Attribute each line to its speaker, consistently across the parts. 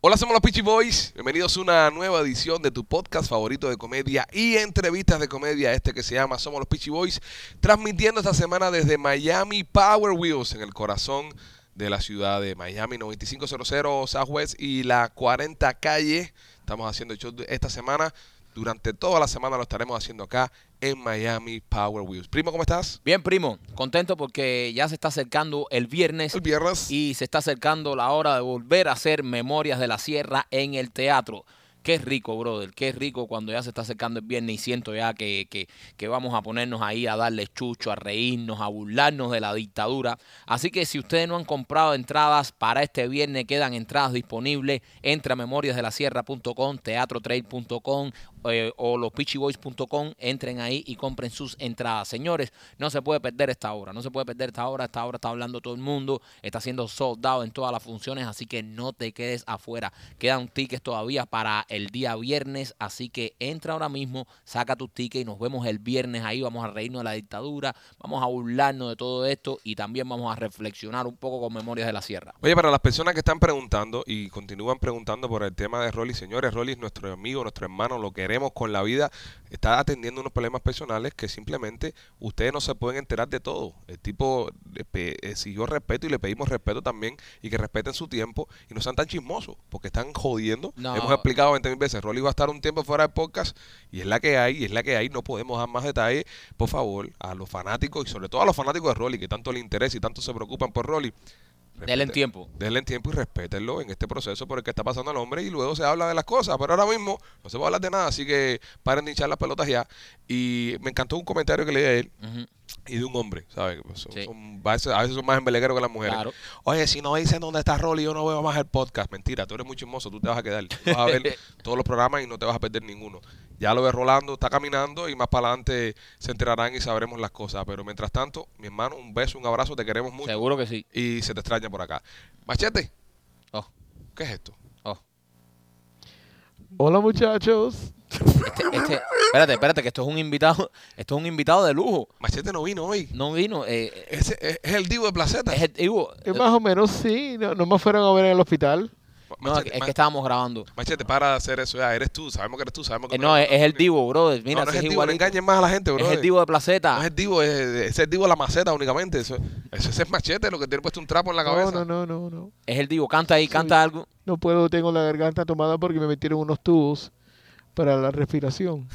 Speaker 1: Hola, somos los Peachy Boys. Bienvenidos a una nueva edición de tu podcast favorito de comedia y entrevistas de comedia, este que se llama Somos los Peachy Boys, transmitiendo esta semana desde Miami Power Wheels, en el corazón de la ciudad de Miami, 9500 Southwest y la 40 calle. Estamos haciendo el show esta semana. Durante toda la semana lo estaremos haciendo acá en Miami Power Wheels. Primo, ¿cómo estás?
Speaker 2: Bien, primo, contento porque ya se está acercando el viernes
Speaker 1: El viernes.
Speaker 2: y se está acercando la hora de volver a hacer Memorias de la Sierra en el teatro. Qué rico, brother, qué rico cuando ya se está acercando el viernes y siento ya que, que, que vamos a ponernos ahí a darle chucho, a reírnos, a burlarnos de la dictadura. Así que si ustedes no han comprado entradas para este viernes, quedan entradas disponibles. Entra a memoriasdelasierra.com, teatrotrade.com eh, o lospitchyboys.com. Entren ahí y compren sus entradas. Señores, no se puede perder esta hora, no se puede perder esta hora. Esta hora está hablando todo el mundo, está siendo soldado en todas las funciones, así que no te quedes afuera. Quedan tickets todavía para el día viernes, así que entra ahora mismo, saca tus tickets y nos vemos el viernes ahí. Vamos a reírnos de la dictadura, vamos a burlarnos de todo esto y también vamos a reflexionar un poco con Memorias de la Sierra.
Speaker 1: Oye, para las personas que están preguntando y continúan preguntando por el tema de Rolly, señores, Rolly es nuestro amigo, nuestro hermano, lo queremos con la vida. Está atendiendo unos problemas personales que simplemente ustedes no se pueden enterar de todo. El tipo eh, pe- exigió respeto y le pedimos respeto también y que respeten su tiempo y no sean tan chismosos porque están jodiendo.
Speaker 2: No.
Speaker 1: Hemos explicado 20 mil veces, Rolly va a estar un tiempo fuera del podcast y es la que hay, y es la que hay, no podemos dar más detalles. Por favor, a los fanáticos y sobre todo a los fanáticos de Rolly que tanto le interesa y tanto se preocupan por Rolly.
Speaker 2: Denle
Speaker 1: respeten-
Speaker 2: tiempo.
Speaker 1: Denle tiempo y respétenlo en este proceso por el que está pasando el hombre y luego se habla de las cosas. Pero ahora mismo no se va a hablar de nada, así que paren de hinchar las pelotas ya. Y me encantó un comentario que leí de él
Speaker 2: Ujú.
Speaker 1: y de un hombre, ¿sabes? Son-
Speaker 2: Sí.
Speaker 1: son- a, veces, a veces son más embelegueros que las mujeres.
Speaker 2: Claro.
Speaker 1: Oye, si no dicen dónde está Rolly, yo no veo más el podcast. Mentira, tú eres muy chismoso, tú te vas a quedar. Tú vas a ver todos los programas y no te vas a perder ninguno. Ya lo ves Rolando, está caminando y más para adelante se enterarán y sabremos las cosas. Pero mientras tanto, mi hermano, un beso, un abrazo, te queremos mucho
Speaker 2: Seguro que sí.
Speaker 1: y se te extraña por acá. Machete,
Speaker 2: Oh,
Speaker 1: ¿qué es esto?
Speaker 2: oh.
Speaker 3: Hola muchachos.
Speaker 2: Este- este- espérate, espérate, que esto es un invitado, esto es un invitado de lujo.
Speaker 1: Machete no vino hoy.
Speaker 2: No vino. eh,
Speaker 1: Ese es, es el divo de Placeta.
Speaker 2: es el- digo,
Speaker 3: Eh, más o menos sí, no, no me fueron a ver en el hospital.
Speaker 2: no, es,
Speaker 1: machete,
Speaker 2: que- es
Speaker 1: ma-
Speaker 2: que estábamos grabando.
Speaker 1: Machete, para de hacer eso. Ya, eres tú, sabemos que eres tú, sabemos que
Speaker 2: Eh, no, es, es el Divo, brother.
Speaker 1: Mira,
Speaker 2: Mira,
Speaker 1: no, no
Speaker 2: si
Speaker 1: es el divo,
Speaker 2: es,
Speaker 1: no
Speaker 2: igualito.
Speaker 1: engañes más a la gente, bro. eh.
Speaker 2: es el Divo de
Speaker 1: No es
Speaker 2: Placeta.
Speaker 1: el divo, es, es el divo de la maceta únicamente. Eso, eso- ese es machete, lo que tiene puesto un trapo en la cabeza.
Speaker 3: No, no, no, no, no.
Speaker 2: Es el Divo. Canta ahí, canta algo.
Speaker 3: No puedo, tengo la garganta tomada porque me metieron unos tubos para la respiración.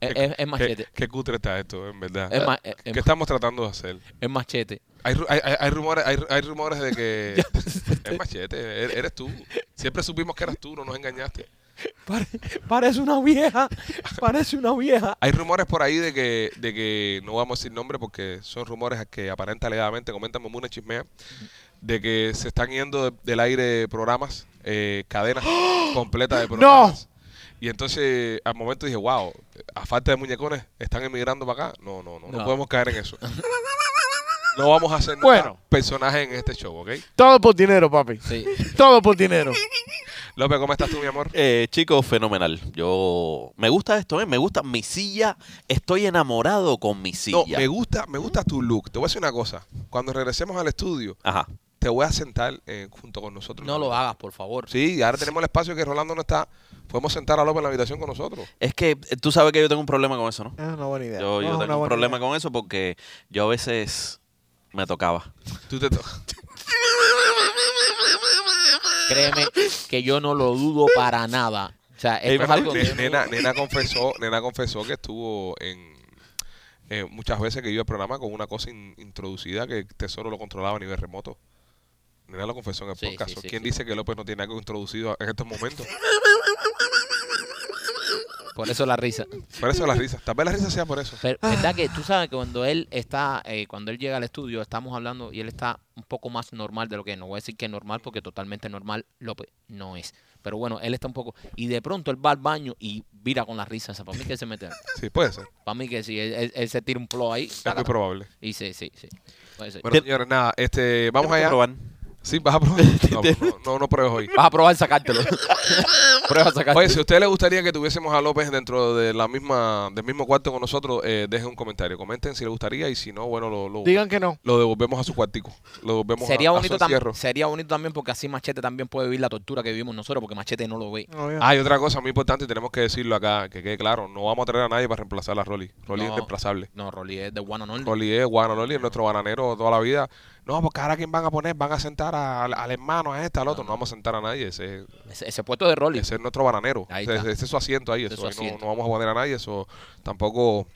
Speaker 2: Es, es- es
Speaker 1: Qué,
Speaker 2: machete.
Speaker 1: qué cutre está esto, en verdad.
Speaker 2: Es, ma- es- es
Speaker 1: ¿Qué estamos tratando de hacer?
Speaker 2: es machete.
Speaker 1: Hay, ru- hay, hay- hay rumores, hay, hay rumores de que
Speaker 2: este.
Speaker 1: es machete, er- eres tú. Siempre supimos que eras tú, no nos engañaste.
Speaker 2: Pare- parece una vieja. Parece una vieja.
Speaker 1: Hay rumores por ahí de que, de que no vamos a decir nombre porque son rumores que aparenta alegadamente, comentan una chismea, de que se están yendo de- del aire programas, eh, cadenas completas de programas. Y entonces al momento dije, wow, a falta de muñecones, ¿están emigrando para acá? No, no, no, no,
Speaker 2: No.
Speaker 1: podemos caer en eso. No vamos a hacer
Speaker 3: Bueno.
Speaker 1: personajes en este show, ¿ok?
Speaker 3: Todo por dinero, papi.
Speaker 2: Sí.
Speaker 3: Todo por dinero.
Speaker 1: López, ¿cómo estás tú, mi amor?
Speaker 4: Eh, chicos, fenomenal. Yo me gusta esto, ¿eh? Me gusta mi silla. Estoy enamorado con mi silla.
Speaker 1: No, me gusta, me gusta tu look. Te voy a decir una cosa. Cuando regresemos al estudio,
Speaker 4: Ajá.
Speaker 1: te voy a sentar eh, junto con nosotros.
Speaker 2: No lo hagas, por favor.
Speaker 1: Sí, y ahora tenemos el espacio que Rolando no está. Podemos sentar a López en la habitación con nosotros.
Speaker 4: Es que eh, tú sabes que yo tengo un problema con eso, ¿no?
Speaker 3: Es una Ah, buena idea.
Speaker 4: Yo,
Speaker 3: Es
Speaker 4: yo
Speaker 3: una
Speaker 4: tengo un
Speaker 3: buena
Speaker 4: problema
Speaker 3: idea.
Speaker 4: con eso porque yo a veces me tocaba.
Speaker 1: Tú te to-
Speaker 2: Créeme que yo no lo dudo para nada. O sea, esto es
Speaker 1: Bueno,
Speaker 2: algo que
Speaker 1: ne-
Speaker 2: yo no-
Speaker 1: nena, nena confesó, nena confesó que estuvo en eh, muchas veces que iba al programa con una cosa in- introducida que el Tesoro lo controlaba a nivel remoto. Nena lo confesó en el
Speaker 2: Sí,
Speaker 1: podcast.
Speaker 2: sí, sí,
Speaker 1: ¿Quién
Speaker 2: sí.
Speaker 1: dice que López no tiene algo introducido en estos momentos?
Speaker 2: por eso la risa.
Speaker 1: Por eso las risas. Tal vez las risas sea por eso.
Speaker 2: Pero verdad que tú sabes que cuando él está, eh, cuando él llega al estudio, estamos hablando y él está un poco más normal de lo que es. No voy a decir que normal porque totalmente normal López no es. Pero bueno, él está un poco. Y de pronto él va al baño y vira con la risa esa. Para mí que se mete.
Speaker 1: Sí, puede ser.
Speaker 2: Para mí que sí. Él, él- él se tira un plow ahí.
Speaker 1: Es muy probable.
Speaker 2: Y sí, sí, sí. Puede ser.
Speaker 1: Bueno, señores, nada, este, vamos
Speaker 4: Tengo que
Speaker 1: allá.
Speaker 4: probar.
Speaker 1: Sí, vas a probar. No, no, no, no pruebes hoy.
Speaker 2: Vas a probar sacártelo. Prueba a sacártelo.
Speaker 1: Oye, si a usted le gustaría que tuviésemos a López dentro de la misma, del mismo cuarto con nosotros, eh, dejen un comentario. Comenten si le gustaría y si no, bueno, lo, lo,
Speaker 3: Digan que no.
Speaker 1: lo devolvemos a su cuartico. Lo devolvemos
Speaker 2: sería,
Speaker 1: a, a
Speaker 2: bonito
Speaker 1: su
Speaker 2: tam-
Speaker 1: encierro.
Speaker 2: sería bonito también porque así Machete también puede vivir la tortura que vivimos nosotros porque Machete no lo ve.
Speaker 3: No, ya.
Speaker 1: Hay otra cosa muy importante Ah, y tenemos que decirlo acá, que quede claro. No vamos a traer a nadie para reemplazar a Rolly. Rolly es
Speaker 2: No.
Speaker 1: reemplazable.
Speaker 2: No, Rolly es de One and Only.
Speaker 1: Rolly es guano, Rolly es nuestro bananero toda la vida. No, porque ahora quién van a poner, van a sentar a- al, al hermano, a este, al otro. No vamos a sentar a nadie. Ese,
Speaker 2: Ese, ese puesto de Rolly.
Speaker 1: ese es nuestro bananero.
Speaker 2: Ahí
Speaker 1: Ese,
Speaker 2: está.
Speaker 1: ese es su asiento ahí.
Speaker 2: Ese
Speaker 1: Eso.
Speaker 2: es su
Speaker 1: ahí no-
Speaker 2: asiento.
Speaker 1: No, vamos a poner a nadie. Eso tampoco.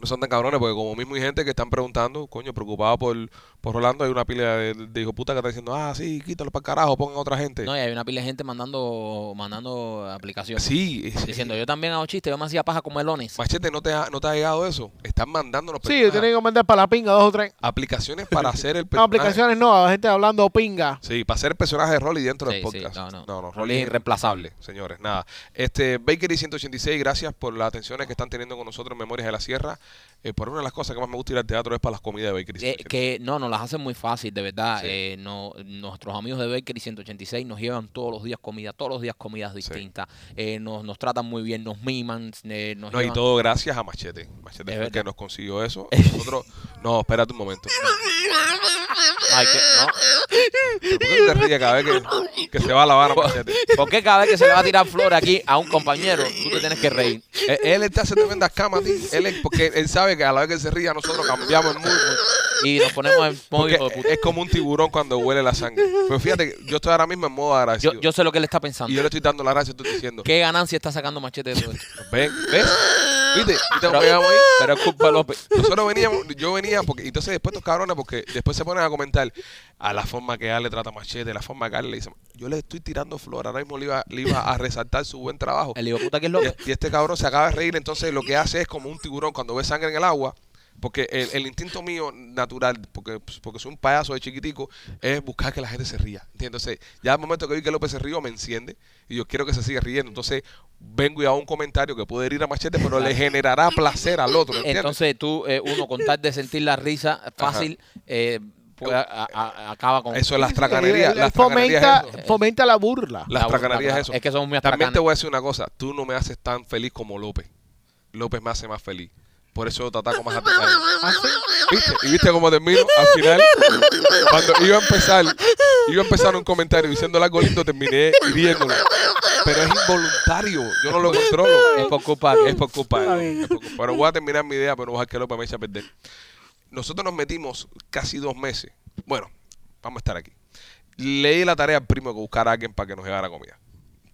Speaker 1: No son tan cabrones, porque como mismo hay gente que están preguntando, coño, preocupado por, por Rolando, hay una pila de, de hijo puta que está diciendo, ah, sí, quítalo para carajo, pongan otra gente.
Speaker 2: No, y hay una pila de gente mandando, mandando aplicaciones.
Speaker 1: sí, sí.
Speaker 2: Diciendo, yo también hago chistes, yo me hacía paja con melones.
Speaker 1: Machete, ¿no te, ha, ¿no te ha llegado eso? Están mandándonos
Speaker 3: Sí, yo
Speaker 1: personajes.
Speaker 3: tenía que mandar para la pinga dos o tres.
Speaker 1: aplicaciones para hacer el
Speaker 3: No,
Speaker 1: personaje.
Speaker 3: aplicaciones no, la gente hablando pinga.
Speaker 1: Sí, para ser personaje de Rolly dentro del
Speaker 2: Sí, sí,
Speaker 1: podcast.
Speaker 2: no, no.
Speaker 1: Rolly
Speaker 2: Rolly es
Speaker 1: es
Speaker 2: irreemplazable.
Speaker 1: irreemplazable, señores. Nada. Este, Bakery 186, gracias por las atenciones que están teniendo con nosotros en Memorias de la Sierra. Eh, por una de las cosas que más me gusta ir al teatro es para las comidas de Bakery
Speaker 2: Eh,
Speaker 1: 186.
Speaker 2: que no, nos las hacen muy fácil, de verdad.
Speaker 1: Sí.
Speaker 2: Eh, no, nuestros amigos de Bakery 186 nos llevan todos los días comida, todos los días comidas distintas. Eh, nos, nos tratan muy bien, nos miman, eh, nos
Speaker 1: No, y
Speaker 2: llevan-
Speaker 1: todo gracias a Machete. Machete
Speaker 2: Es
Speaker 1: fue el que
Speaker 2: verdad.
Speaker 1: nos consiguió eso. Nosotros... No, espérate un momento.
Speaker 2: Ay,
Speaker 1: ¿Pero ¿Por
Speaker 2: que-
Speaker 1: qué tú te ríes cada vez que, que se va a lavar a Machete?
Speaker 2: no. ¿Por qué cada vez que se le va a tirar flores aquí a un compañero, tú te tienes que reír?
Speaker 1: Eh, Él está haciendo tremendas camas, tío. Él es- porque él sabe que a la vez que él se ría, nosotros cambiamos el mundo.
Speaker 2: Y nos ponemos en modo
Speaker 1: Porque
Speaker 2: hijo de puta.
Speaker 1: es como un tiburón cuando huele la sangre. Pero fíjate, que yo estoy ahora mismo en modo agradecido.
Speaker 2: Yo, yo sé lo que él está pensando.
Speaker 1: y yo le estoy dando la gracia, estoy diciendo,
Speaker 2: ¿Qué ganancia está sacando Machete de todo esto?
Speaker 1: ven, ¿ves? ¿Viste? Y tengo
Speaker 2: Pero,
Speaker 1: que llegar ahí.
Speaker 2: pero es culpa de López.
Speaker 1: Nosotros veníamos, yo venía, porque entonces después estos cabrones, porque después se ponen a comentar a la forma que Ale trata a Machete, la forma que Ale le dice, yo le estoy tirando flor, ahora mismo le iba, le iba a resaltar su buen trabajo.
Speaker 2: El hijo de puta que es
Speaker 1: Y,
Speaker 2: López.
Speaker 1: y este cabrón se acaba de reír, entonces lo que hace es como un tiburón cuando ve sangre en el agua. Porque el, el instinto mío natural, porque, porque soy un payaso de chiquitico, es buscar que la gente se ría. ¿entiendes? Entonces, ya al momento que vi que López se rió, me enciende y yo quiero que se siga riendo. Entonces, vengo y hago un comentario que puede herir a Machete, pero le generará placer al otro. ¿entiendes?
Speaker 2: Entonces tú, eh, uno con tal de sentir la risa fácil, eh, pues, a- a- acaba con...
Speaker 1: eso es las
Speaker 3: Él-
Speaker 1: tracanerías.
Speaker 3: él
Speaker 1: Las
Speaker 3: Eh, fomenta,
Speaker 1: tracanerías es eso.
Speaker 3: fomenta la burla.
Speaker 1: Las
Speaker 2: La-
Speaker 1: tracanerías
Speaker 2: la-
Speaker 1: es eso.
Speaker 2: Es que somos muy
Speaker 1: También te
Speaker 2: atracanes.
Speaker 1: voy a decir una cosa. Tú no me haces tan feliz como López. López me hace más feliz. Por eso yo te ataco más a ti. ¿Viste? Y viste cómo termino. Al final, cuando iba a empezar, iba a empezar un comentario diciendo algo lindo, terminé hiriéndolo. Pero es involuntario. Yo no lo controlo.
Speaker 2: Es por culpa de-
Speaker 1: Es por culpa. de- es por culpa. Pero voy a terminar mi idea, pero no voy a dejar que López me eche a perder. Nosotros nos metimos casi dos meses. Bueno, vamos a estar aquí. Leí la tarea al primo que buscara a alguien para que nos llegara comida.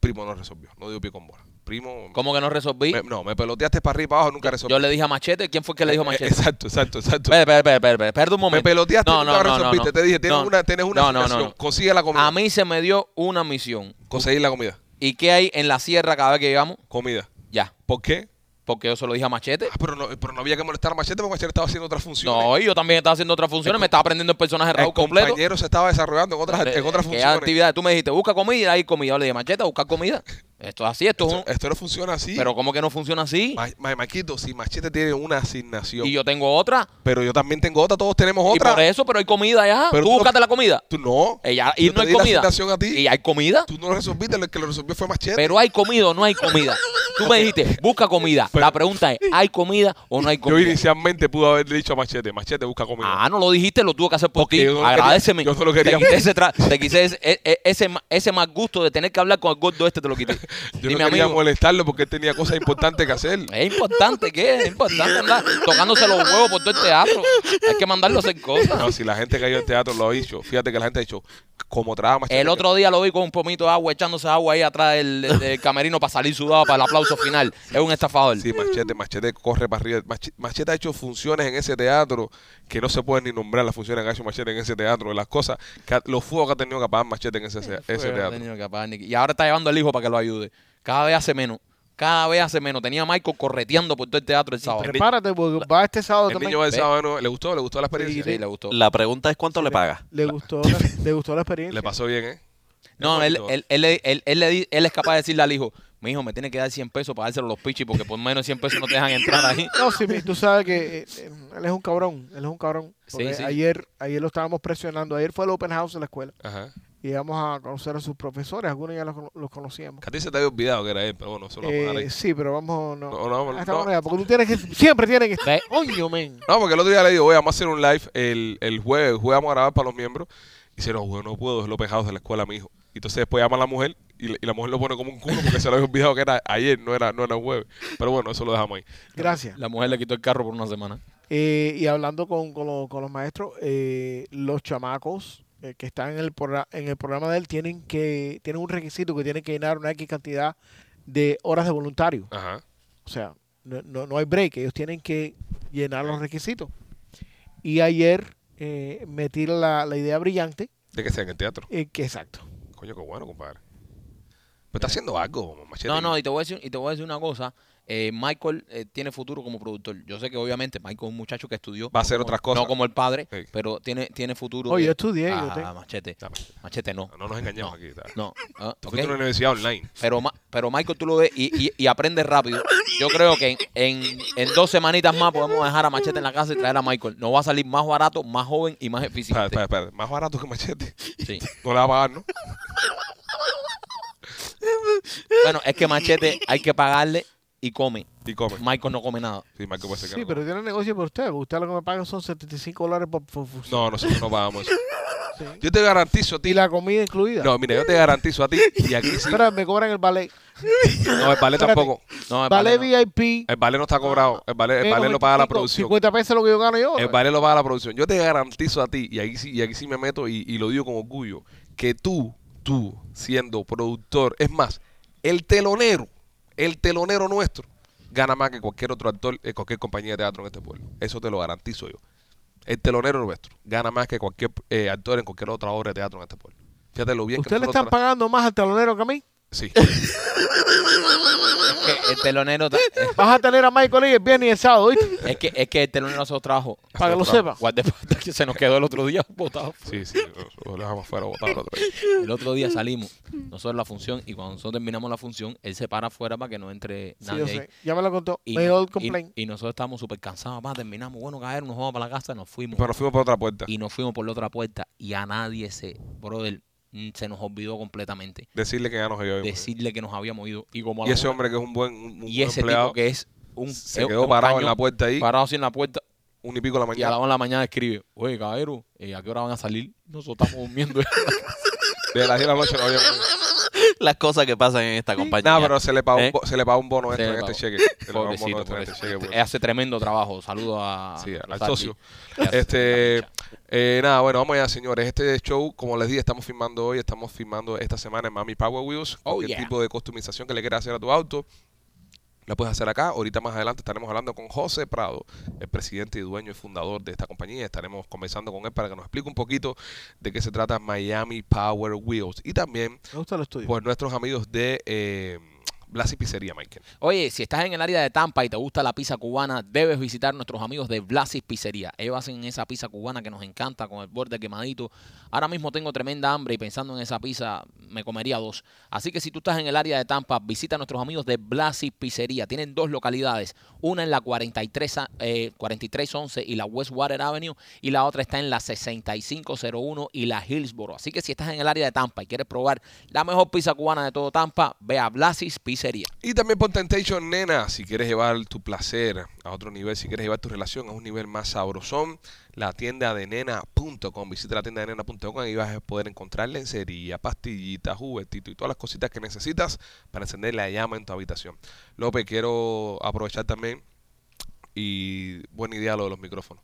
Speaker 1: Primo no resolvió. No dio pie con bola. Primo.
Speaker 2: ¿Cómo que no resolví?
Speaker 1: me- no, me peloteaste para arriba y para abajo, nunca resolvió. Eh,
Speaker 2: Yo le dije a Machete. ¿Quién fue que le dijo a Machete?
Speaker 1: Exacto, exacto, exacto.
Speaker 2: Espera, espera, espera, espera, espera, espera un momento.
Speaker 1: Me peloteaste,
Speaker 2: no,
Speaker 1: nunca
Speaker 2: no, no,
Speaker 1: resolviste.
Speaker 2: no.
Speaker 1: Te dije, tienes
Speaker 2: No,
Speaker 1: una, tienes una
Speaker 2: no, no,
Speaker 1: asignación.
Speaker 2: no.
Speaker 1: Consigue la comida.
Speaker 2: A mí se me dio una misión.
Speaker 1: Conseguir la comida.
Speaker 2: ¿Y qué hay en la sierra cada vez que llegamos?
Speaker 1: Comida.
Speaker 2: Ya.
Speaker 1: ¿Por qué?
Speaker 2: Porque yo se lo dije a Machete.
Speaker 1: Ah, pero, no, pero no había que molestar a Machete porque Machete estaba haciendo otras funciones.
Speaker 2: No, y yo también estaba haciendo otras funciones. Me estaba aprendiendo el personaje de
Speaker 1: el
Speaker 2: Raúl completo.
Speaker 1: compañero se estaba desarrollando en otras, en otras
Speaker 2: Que hay
Speaker 1: funciones.
Speaker 2: actividades. Tú me dijiste, busca comida. Hay comida. Yo le dije, Machete, busca comida. Esto es así. Esto, es un-
Speaker 1: Esto, esto no funciona así.
Speaker 2: Pero ¿cómo que no funciona así?
Speaker 1: Ma- ma- Maquito, si Machete tiene una asignación,
Speaker 2: Y yo tengo otra.
Speaker 1: pero yo también tengo otra, todos tenemos
Speaker 2: Y por
Speaker 1: otra.
Speaker 2: eso, pero hay comida allá.
Speaker 1: Pero
Speaker 2: Tú
Speaker 1: tú no-
Speaker 2: búscate la comida.
Speaker 1: Tú no.
Speaker 2: Ella, y
Speaker 1: Yo
Speaker 2: no
Speaker 1: te
Speaker 2: hay
Speaker 1: di la
Speaker 2: comida.
Speaker 1: asignación a ti.
Speaker 2: Y hay comida.
Speaker 1: Tú no lo resolviste, el que lo resolvió fue Machete.
Speaker 2: Pero hay comida o no hay comida. Tú me dijiste, busca comida.
Speaker 1: Pero-
Speaker 2: la pregunta es, ¿hay comida o no hay
Speaker 1: yo
Speaker 2: comida?
Speaker 1: inicialmente pude haber dicho a Machete, Machete busca comida.
Speaker 2: Ah, no lo dijiste, lo tuvo que hacer por
Speaker 1: Porque
Speaker 2: ti.
Speaker 1: yo no lo
Speaker 2: Agradeceme.
Speaker 1: quería- yo no lo quería.
Speaker 2: Te quité, ese, tra- te quité ese, e- e- ese, ma- ese mal gusto de tener que hablar con el gordo este, te lo quité.
Speaker 1: yo
Speaker 2: Dime,
Speaker 1: no quería
Speaker 2: amigo,
Speaker 1: molestarlo porque él tenía cosas importantes que hacer.
Speaker 2: es importante, ¿qué? Es importante andar tocándose los huevos por todo el teatro. Hay que mandarlo a hacer cosas.
Speaker 1: No, si la gente que ha ido al teatro lo ha dicho, fíjate que la gente ha dicho, como traba Machete.
Speaker 2: El otro día lo vi con un pomito de agua, echándose agua ahí atrás del, del camerino para salir sudado para el aplauso final. Es un estafador.
Speaker 1: Sí, Machete, Machete corre para arriba. Machi- Machete ha hecho funciones en ese teatro que no se pueden ni nombrar las funciones que ha hecho Machete en ese teatro, las cosas, que ha- los fuegos que ha tenido que apagar Machete en ese, ese
Speaker 2: Fue, no
Speaker 1: teatro.
Speaker 2: tenía que pagar ni- Y ahora está llevando al hijo para que lo ayude. Cada vez hace menos. Cada vez hace menos. Tenía a Michael correteando por todo el teatro el sábado.
Speaker 3: Prepárate porque va este sábado
Speaker 1: El
Speaker 3: también.
Speaker 1: niño del
Speaker 2: Ve.
Speaker 1: sábado ¿no? le gustó, le gustó la experiencia.
Speaker 2: Sí, le gustó.
Speaker 4: La pregunta es cuánto le pagas.
Speaker 3: Le gustó, la, le gustó la experiencia.
Speaker 1: Le pasó bien, ¿eh?
Speaker 2: No,
Speaker 1: Le
Speaker 2: él,
Speaker 1: gustó.
Speaker 2: él, él, él- él le di- él es capaz de decirle al hijo, Mi hijo me tiene que dar 100 pesos para dárselo a los pichis porque por menos de 100 pesos no te dejan entrar ahí.
Speaker 3: No, sí, mi- tú sabes que eh, eh, él es un cabrón, él es un cabrón.
Speaker 2: Sí,
Speaker 3: Porque
Speaker 2: sí.
Speaker 3: Ayer, ayer lo estábamos presionando, ayer fue el open house de la escuela
Speaker 1: Ajá.
Speaker 3: y íbamos a conocer a sus profesores, algunos ya los, cono- los conocíamos.
Speaker 1: Que a ti se te había olvidado que era él, pero bueno, eso lo vamos a
Speaker 3: Eh,
Speaker 1: dejar ahí.
Speaker 3: sí, pero vamos, no,
Speaker 1: No, no,
Speaker 3: a esta
Speaker 1: no.
Speaker 3: manera, porque tú tienes que, siempre tienes que
Speaker 2: Ve.
Speaker 3: estar, coño, men.
Speaker 1: No, porque el otro día le digo, oye, vamos a hacer un live el, el jueves, el jueves vamos a grabar para los miembros. Y dice, no, güey, no puedo, es López House de la escuela, mi hijo. Y entonces después llama a la mujer y, la- y la mujer lo pone como un culo porque se lo había olvidado que era ayer, no era, no era jueves. Pero bueno, eso lo dejamos ahí.
Speaker 3: Gracias.
Speaker 2: La mujer le quitó el carro por una semana.
Speaker 3: Eh, y hablando con, con, lo- con los maestros, eh, los chamacos eh, que están en el, progra- en el programa de él tienen que tienen un requisito que tienen que llenar una X cantidad de horas de voluntario.
Speaker 1: Ajá.
Speaker 3: O sea, no, no, no hay break, ellos tienen que llenar los requisitos. Y ayer eh, me tira la, la idea brillante,
Speaker 1: De que sea en el teatro.
Speaker 3: eh, que exacto.
Speaker 1: Coño, qué bueno, compadre. Pero está haciendo algo, machete.
Speaker 2: No, no, y te voy a decir, y te voy a decir una cosa. eh, Michael eh, tiene futuro como productor. Yo sé que obviamente Michael es un muchacho que estudió.
Speaker 1: Va a hacer
Speaker 2: no como-
Speaker 1: otras cosas.
Speaker 2: No como el padre,
Speaker 1: Sí.
Speaker 2: pero tiene, tiene futuro.
Speaker 3: Oye,
Speaker 2: de-
Speaker 3: yo estudié, yo
Speaker 2: Ah,
Speaker 3: tengo-
Speaker 2: machete.
Speaker 1: Dame.
Speaker 2: Machete no.
Speaker 1: No nos engañemos
Speaker 2: No.
Speaker 1: aquí. está.
Speaker 2: No. ah,
Speaker 1: Tú
Speaker 2: ok.
Speaker 1: fuiste a una universidad online.
Speaker 2: Pero, Ma- pero Michael, tú lo ves y, y, y aprendes rápido. Yo creo que en, en, en dos semanitas más podemos dejar a Machete en la casa y traer a Michael. No va a salir más barato, más joven y más eficiente.
Speaker 1: Espera, espera, espera. Más barato que machete.
Speaker 2: Sí.
Speaker 1: No le va a pagar, ¿no?
Speaker 2: Bueno, es que Machete hay que pagarle y come.
Speaker 1: Y come.
Speaker 2: Michael no come nada.
Speaker 1: Sí, Marco puede ser que
Speaker 3: Sí,
Speaker 1: no.
Speaker 3: pero tiene negocio por ustedes, porque ustedes lo que me pagan son 75 dólares por, por función.
Speaker 1: No, nosotros no pagamos eso.
Speaker 3: Sí.
Speaker 1: Yo te garantizo a
Speaker 3: Y
Speaker 1: ti.
Speaker 3: la comida incluida.
Speaker 1: No, mira, yo te garantizo a ti. Y aquí sí.
Speaker 3: Espera, me cobran el ballet.
Speaker 1: No, el ballet
Speaker 3: Espérate.
Speaker 1: tampoco.
Speaker 2: No, me
Speaker 3: Ballet
Speaker 2: parece, no.
Speaker 3: VIP.
Speaker 1: El ballet no está cobrado. El ballet, el
Speaker 3: menos
Speaker 1: ballet lo paga la
Speaker 3: 25,
Speaker 1: producción.
Speaker 3: 50 pesos es lo que yo gano yo.
Speaker 1: El ballet lo paga la producción. Yo te garantizo a ti, y aquí sí, y aquí sí me meto y, y lo digo con orgullo, que tú, tú, siendo productor, es más, el telonero, el telonero nuestro, gana más que cualquier otro actor, eh, cualquier compañía de teatro en este pueblo. Eso te lo garantizo yo. El telonero nuestro gana más que cualquier eh, actor en cualquier otra obra de teatro en este pueblo. Fíjate lo bien
Speaker 3: Ustedes
Speaker 1: que
Speaker 3: le están
Speaker 1: nosotros
Speaker 3: pagando más al talonero que a mí.
Speaker 1: tra- Sí.
Speaker 2: Es que el telonero. ta- eh,
Speaker 3: Vas a tener a Michael Lee el viernes y el sábado, ¿oíste?
Speaker 2: Es que, es que el telonero se los trajo.
Speaker 3: Para que lo sepa.
Speaker 2: Guardaespaldas que se nos quedó el otro día botado.
Speaker 1: Sí, sí, lo- lo dejamos fuera botado el otro día.
Speaker 2: El otro día salimos, nosotros la función, y cuando nosotros terminamos la función, él se para afuera para que no entre
Speaker 3: Sí,
Speaker 2: nadie
Speaker 3: yo
Speaker 2: ahí.
Speaker 3: sé. Ya me lo contó.
Speaker 2: Y,
Speaker 3: Me dio
Speaker 2: y-
Speaker 3: el complaint.
Speaker 2: y nosotros estábamos súper cansados, más terminamos, bueno, caer, nos vamos para la casa, nos fuimos.
Speaker 1: Pero nos fuimos por otra puerta.
Speaker 2: y nos fuimos por la otra puerta y a nadie se, brother, mm, se nos olvidó completamente
Speaker 1: Decirle que ya nos había ido.
Speaker 2: decirle que nos habíamos ido. Y como a
Speaker 1: Y
Speaker 2: la
Speaker 1: ese
Speaker 2: una-
Speaker 1: hombre que es un buen, un- un
Speaker 2: y
Speaker 1: buen
Speaker 2: ese
Speaker 1: empleado,
Speaker 2: tipo que es un
Speaker 1: se
Speaker 2: es- es
Speaker 1: quedó
Speaker 2: un
Speaker 1: parado en
Speaker 2: cañón,
Speaker 1: la puerta ahí,
Speaker 2: parado así en la puerta
Speaker 1: un y pico de la
Speaker 2: y a
Speaker 1: mañana.
Speaker 2: la una de la mañana escribe, oye caballero, eh, ¿a qué hora van a salir? Nosotros estamos durmiendo.
Speaker 1: De las 10 de la noche no había comido.
Speaker 4: Las cosas que pasan en esta compañía.
Speaker 1: No, pero se le pagó,
Speaker 4: ¿Eh?
Speaker 1: un, bo- se le pagó un bono
Speaker 2: Se
Speaker 1: extra
Speaker 2: le
Speaker 1: en este
Speaker 2: pagó.
Speaker 1: cheque. Se le pagó un bono
Speaker 2: Pobrecito,
Speaker 1: extra en este cheque.
Speaker 2: pobrecito.
Speaker 1: porque-
Speaker 2: hace tremendo trabajo. Saludo a
Speaker 1: Sí, al
Speaker 2: Rosaldi,
Speaker 1: socio.
Speaker 2: que hace
Speaker 1: Este,
Speaker 2: tremenda lucha.
Speaker 1: eh, nada, bueno, vamos allá, señores. Este show, como les dije, estamos filmando hoy, estamos filmando esta semana en Mami Power Wheels.
Speaker 2: Oh,
Speaker 1: Cualquier
Speaker 2: yeah.
Speaker 1: tipo de customización que le quieras hacer a tu auto, la puedes hacer acá. Ahorita más adelante estaremos hablando con José Prado, el presidente y dueño y fundador de esta compañía. Estaremos conversando con él para que nos explique un poquito de qué se trata Miami Power Wheels. Y también
Speaker 3: Me gusta el estudio.
Speaker 1: por nuestros amigos de eh, Blas y Pizzería, Michael.
Speaker 2: Oye, si estás en el área de Tampa y te gusta la pizza cubana, debes visitar nuestros amigos de Blasis Pizzería. Ellos hacen esa pizza cubana que nos encanta con el borde quemadito. Ahora mismo tengo tremenda hambre y pensando en esa pizza me comería dos. Así que si tú estás en el área de Tampa, visita a nuestros amigos de Blasis Pizzería. Tienen dos localidades, una en la 43, a- eh, 4311 y la Westwater Avenue y la otra está en la 6501 y la Hillsboro. Así que si estás en el área de Tampa y quieres probar la mejor pizza cubana de todo Tampa, ve a Blasis Pizzería.
Speaker 1: Y también por Temptation, nena, si quieres llevar tu placer a otro nivel, si quieres llevar tu relación a un nivel más sabrosón, la tienda de nena.com. Visita la tienda de nena.com y vas a poder encontrar lencería, pastillitas, juguetitos y todas las cositas que necesitas para encender la llama en tu habitación. López, quiero aprovechar también y buena idea lo de los micrófonos.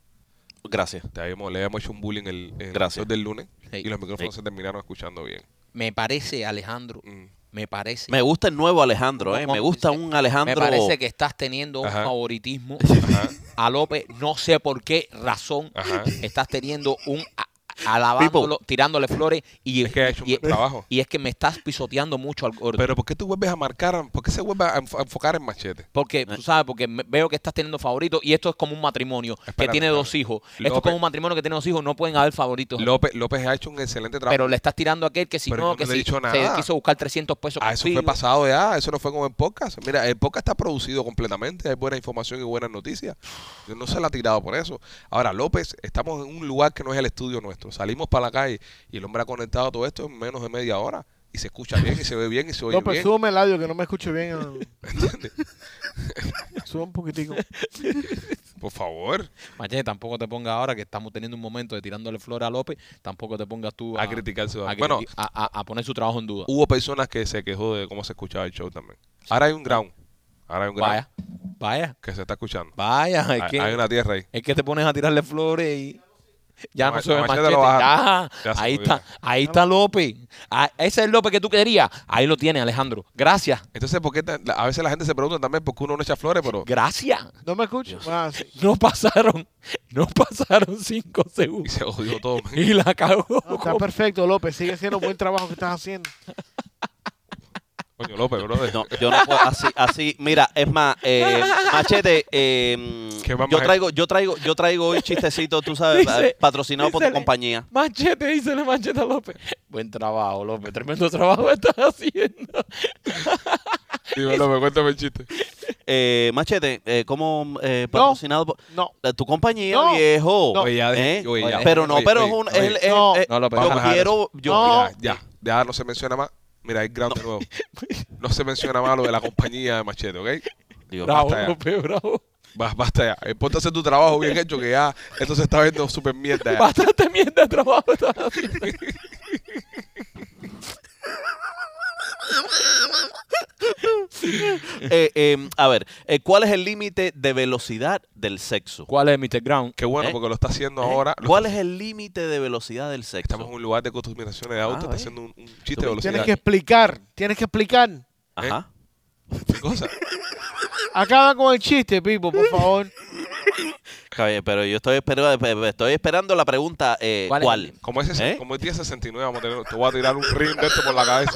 Speaker 4: Gracias.
Speaker 1: Te habíamos, le habíamos hecho un bullying el, el
Speaker 4: Gracias.
Speaker 1: episodio del lunes
Speaker 2: Sí.
Speaker 1: y los micrófonos
Speaker 4: Sí.
Speaker 1: se terminaron escuchando bien.
Speaker 2: Me parece, Alejandro,
Speaker 1: Mm.
Speaker 2: me parece.
Speaker 4: Me gusta el nuevo Alejandro,
Speaker 2: No,
Speaker 4: ¿eh?
Speaker 2: no,
Speaker 4: Me gusta
Speaker 2: es-
Speaker 4: un Alejandro.
Speaker 2: me parece que estás teniendo un
Speaker 1: Ajá.
Speaker 2: favoritismo
Speaker 1: Ajá.
Speaker 2: a López. No sé por qué razón
Speaker 1: Ajá.
Speaker 2: estás teniendo un a- alabándolo, tirándole flores y
Speaker 1: Es que ha hecho un
Speaker 2: y-
Speaker 1: buen trabajo.
Speaker 2: y es que me estás pisoteando mucho al gordo.
Speaker 1: Pero ¿por qué tú vuelves a marcar? a- ¿Por qué se vuelve a enf- a enfocar en machete?
Speaker 2: Porque, tú sabes, porque me- veo que estás teniendo favoritos y esto es como un matrimonio que
Speaker 1: Espérate,
Speaker 2: tiene
Speaker 1: espérate.
Speaker 2: dos hijos. Esto
Speaker 1: López.
Speaker 2: es como un matrimonio que tiene dos hijos, no pueden haber favoritos.
Speaker 1: López, López ha hecho un excelente trabajo.
Speaker 2: pero le estás tirando a aquel que si
Speaker 1: Pero
Speaker 2: no,
Speaker 1: yo no
Speaker 2: que
Speaker 1: le he
Speaker 2: si
Speaker 1: dicho
Speaker 2: se
Speaker 1: nada.
Speaker 2: quiso buscar 300 pesos
Speaker 1: Ah, eso fue
Speaker 2: contigo.
Speaker 1: pasado ya, eso no fue como el podcast. Mira, el podcast está producido completamente, hay buena información y buenas noticias. Yo no se la ha tirado por eso. Ahora, López, estamos en un lugar que no es el estudio nuestro. Salimos para la calle y el hombre ha conectado todo esto en menos de media hora. Y se escucha bien, y se ve bien, y se oye
Speaker 3: López,
Speaker 1: bien.
Speaker 3: súbeme el audio que no me escucho bien. Sube un poquitico.
Speaker 1: Por favor,
Speaker 2: Machete, tampoco te pongas ahora que estamos teniendo un momento de tirándole flores a López, tampoco te pongas tú
Speaker 1: a criticarse.
Speaker 2: Ah, a,
Speaker 1: Bueno, Uh,
Speaker 2: criti- a- a- a poner su trabajo en duda.
Speaker 1: hubo personas que se quejó de cómo se escuchaba el show también. Ahora hay un ground. Ahora hay un ground
Speaker 2: vaya, vaya,
Speaker 1: que se está escuchando.
Speaker 2: vaya. Es
Speaker 1: Hay-
Speaker 2: que,
Speaker 1: hay una tierra ahí.
Speaker 2: es que te pones a tirarle flores y ya no,
Speaker 1: No,
Speaker 2: se ve
Speaker 1: Machete
Speaker 2: machete.
Speaker 1: lo bajaron.
Speaker 2: Ya,
Speaker 1: Ya se
Speaker 2: ahí
Speaker 1: jodió.
Speaker 2: está, ahí está López. Ah, ese es el López que tú querías. Ahí lo tiene, Alejandro. Gracias,
Speaker 1: Entonces, ¿por qué ta- la- a veces la gente se pregunta también por qué uno no echa flores, pero
Speaker 2: gracias.
Speaker 3: No me escucho. Ah, sí.
Speaker 2: No pasaron, no pasaron cinco
Speaker 1: y
Speaker 2: segundos.
Speaker 1: se odió todo. man.
Speaker 2: Y la cagó.
Speaker 3: No, está perfecto, López. Sigue haciendo buen trabajo que estás haciendo.
Speaker 1: Coño, López, brother.
Speaker 4: No, yo no puedo, así, así, mira, es más, eh, machete, eh,
Speaker 1: ¿Qué va,
Speaker 4: yo
Speaker 1: Machete?
Speaker 4: traigo, yo traigo, yo traigo hoy chistecito, tú sabes, eh,
Speaker 2: Dice-
Speaker 4: patrocinado por tu
Speaker 2: dísele.
Speaker 4: compañía.
Speaker 2: Machete, dice la Macheta López. Buen trabajo, López. Tremendo trabajo estás haciendo.
Speaker 1: Dime, López, cuéntame el chiste.
Speaker 4: Eh, machete, eh, ¿cómo eh, patrocinado por
Speaker 3: No.
Speaker 4: eh, tu compañía,
Speaker 3: No.
Speaker 4: viejo?
Speaker 3: No.
Speaker 1: Oye, ya,
Speaker 4: ¿Eh?
Speaker 1: oye, ya.
Speaker 4: Pero no,
Speaker 1: Oye,
Speaker 4: pero
Speaker 1: oye,
Speaker 4: es un,
Speaker 1: oye.
Speaker 4: es- es-
Speaker 3: No.
Speaker 4: eh,
Speaker 1: No, López,
Speaker 4: yo
Speaker 1: baja la
Speaker 4: quiero, yo,
Speaker 3: No.
Speaker 1: Ya, ya, ya no se menciona más. Mira, hay ground de nuevo. No se menciona más lo de la compañía de Machete, ¿ok?
Speaker 4: Digo,
Speaker 2: Bravo,
Speaker 1: basta ya.
Speaker 2: López, bravo.
Speaker 1: Ba- Basta ya. Importa hacer tu trabajo bien hecho, que ya esto se está viendo súper mierda. ya.
Speaker 2: Bastante mierda de trabajo estás haciendo.
Speaker 4: eh, eh, a ver, eh, ¿cuál es el límite de velocidad del sexo?
Speaker 2: ¿Cuál es Mr. Ground?
Speaker 1: Qué bueno,
Speaker 4: ¿Eh?
Speaker 1: porque lo está haciendo
Speaker 4: ¿Eh?
Speaker 1: ahora. Lo-
Speaker 4: ¿Cuál es el límite de velocidad del sexo?
Speaker 1: Estamos en un lugar de customización de autos,
Speaker 4: Ah,
Speaker 1: está
Speaker 4: eh.
Speaker 1: haciendo un, un chiste
Speaker 4: Tú
Speaker 1: de
Speaker 2: Pues,
Speaker 4: tienes
Speaker 1: velocidad.
Speaker 3: Tienes que explicar. Tienes que explicar.
Speaker 1: eh,
Speaker 4: Ajá.
Speaker 1: ¿Qué cosa?
Speaker 3: Acaba con el chiste, Pipo, por favor.
Speaker 4: Javier, pero yo estoy, esperando, eh, estoy esperando la pregunta, eh,
Speaker 2: ¿Cuál
Speaker 4: ¿cuál?
Speaker 2: es el límite?
Speaker 1: Como, ese,
Speaker 4: ¿Eh?
Speaker 1: como el 1069, vamos a tener, te voy a tirar un ring de esto por la cabeza.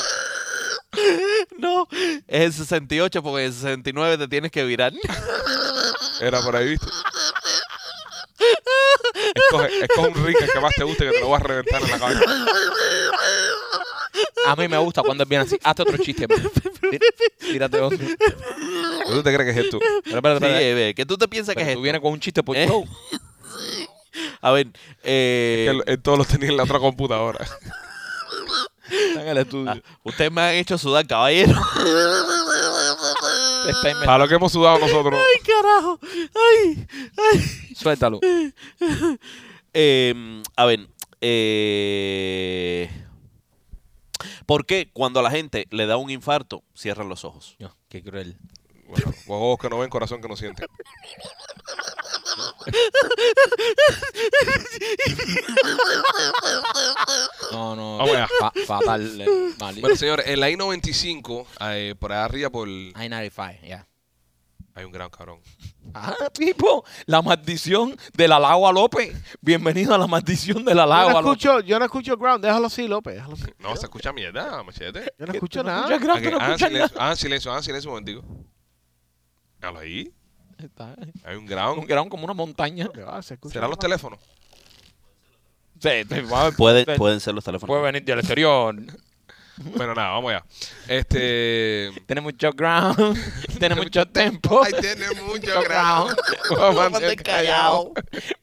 Speaker 4: No, es el 68 porque el 69 te tienes que virar.
Speaker 1: Era por ahí, ¿viste? Escoge, escoge un ring el que más te guste que te lo vas a reventar en la cabeza.
Speaker 2: A mí me gusta cuando es bien así. Hazte otro chiste. man. Tí- Tírate otro. Pero,
Speaker 1: ¿Pero ¿Tú te crees que es esto?
Speaker 2: espérate,
Speaker 4: Sí,
Speaker 2: espérate.
Speaker 4: eh, ve, ¿Qué tú te piensas
Speaker 2: Pero
Speaker 4: que es
Speaker 2: tú
Speaker 4: esto?
Speaker 2: vienes con un chiste por
Speaker 4: ¿Eh?
Speaker 2: show.
Speaker 4: A ver, eh,
Speaker 1: Que él, él todos los tenía en la otra computadora.
Speaker 2: Está en el estudio.
Speaker 4: ah, ustedes me han hecho sudar, caballero.
Speaker 2: Ah, Te está inventando.
Speaker 1: Para lo que hemos sudado nosotros.
Speaker 4: carajo! ¡Ay! ¡Ay!
Speaker 2: Suéltalo.
Speaker 4: Eh, a ver, eh, ¿por qué cuando a la gente le da un infarto cierran los ojos?
Speaker 2: No, qué cruel.
Speaker 1: Bueno, ojos que no ven, corazón que no siente.
Speaker 2: No, no.
Speaker 1: Vamos allá.
Speaker 2: fa- fatal. eh, mal.
Speaker 1: Bueno, señores, en la I-95, eh, por allá arriba, por...
Speaker 2: I-95, ya.
Speaker 1: Hay un gran cabrón.
Speaker 2: Ah, tipo, la maldición de la Lagoa López. Bienvenido a la maldición de la
Speaker 3: Yo no
Speaker 2: Lagoa López.
Speaker 3: escucho, yo no escucho ground. Déjalo así, López. déjalo así.
Speaker 1: No, se escucha mierda, machete.
Speaker 3: Yo no escucho
Speaker 2: No
Speaker 3: nada.
Speaker 2: escuchas gran,
Speaker 1: Ok,
Speaker 2: pero no
Speaker 1: hagan
Speaker 2: escuchas
Speaker 1: silencio, hagan silencio, hagan silencio un momentico. Hágalo ahí.
Speaker 2: nada. Está, eh,
Speaker 1: Hay un
Speaker 2: un
Speaker 1: ground.
Speaker 2: ground como una montaña.
Speaker 3: ¿Qué va? Se escucha
Speaker 1: ¿Serán los
Speaker 3: nada.
Speaker 1: teléfonos?
Speaker 2: Se- se va-
Speaker 4: Pueden,
Speaker 2: se-
Speaker 4: pueden ser los teléfonos.
Speaker 2: puede venir del exterior.
Speaker 1: Bueno, nada, vamos allá. Este...
Speaker 2: Tiene mucho ground. Tiene mucho tempo.
Speaker 1: Ay, tiene mucho
Speaker 2: Mucho
Speaker 1: ground. Vamos a mantener callado.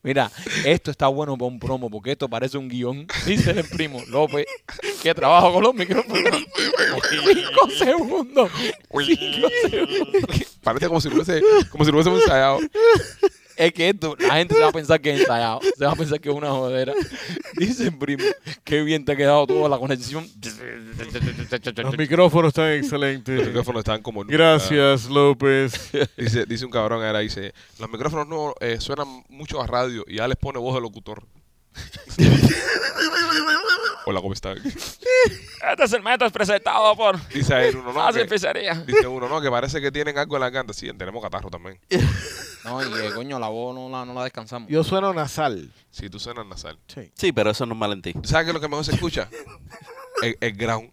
Speaker 2: Mira, esto está bueno para un promo porque esto parece un guión. Dice el primo López que trabajo con los micrófonos. Cinco segundos. Cinco segundos.
Speaker 1: Parece como si fuese, como si fuese un ensayado.
Speaker 2: Es que esto, la gente se va a pensar que es ensayado, se va a pensar que es una jodera. Dicen, primo, qué bien te ha quedado toda la conexión.
Speaker 5: Los micrófonos están excelentes.
Speaker 1: Los micrófonos están como nunca.
Speaker 5: Gracias, López.
Speaker 1: Dice, dice un cabrón ahora, dice, los micrófonos no eh, suenan mucho a radio y ya les pone voz de locutor. Hola, ¿cómo están?
Speaker 2: Este es el método presentado por
Speaker 1: Dice ahí uno, no,
Speaker 2: Fácil
Speaker 1: que,
Speaker 2: Pizzería.
Speaker 1: dice uno, no, que parece que tienen algo en la garganta. Sí, tenemos catarro también.
Speaker 2: No, y eh, coño, la voz no la, no la descansamos.
Speaker 3: Yo sueno nasal.
Speaker 1: Si tú suenas nasal.
Speaker 3: Sí.
Speaker 4: Sí, pero eso no es Valentín.
Speaker 1: ¿Sabes qué es lo que mejor se escucha? El, el ground.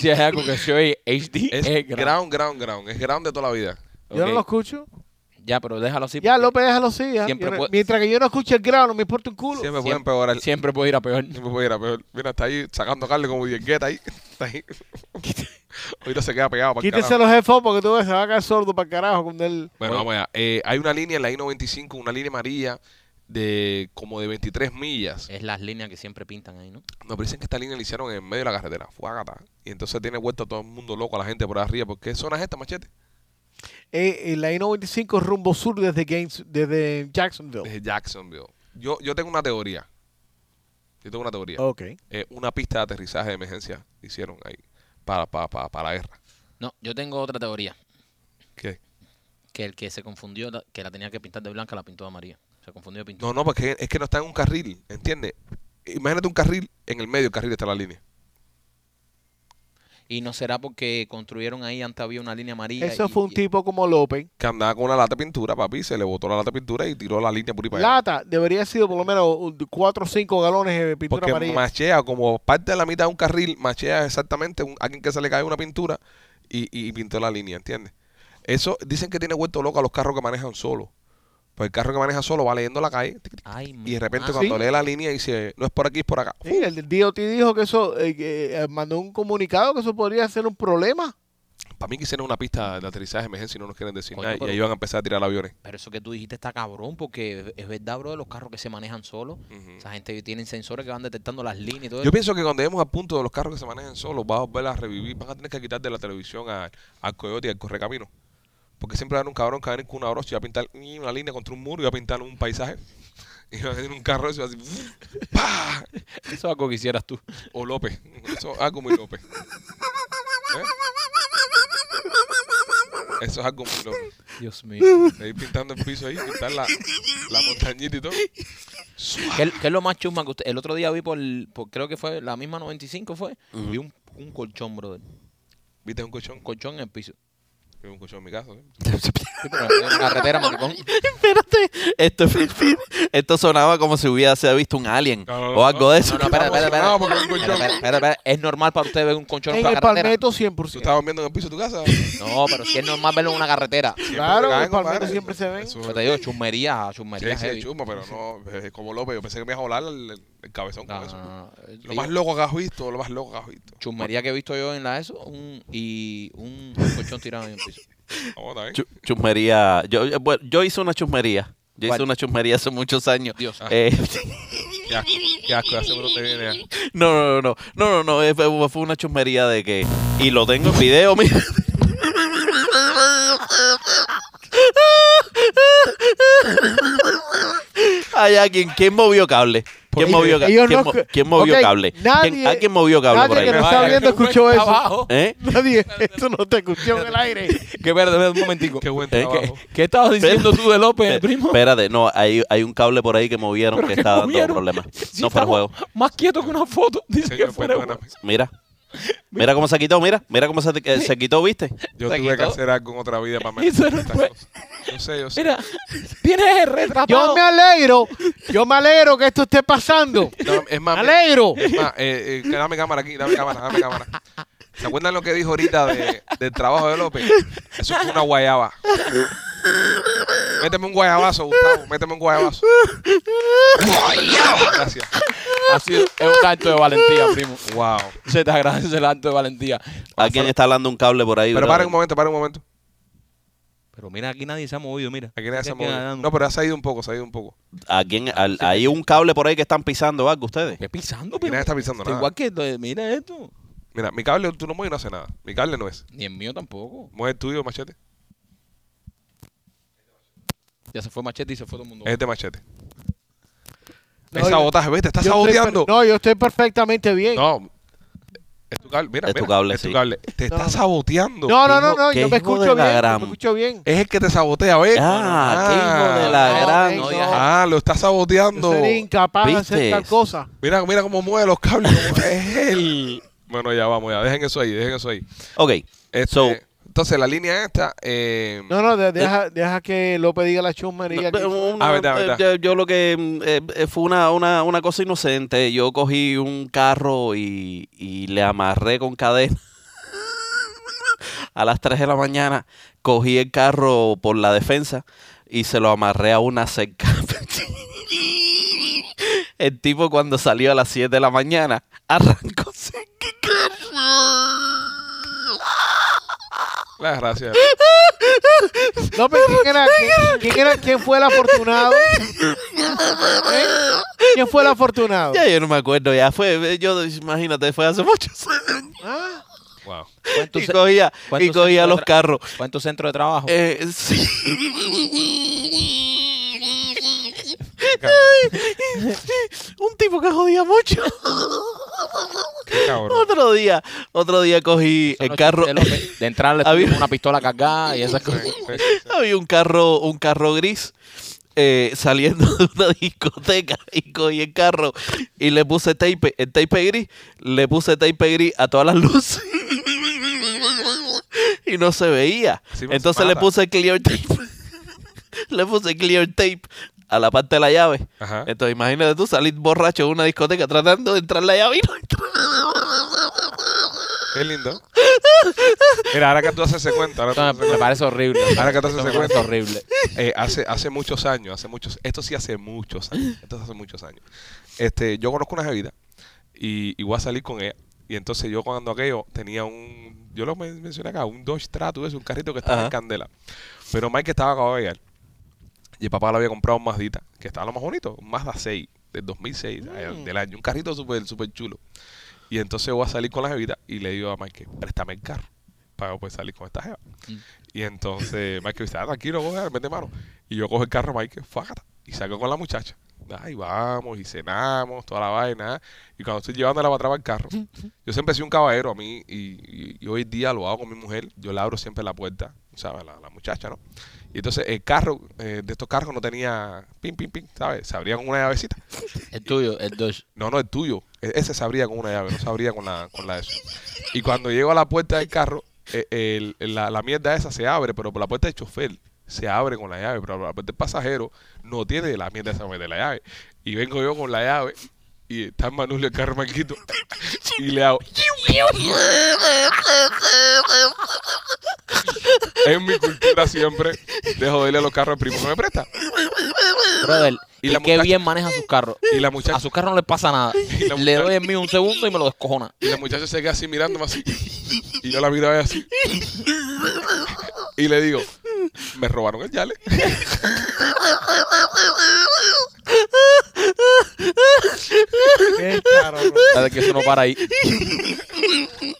Speaker 2: Si es algo que soy HD,
Speaker 1: Es,
Speaker 2: es gra-
Speaker 1: ground, ground, ground. Es ground de toda la vida.
Speaker 3: Yo no
Speaker 2: Ok.
Speaker 3: lo escucho.
Speaker 2: Ya, pero déjalo así.
Speaker 3: Ya,
Speaker 2: porque
Speaker 3: López, déjalo así. ya.
Speaker 2: Siempre
Speaker 3: Yo no-
Speaker 2: puede-
Speaker 3: Mientras que yo no escuche el grado, no me importa un culo.
Speaker 1: Siempre puede
Speaker 2: Siempre-
Speaker 1: empeorar.
Speaker 2: Siempre puede ir a peor.
Speaker 1: Siempre puede ir a peor. Mira, está ahí sacando carne como diegueta ahí. Está ahí. Ahorita se queda pegado para
Speaker 3: Quítese los headphones porque tú ves, se va a caer sordo para el carajo con él.
Speaker 1: Bueno, vamos allá. Eh, hay una línea en la I-95, una línea amarilla de como de 23 millas.
Speaker 2: Es las líneas que siempre pintan ahí, ¿no?
Speaker 1: Nos dicen que esta línea la hicieron en medio de la carretera. Fuágata. Y entonces tiene vuelta todo el mundo loco, a la gente por arriba. ¿Por qué zona es esta, machete?
Speaker 3: Eh, eh, la I-95 rumbo sur desde, Gaines, desde Jacksonville.
Speaker 1: Desde Jacksonville. Yo, yo tengo una teoría. Yo tengo una teoría.
Speaker 3: Ok.
Speaker 1: Eh, una pista de aterrizaje de emergencia hicieron ahí para, para, para, para la guerra.
Speaker 2: No, yo tengo otra teoría.
Speaker 1: ¿Qué?
Speaker 2: Que el que se confundió, la- que la tenía que pintar de blanca, la pintó de amarilla. Se confundió de pintura.
Speaker 1: No, no, porque es que no está en un carril, ¿entiendes? Imagínate un carril, en el medio del carril está la línea.
Speaker 2: Y no será porque construyeron ahí, antes había una línea amarilla.
Speaker 3: Eso
Speaker 2: y-
Speaker 3: fue un
Speaker 2: y-
Speaker 3: tipo como López.
Speaker 1: Que andaba con una lata de pintura, papi, se le botó la lata de pintura y tiró la línea por ahí para allá.
Speaker 3: Lata, debería haber sido por lo menos 4 o 5 galones de pintura
Speaker 1: Porque
Speaker 3: amarilla.
Speaker 1: machea, como parte de la mitad de un carril, machea exactamente un- alguien que se le cae una pintura y, y pintó la línea, ¿entiendes? Eso dicen que tiene vuelto loco a los carros que manejan solo. Pues el carro que maneja solo va leyendo la calle tic, tic,
Speaker 2: Ay, mi
Speaker 1: y de repente
Speaker 2: madre.
Speaker 1: cuando lee la línea dice, no es por aquí, es por acá.
Speaker 3: Sí, el DOT dijo que eso, eh, que, eh, mandó un comunicado que eso podría ser un problema.
Speaker 1: Para mí que hicieron una pista de aterrizaje de emergencia y no nos quieren decir
Speaker 2: Coño,
Speaker 1: nada
Speaker 2: pero-
Speaker 1: y ahí van a empezar a tirar aviones.
Speaker 2: Pero eso que tú dijiste está cabrón, porque es- es verdad, bro, de los carros que se manejan solos.
Speaker 1: Ujú.
Speaker 2: Esa gente tiene sensores que van detectando las líneas y todo
Speaker 1: Yo
Speaker 2: eso.
Speaker 1: pienso que cuando lleguemos al punto de los carros que se manejan solos, vas a volver a revivir, van a tener que quitar de la televisión a- al coyote y al correcamino. Porque siempre va a haber un cabrón que va a venir con una brocha y va a pintar mm, una línea contra un muro y va a pintar un paisaje. Y va a venir un carro y va a decir, ¡pah!
Speaker 2: Eso es algo que hicieras tú.
Speaker 1: O López. Eso es algo muy López. ¿Eh? Eso es algo muy López.
Speaker 2: Dios mío.
Speaker 1: Ir pintando el piso ahí, pintar la, la montañita y todo.
Speaker 2: ¿Qué, es- qué es lo más chusma que usted? El otro día vi por, por- creo que fue la misma 95, fue. Vi un, un colchón, brother.
Speaker 1: ¿Viste un colchón?
Speaker 2: Un colchón en el piso.
Speaker 1: Un colchón en mi casa. ¿eh?
Speaker 2: Sí, pero en la carretera, maricón.
Speaker 4: Espérate, esto, esto sonaba como si hubiese visto un alien
Speaker 1: No, no,
Speaker 4: o algo de eso.
Speaker 2: No, no, espera, espera, espera.
Speaker 1: No, porque es un
Speaker 2: Espera,
Speaker 1: colchón.
Speaker 2: espera, espera, espera. Es normal para usted ver un colchón en
Speaker 3: En
Speaker 2: una
Speaker 3: el
Speaker 2: carretera.
Speaker 3: palmeto
Speaker 1: ¿Tú
Speaker 3: 100%.
Speaker 1: estabas durmiendo en el piso de tu casa?
Speaker 2: No, pero sí es normal verlo en una carretera.
Speaker 3: Claro,
Speaker 1: te caen,
Speaker 3: los palmeros
Speaker 1: compadre.
Speaker 3: siempre se ven.
Speaker 1: Eso-
Speaker 2: Yo te digo, chumería,
Speaker 1: Sí,
Speaker 2: chumería
Speaker 1: sí,
Speaker 2: heavy.
Speaker 1: chuma, pero no, es como López, yo pensé que me ibas a volar el, el cabezón
Speaker 2: No,
Speaker 1: con
Speaker 2: no,
Speaker 1: eso.
Speaker 2: no, no.
Speaker 1: Lo más loco que has visto, lo más loco que has visto.
Speaker 2: Chumería que he visto yo en la ESO un, y un colchón tirado en el piso.
Speaker 1: Vamos, está bien.
Speaker 4: Chu- chusmería. Yo, yo- bueno, yo hice una chusmería. Yo
Speaker 2: ¿Cuál?
Speaker 4: hice una chusmería hace muchos años.
Speaker 2: Dios. Ah.
Speaker 1: Ah.
Speaker 4: Eh,
Speaker 1: Qué asco, qué asco, ya seguro te viene. ya.
Speaker 4: no, no, no, no, no, no, eh, fue, fue una chusmería de que... Y lo tengo en video, mira. Hay alguien, ¿quién movió cable? ¿Quién
Speaker 3: Porque
Speaker 4: movió, ca-
Speaker 3: ellos
Speaker 4: ¿quién
Speaker 3: Pues, eh, no
Speaker 4: mo-
Speaker 3: escu-
Speaker 4: quién movió
Speaker 3: Ok,
Speaker 4: cable? ¿Quién-
Speaker 3: nadie-
Speaker 4: ¿Alguien movió cable
Speaker 3: nadie
Speaker 4: por ahí?
Speaker 3: que nos está
Speaker 2: Vaya,
Speaker 3: viendo
Speaker 2: qué buen
Speaker 3: escuchó eso.
Speaker 2: trabajo.
Speaker 4: ¿Eh?
Speaker 3: Nadie, eso no te escuchó en el aire.
Speaker 2: Que verde, un momentico.
Speaker 1: Qué buen
Speaker 4: Eh,
Speaker 1: trabajo.
Speaker 2: ¿Qué estabas diciendo tú de López,
Speaker 4: Pe-
Speaker 2: primo?
Speaker 4: Espérate, no, hay, hay un cable por ahí que movieron que está dando problemas.
Speaker 2: Si
Speaker 4: no fue
Speaker 2: estamos
Speaker 4: el juego.
Speaker 2: Más quieto que una foto. Dice
Speaker 1: Señor,
Speaker 2: que fuera
Speaker 1: perdóname.
Speaker 2: juego.
Speaker 4: Mira. Mira cómo se quitó, mira, mira cómo se, eh, se quitó, ¿viste?
Speaker 1: Yo
Speaker 2: Se
Speaker 1: tuve que
Speaker 2: quitó.
Speaker 1: hacer algo en otra vida para mí.
Speaker 2: Eso no fue.
Speaker 1: Yo sé, yo sé.
Speaker 2: Mira, tienes el
Speaker 3: Yo
Speaker 2: retratado.
Speaker 3: me alegro, yo me alegro que esto esté pasando.
Speaker 1: No, es
Speaker 3: Me
Speaker 1: más, mira,
Speaker 3: alegro.
Speaker 1: es más, eh, eh, que dame cámara aquí, dame cámara, dame cámara. ¿Se acuerdan lo que dijo ahorita de- del trabajo de López? Eso fue una guayaba. Méteme un guayabazo, Gustavo, méteme un guayabazo. Gracias.
Speaker 2: Así es, es un acto de valentía, primo.
Speaker 1: Wow.
Speaker 2: Se te agradece el acto de valentía.
Speaker 1: Ah.
Speaker 4: Alguien está hablando un cable por ahí.
Speaker 1: Pero
Speaker 4: brother.
Speaker 1: paren un momento, paren un momento.
Speaker 2: Pero mira, aquí nadie se ha movido, mira.
Speaker 1: Aquí nadie se ha
Speaker 2: Mira,
Speaker 1: movido.
Speaker 2: nadando.
Speaker 1: No, pero se ha ido un poco, se ha ido un poco.
Speaker 4: Alguien- al- hay un cable por ahí que están pisando algo ustedes.
Speaker 2: ¿Qué pisando,
Speaker 1: pues, Aquí
Speaker 2: pero?
Speaker 1: nadie está pisando
Speaker 2: Está
Speaker 1: nada.
Speaker 2: igual que, lo- mira esto.
Speaker 1: Mira, mi cable tú no mueves y no hace nada. Mi cable no es.
Speaker 2: Ni el mío tampoco.
Speaker 1: Mueve el tuyo, machete.
Speaker 2: Ya se fue Machete y se fue todo el mundo.
Speaker 1: Es de machete.
Speaker 3: No,
Speaker 1: es
Speaker 3: yo-
Speaker 1: sabotaje, ¿ves? Te estás
Speaker 3: Yo estoy per-
Speaker 1: saboteando.
Speaker 3: no, yo estoy perfectamente bien. No,
Speaker 1: No. Es tu cable. Mira,
Speaker 4: Es tu
Speaker 1: mira,
Speaker 4: cable,
Speaker 1: Es tu
Speaker 4: sí.
Speaker 1: cable. Te
Speaker 3: No.
Speaker 1: estás saboteando.
Speaker 3: no, no, no,
Speaker 4: hijo- qué
Speaker 3: yo me
Speaker 4: hijo
Speaker 3: escucho
Speaker 4: de
Speaker 3: bien.
Speaker 4: la
Speaker 3: yo
Speaker 4: gran-
Speaker 3: Me escucho bien.
Speaker 1: Es el que te sabotea, ¿ves?
Speaker 4: Ah, qué hijo de la
Speaker 3: No,
Speaker 4: gran.
Speaker 3: no,
Speaker 2: ya-
Speaker 1: Ah, lo estás
Speaker 3: Yo
Speaker 1: saboteando.
Speaker 3: sería incapaz de hacer
Speaker 4: ¿Viste?
Speaker 3: tal cosa.
Speaker 1: Mira, mira cómo mueve los cables. cómo- es él. Bueno, ya vamos, ya. Dejen eso ahí, dejen eso ahí.
Speaker 4: Ok,
Speaker 1: Este,
Speaker 4: so,
Speaker 1: Entonces, la línea esta. eh,
Speaker 3: No, no, de- deja, deja que López diga la chusma y diga que-
Speaker 4: Una-
Speaker 1: Ah, verdad,
Speaker 4: eh,
Speaker 1: verdad.
Speaker 4: Yo, yo lo que mm, eh, eh, fue una, una, una cosa inocente. Yo cogí un carro y, y le amarré con cadena. a las 3 de la mañana cogí el carro por la defensa y se lo amarré a una cerca. el tipo cuando salió a las 7 de la mañana arrancó sin
Speaker 1: La gracia.
Speaker 3: López, ¿quién era, quién, quién era- quién fue el afortunado? ¿Eh? ¿Quién fue el afortunado?
Speaker 4: Ya yo no me acuerdo, ya fue, yo imagínate, fue hace muchos años.
Speaker 3: Ah,
Speaker 1: Wow.
Speaker 2: ¿Cuántos
Speaker 4: Y
Speaker 2: ce-
Speaker 4: cogía,
Speaker 2: cuántos
Speaker 4: y cogía
Speaker 2: centros
Speaker 4: los
Speaker 2: tra-
Speaker 4: carros.
Speaker 2: ¿Cuántos centros de trabajo?
Speaker 4: Eh, sí. Un tipo que jodía mucho.
Speaker 1: Qué cabrón.
Speaker 4: Otro día, otro día cogí
Speaker 2: Son
Speaker 4: el
Speaker 2: los
Speaker 4: carro.
Speaker 2: chistes de López. De entrar le
Speaker 4: Había-
Speaker 2: tuvieron una pistola cargada y esas
Speaker 1: Sí,
Speaker 2: cosas.
Speaker 1: sí, sí.
Speaker 4: Había un carro, un carro gris eh, saliendo de una discoteca y cogí el carro y le puse tape, el tape gris, le puse tape gris a todas las luces y no se veía.
Speaker 1: Sí, pues,
Speaker 4: Entonces le
Speaker 1: mata.
Speaker 4: puse clear tape, le puse clear tape a la parte de la llave.
Speaker 1: Ajá.
Speaker 4: Entonces imagínate tú salir borracho de una discoteca tratando de entrar la llave y no entra.
Speaker 1: Qué lindo. Mira, ahora que tú haces ese cuento, ahora, tú
Speaker 2: Eso
Speaker 1: haces
Speaker 2: me,
Speaker 1: ese
Speaker 2: me
Speaker 1: cuento.
Speaker 2: parece horrible.
Speaker 1: Ahora que tú haces
Speaker 2: Eso
Speaker 1: ese
Speaker 2: me parece
Speaker 1: cuento,
Speaker 2: horrible.
Speaker 1: eh, hace, hace muchos años, hace muchos, esto sí hace muchos años, esto sí hace muchos años. Este, yo conozco una jevita y, y voy a salir con ella. Y entonces yo cuando aquello tenía un, yo lo men- mencioné acá, un Dodge Trato, es un carrito que estaba
Speaker 4: Ajá.
Speaker 1: en candela. Pero Mike estaba acabado de llegar. Y el papá le había comprado un Mazdita, que estaba lo más bonito, un Mazda 6, del 2006, ay, eh, del año. Un carrito súper, súper chulo. Y entonces voy a salir con la jevita y le digo a Mike, préstame el carro para poder salir con esta jeva. Y entonces Mike dice, ah, tranquilo, coge, mete mano. Y yo cojo el carro, Mike, fácata, y salgo con la muchacha. Ay, vamos, y cenamos, toda la vaina. Y cuando estoy llevándola para atrás al carro, yo siempre he sido un caballero a mí, y, y- y hoy día lo hago con mi mujer, yo le abro siempre la puerta, ¿sabes? La, la muchacha, ¿no? Y entonces el carro, eh, de estos carros no tenía, pim, pim, pim, ¿sabes? Se abría con una llavecita.
Speaker 2: El tuyo, el Dodge.
Speaker 1: No, no, el tuyo. E- Ese se abría con una llave, no se abría con la, con la de eso. Y cuando llego a la puerta del carro, eh, el- la, la mierda esa se abre, pero por la puerta del chofer se abre con la llave, pero por la puerta del pasajero no tiene la mierda esa de la llave. Y vengo yo con la llave y está en Manulio el carro manquito y le hago en mi cultura siempre de joderle a los carros al primo que me presta
Speaker 2: Brother,
Speaker 1: Y
Speaker 2: y,
Speaker 1: la
Speaker 2: qué
Speaker 1: muchacha-
Speaker 2: bien maneja sus carros.
Speaker 1: y la
Speaker 2: A
Speaker 1: muchacha
Speaker 2: sus carros no le pasa nada.
Speaker 1: la
Speaker 2: Le
Speaker 1: muchacha-
Speaker 2: doy el mío un segundo y me lo descojona.
Speaker 1: Y la muchacha se queda así mirándome así. Y yo la miraba así. Y le digo, me robaron el yale.
Speaker 3: qué caro, bro.
Speaker 2: Sabes que eso no para ahí.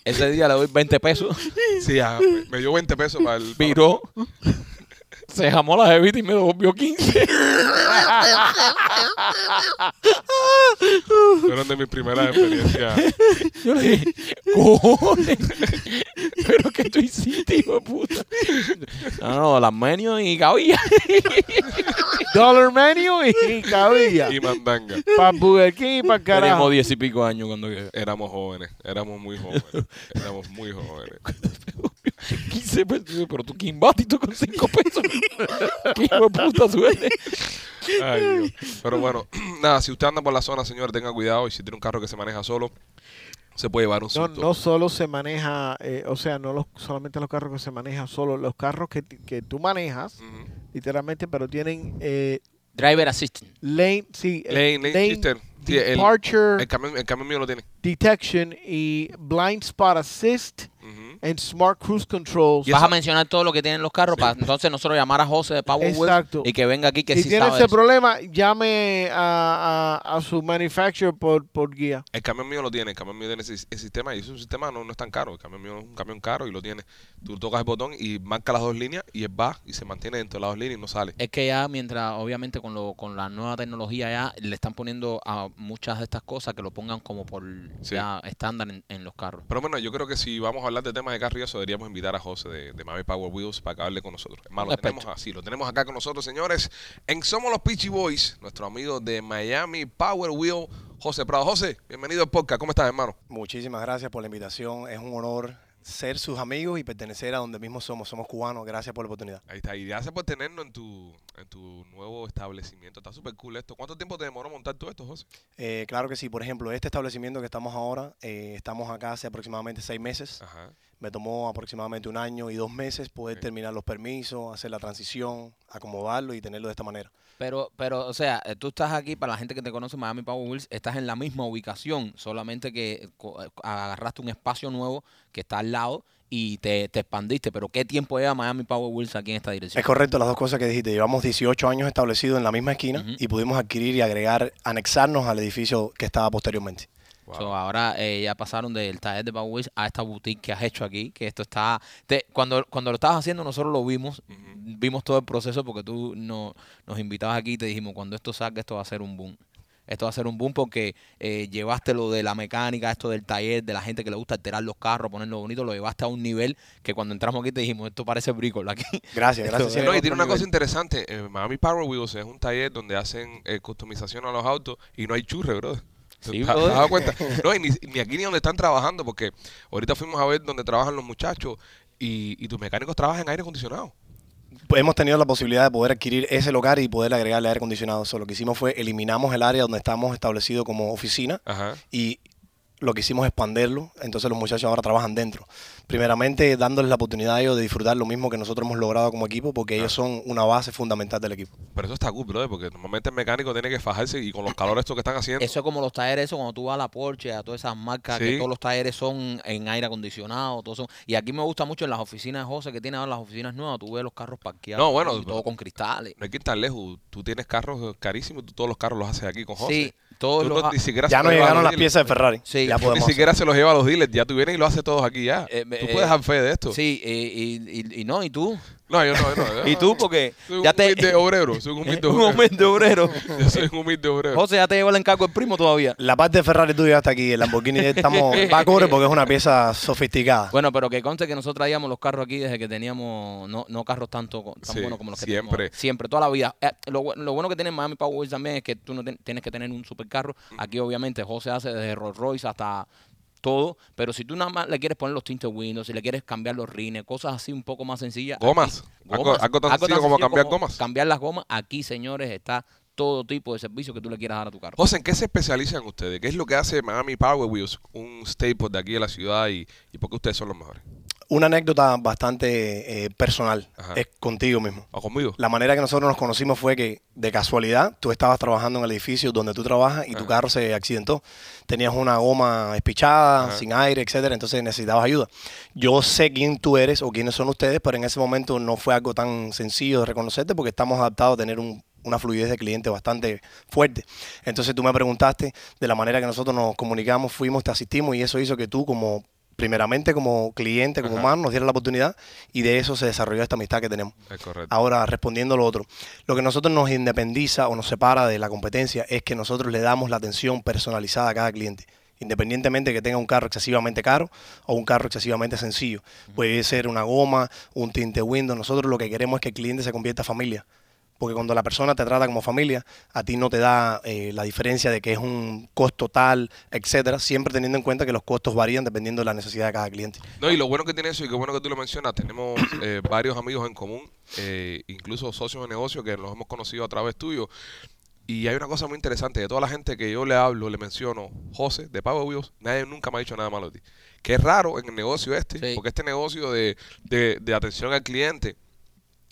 Speaker 2: Ese día le doy 20 pesos.
Speaker 1: Sí, ah, me- me dio 20 pesos para el...
Speaker 2: Viró. Se jamó la jevita y me devolvió 15.
Speaker 1: Fueron de mis primeras experiencias.
Speaker 2: Yo le dije, cojones, pero que tú hiciste, hijo de puta. No, no, las menios y cabilla.
Speaker 3: Dollar menu y cabilla.
Speaker 1: Y mandanga.
Speaker 3: Para Burger King y para carajo.
Speaker 2: Tenemos diez y pico años cuando que-
Speaker 1: Éramos jóvenes. Éramos muy jóvenes. Éramos muy jóvenes.
Speaker 2: 15 pesos, pero tú quimbaste y tú con 5 pesos. Qué hijo de puta suerte.
Speaker 1: Ay, Dios. Pero bueno, nada, si usted anda por la zona, señor, tenga cuidado. Y si tiene un carro que se maneja solo, se puede llevar un
Speaker 3: No,
Speaker 1: susto.
Speaker 3: no solo se maneja, eh, o sea, no los, solamente los carros que se manejan solo, los carros que, ti- que tú manejas,
Speaker 1: Ujú.
Speaker 3: literalmente, pero tienen eh,
Speaker 2: Driver assistant.
Speaker 3: lane, sí, eh,
Speaker 1: Lane, lane, shifter. Sí, el-
Speaker 3: departure
Speaker 1: El camión, el camión mío lo tiene.
Speaker 3: detection y blind spot assist
Speaker 1: Ujú.
Speaker 3: and smart cruise control.
Speaker 1: Y
Speaker 2: Vas
Speaker 1: eso-
Speaker 2: a mencionar todo lo que tienen los carros para entonces nosotros llamar a José de Power Wheels
Speaker 3: Exacto.
Speaker 2: y que venga aquí que
Speaker 3: si
Speaker 2: sí
Speaker 3: tiene
Speaker 2: sabe.
Speaker 3: ese
Speaker 2: de eso.
Speaker 3: problema, llame a, a- a su manufacturer por, por guía.
Speaker 1: El camión mío lo tiene, el camión mío tiene ese, ese sistema y es un sistema no, no es tan caro. El camión mío es un camión caro y lo tiene. Tú tocas el botón y marca las dos líneas y él va y se mantiene dentro de las dos líneas y no sale.
Speaker 2: Es que ya mientras, obviamente, con, lo, con la nueva tecnología ya le están poniendo a muchas de estas cosas que lo pongan como por
Speaker 1: Sí.
Speaker 2: ya estándar en, en los carros.
Speaker 1: Pero bueno, yo creo que si vamos a hablar de temas de carro y eso, deberíamos invitar a José de, de Mami Power Wheels para que hable con nosotros. Es más, lo
Speaker 2: Perfecto.
Speaker 1: tenemos así, lo tenemos acá con nosotros, señores, en Somos los Peachy Boys, nuestro amigo de Miami Power Wheel, José Prado. José, bienvenido al podcast. ¿Cómo estás, hermano?
Speaker 6: Muchísimas gracias por la invitación. Es un honor ser sus amigos y pertenecer a donde mismo somos. Somos cubanos. Gracias por la oportunidad.
Speaker 1: Ahí está. Y gracias por tenernos en tu, en tu nuevo establecimiento. Está súper cool esto. ¿Cuánto tiempo te demoró montar todo esto, José?
Speaker 6: Eh, claro que sí. Por ejemplo, este establecimiento que estamos ahora, eh, estamos acá hace aproximadamente seis meses.
Speaker 1: Ajá.
Speaker 6: Me tomó aproximadamente un año y dos meses poder
Speaker 1: Ah. Ok.
Speaker 6: terminar los permisos, hacer la transición, acomodarlo y tenerlo de esta manera.
Speaker 2: Pero, pero, o sea, eh, tú estás aquí, para la gente que te conoce, Miami Power Wheels, estás en la misma ubicación, solamente que co- eh, agarraste un espacio nuevo que está al lado y te, te expandiste. Pero, ¿qué tiempo lleva Miami Power Wheels aquí en esta dirección?
Speaker 6: Es correcto las dos cosas que dijiste. Llevamos 18 años establecidos en la misma esquina
Speaker 2: Ujú.
Speaker 6: y pudimos adquirir y agregar, anexarnos al edificio que estaba posteriormente.
Speaker 1: Wow.
Speaker 2: So, ahora eh, ya pasaron del taller de Power Wheels a esta boutique que has hecho aquí, que esto está... te- cuando, cuando lo estabas haciendo nosotros lo vimos, vimos todo el proceso porque tú no, nos invitabas aquí y te dijimos, cuando esto salga esto va a ser un boom. Esto va a ser un boom porque eh, llevaste lo de la mecánica, esto del taller, de la gente que le gusta alterar los carros, ponerlo bonito, lo llevaste a un nivel que cuando entramos aquí te dijimos, esto parece brícola aquí.
Speaker 6: Gracias, gracias.
Speaker 2: Esto-
Speaker 1: Sí,
Speaker 6: siempre
Speaker 1: no, y
Speaker 6: otro
Speaker 1: tiene una
Speaker 6: nivel.
Speaker 1: cosa interesante. eh, Miami Power Wheels es un taller donde hacen eh, customización a los autos y no hay churre, bro. ¿Te-
Speaker 2: Sí,
Speaker 1: te- te has
Speaker 2: brother.
Speaker 1: dado cuenta? No, y ni, ni aquí ni donde están trabajando, porque ahorita fuimos a ver donde trabajan los muchachos y, y tus mecánicos trabajan en aire acondicionado.
Speaker 6: Hemos tenido la posibilidad de poder adquirir ese local y poder agregarle aire acondicionado. So, lo que hicimos fue eliminamos el área donde estamos establecidos como oficina
Speaker 1: Ajá.
Speaker 6: y lo que hicimos es expandirlo. Entonces los muchachos ahora trabajan dentro. Primeramente dándoles la oportunidad a ellos de disfrutar lo mismo que nosotros hemos logrado como equipo porque ellos son una base fundamental del equipo.
Speaker 1: Pero eso está cool, brother, porque normalmente el mecánico tiene que fajarse y con los calores estos que están haciendo.
Speaker 2: Eso es como los talleres, eso cuando tú vas a la Porsche, a todas esas marcas,
Speaker 1: Sí.
Speaker 2: que todos los talleres son en aire acondicionado, todo eso. Y aquí me gusta mucho en las oficinas de José, que tiene ahora las oficinas nuevas, tú ves los carros parqueados,
Speaker 1: No, bueno,
Speaker 2: y todo
Speaker 1: pero-
Speaker 2: con cristales.
Speaker 1: No hay que ir tan lejos. Tú tienes carros carísimos, tú todos los carros los haces aquí con José.
Speaker 2: Sí,
Speaker 1: Tú
Speaker 2: todos los...
Speaker 1: no- ni siquiera se
Speaker 6: Ya no
Speaker 1: los llevas a
Speaker 6: llegaron
Speaker 1: los
Speaker 6: las
Speaker 1: dealers.
Speaker 6: piezas de Ferrari.
Speaker 2: Sí. Ni
Speaker 6: ya
Speaker 1: Ni
Speaker 6: podemos hacer.
Speaker 1: siquiera se los lleva a los dealers. Ya tú vienes y lo haces todos aquí ya.
Speaker 2: Eh, me-
Speaker 1: tú
Speaker 2: eh,
Speaker 1: puedes dar fe de esto.
Speaker 2: Sí, eh, y, y- y no, y tú.
Speaker 1: No, yo no, yo no. yo
Speaker 2: Y
Speaker 1: no.
Speaker 2: tú, porque
Speaker 1: Soy un
Speaker 2: ya te.
Speaker 1: humilde obrero, soy un humilde
Speaker 2: un
Speaker 1: obrero.
Speaker 2: humilde obrero.
Speaker 1: Yo soy un humilde obrero.
Speaker 2: José, ya te lleva el encargo el primo todavía.
Speaker 6: La parte de Ferrari tuya hasta aquí, el Lamborghini estamos va a cobre porque es una pieza sofisticada.
Speaker 2: Bueno, pero que conste que nosotros traíamos los carros aquí desde que teníamos, no, no carros tanto co- tan
Speaker 1: Sí,
Speaker 2: buenos como los que
Speaker 1: siempre.
Speaker 2: tenemos ahora. Siempre, toda la vida. Eh, lo, bu- lo bueno que tiene Miami Power Wheels también es que tú no ten- tienes que tener un supercarro. Aquí obviamente José hace desde Rolls Royce hasta todo, pero si tú nada más le quieres poner los tintes windows, si le quieres cambiar los rines, cosas así un poco más sencillas. aquí-
Speaker 1: Gomas. Algo- algo tan sencillo como cambiar gomas.
Speaker 2: Cambiar las gomas. Aquí, señores, está todo tipo de servicio que tú le quieras dar a tu carro.
Speaker 1: José, ¿en qué se especializan ustedes? ¿Qué es lo que hace Miami Power Wheels un staple de aquí de la ciudad y, y por qué ustedes son los mejores?
Speaker 6: Una anécdota bastante eh, personal,
Speaker 1: Ajá.
Speaker 6: es contigo mismo.
Speaker 1: ¿O conmigo?
Speaker 6: La manera que nosotros nos conocimos fue que de casualidad tú estabas trabajando en el edificio donde tú trabajas y tu
Speaker 1: Ajá.
Speaker 6: carro se accidentó. Tenías una goma espichada,
Speaker 1: Ajá.
Speaker 6: sin aire, etcétera, entonces necesitabas ayuda. Yo sé quién tú eres o quiénes son ustedes, pero en ese momento no fue algo tan sencillo de reconocerte porque estamos adaptados a tener un- una fluidez de cliente bastante fuerte. Entonces tú me preguntaste de la manera que nosotros nos comunicamos, fuimos, te asistimos y eso hizo que tú como primeramente como cliente, como
Speaker 1: Ajá.
Speaker 6: humano, nos dieras la oportunidad y de eso se desarrolló esta amistad que tenemos.
Speaker 1: Es correcto.
Speaker 6: Ahora, respondiendo a lo otro, lo que nosotros nos independiza o nos separa de la competencia es que nosotros le damos la atención personalizada a cada cliente. Independientemente que tenga un carro excesivamente caro o un carro excesivamente sencillo. Puede ser una goma, un tinte window. Nosotros lo que queremos es que el cliente se convierta en familia. Porque cuando la persona te trata como familia, a ti no te da eh, la diferencia de que es un costo tal, etcétera, siempre teniendo en cuenta que los costos varían dependiendo de la necesidad de cada cliente.
Speaker 1: No, y lo bueno que tiene eso, y qué bueno que tú lo mencionas, tenemos eh, varios amigos en común, eh, incluso socios de negocio que los hemos conocido a través tuyo. Y hay una cosa muy interesante, de toda la gente que yo le hablo, le menciono, José, de Pablo Wheels, nadie nunca me ha dicho nada malo de ti. Que es raro en el negocio este,
Speaker 2: Sí.
Speaker 1: porque este negocio de, de- de atención al cliente,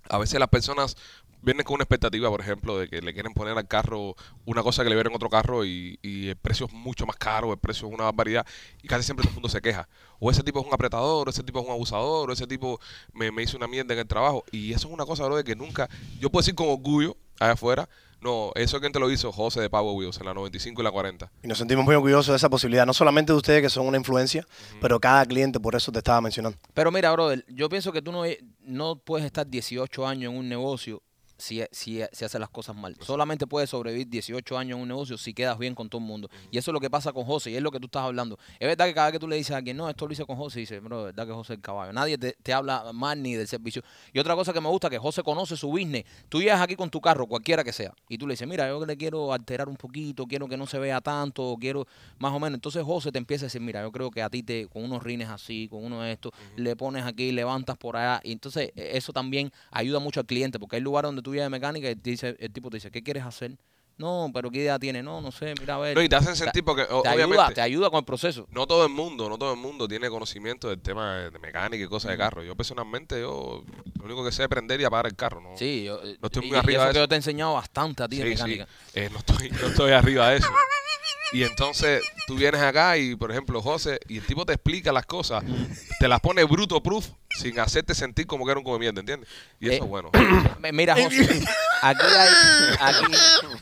Speaker 1: a veces las personas vienen con una expectativa, por ejemplo, de que le quieren poner al carro una cosa que le vieron en otro carro y, y el precio es mucho más caro, el precio es una barbaridad, y casi siempre todo el mundo se queja. O ese tipo es un apretador, o ese tipo es un abusador, o ese tipo me, me hizo una mierda en el trabajo. Y eso es una cosa, bro, de que nunca, yo puedo decir con orgullo allá afuera, no, eso quien te lo hizo, José de Power Wheels, en la 95 y la 40.
Speaker 6: Y nos sentimos muy orgullosos de esa posibilidad, no solamente de ustedes que son una influencia, pero cada cliente, por eso te estaba mencionando.
Speaker 2: Pero mira, brother, yo pienso que tú no, no puedes estar 18 años en un negocio si, si, si haces las cosas mal. Solamente puedes sobrevivir 18 años en un negocio si quedas bien con todo el mundo. Y eso es lo que pasa con José y es lo que tú estás hablando. Es verdad que cada vez que tú le dices a alguien, no, esto lo hice con José, dice, bro, es verdad que José es el caballo. Nadie te, te habla mal ni del servicio. Y otra cosa que me gusta, que José conoce su business. Tú llegas aquí con tu carro, cualquiera que sea, y tú le dices, mira, yo le quiero alterar un poquito, quiero que no se vea tanto, quiero más o menos. Entonces José te empieza a decir, mira, yo creo que a ti te, con unos rines así, con uno de estos, le pones aquí, levantas por allá. Y entonces eh, eso también ayuda mucho al cliente, porque hay lugares donde tú llegas de mecánica y te dice, el tipo te dice, ¿qué quieres hacer? No, pero ¿qué idea tiene? No, no sé, mira a ver.
Speaker 1: No, y te hacen sentir porque, o-
Speaker 2: Eh, te ayuda,
Speaker 1: obviamente-
Speaker 2: te ayuda con el proceso.
Speaker 1: No todo el mundo, no todo el mundo tiene conocimiento del tema de de mecánica y cosas de carro. Yo personalmente, yo lo único que sé es prender y apagar el carro. No,
Speaker 2: Sí, yo, eh,
Speaker 1: No estoy muy
Speaker 2: y- y
Speaker 1: arriba
Speaker 2: eso
Speaker 1: de
Speaker 2: que
Speaker 1: eso.
Speaker 2: yo te he enseñado bastante a ti de
Speaker 1: Sí, sí.
Speaker 2: mecánica.
Speaker 1: Eh, no, estoy, no estoy arriba de eso. Y entonces tú vienes acá y, por ejemplo, José, y el tipo te explica las cosas, te las pone bruto proof sin hacerte sentir como que era un come mierda, ¿entiendes? Y eso
Speaker 2: Eh,
Speaker 1: es bueno.
Speaker 2: Me- Mira, José, aquí hay... Aquí,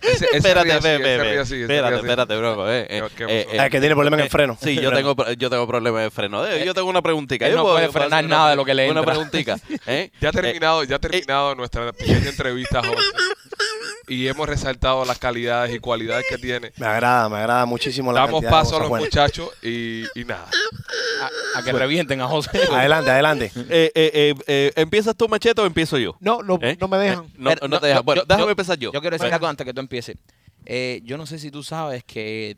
Speaker 1: Ese- ese
Speaker 4: Espérate,
Speaker 1: ríe así,
Speaker 4: espérate,
Speaker 1: ese ríe así,
Speaker 4: espérate,
Speaker 1: ese
Speaker 4: espérate,
Speaker 1: ríe así.
Speaker 4: espérate, bro. eh, eh,
Speaker 1: No, ¿qué
Speaker 4: eh,
Speaker 1: pasó?
Speaker 4: eh,
Speaker 6: Ah, que tiene problemas en el freno.
Speaker 4: Sí, yo tengo, pro- yo tengo problemas de freno. Eh, yo tengo una preguntita.
Speaker 2: él
Speaker 4: Yo
Speaker 2: no puede
Speaker 4: yo hacer
Speaker 2: frenar
Speaker 4: una-
Speaker 2: nada de lo que le
Speaker 4: Una
Speaker 2: entra.
Speaker 4: preguntita. ¿eh?
Speaker 1: Ya ha
Speaker 4: Eh,
Speaker 1: terminado, ya ha terminado nuestra pequeña entrevista, José. Y hemos resaltado las calidades y cualidades que tiene.
Speaker 6: Me agrada, me agrada muchísimo la
Speaker 1: Damos
Speaker 6: cantidad de
Speaker 1: paso a
Speaker 6: cosas
Speaker 1: los
Speaker 6: buenas.
Speaker 1: muchachos y, y nada.
Speaker 2: a, a que revienten a José.
Speaker 6: Adelante, adelante.
Speaker 4: eh, eh, eh, eh, ¿Empiezas tú, Machete, o empiezo yo?
Speaker 3: No, no,
Speaker 4: ¿Eh?
Speaker 3: no me dejan.
Speaker 4: Eh, no,
Speaker 2: Pero,
Speaker 4: no te dejan.
Speaker 2: yo-
Speaker 4: Bueno,
Speaker 2: yo-
Speaker 4: déjame
Speaker 2: yo-
Speaker 4: empezar yo.
Speaker 2: Yo quiero decir
Speaker 4: Bueno.
Speaker 2: algo antes que tú empieces. Eh, yo no sé si tú sabes que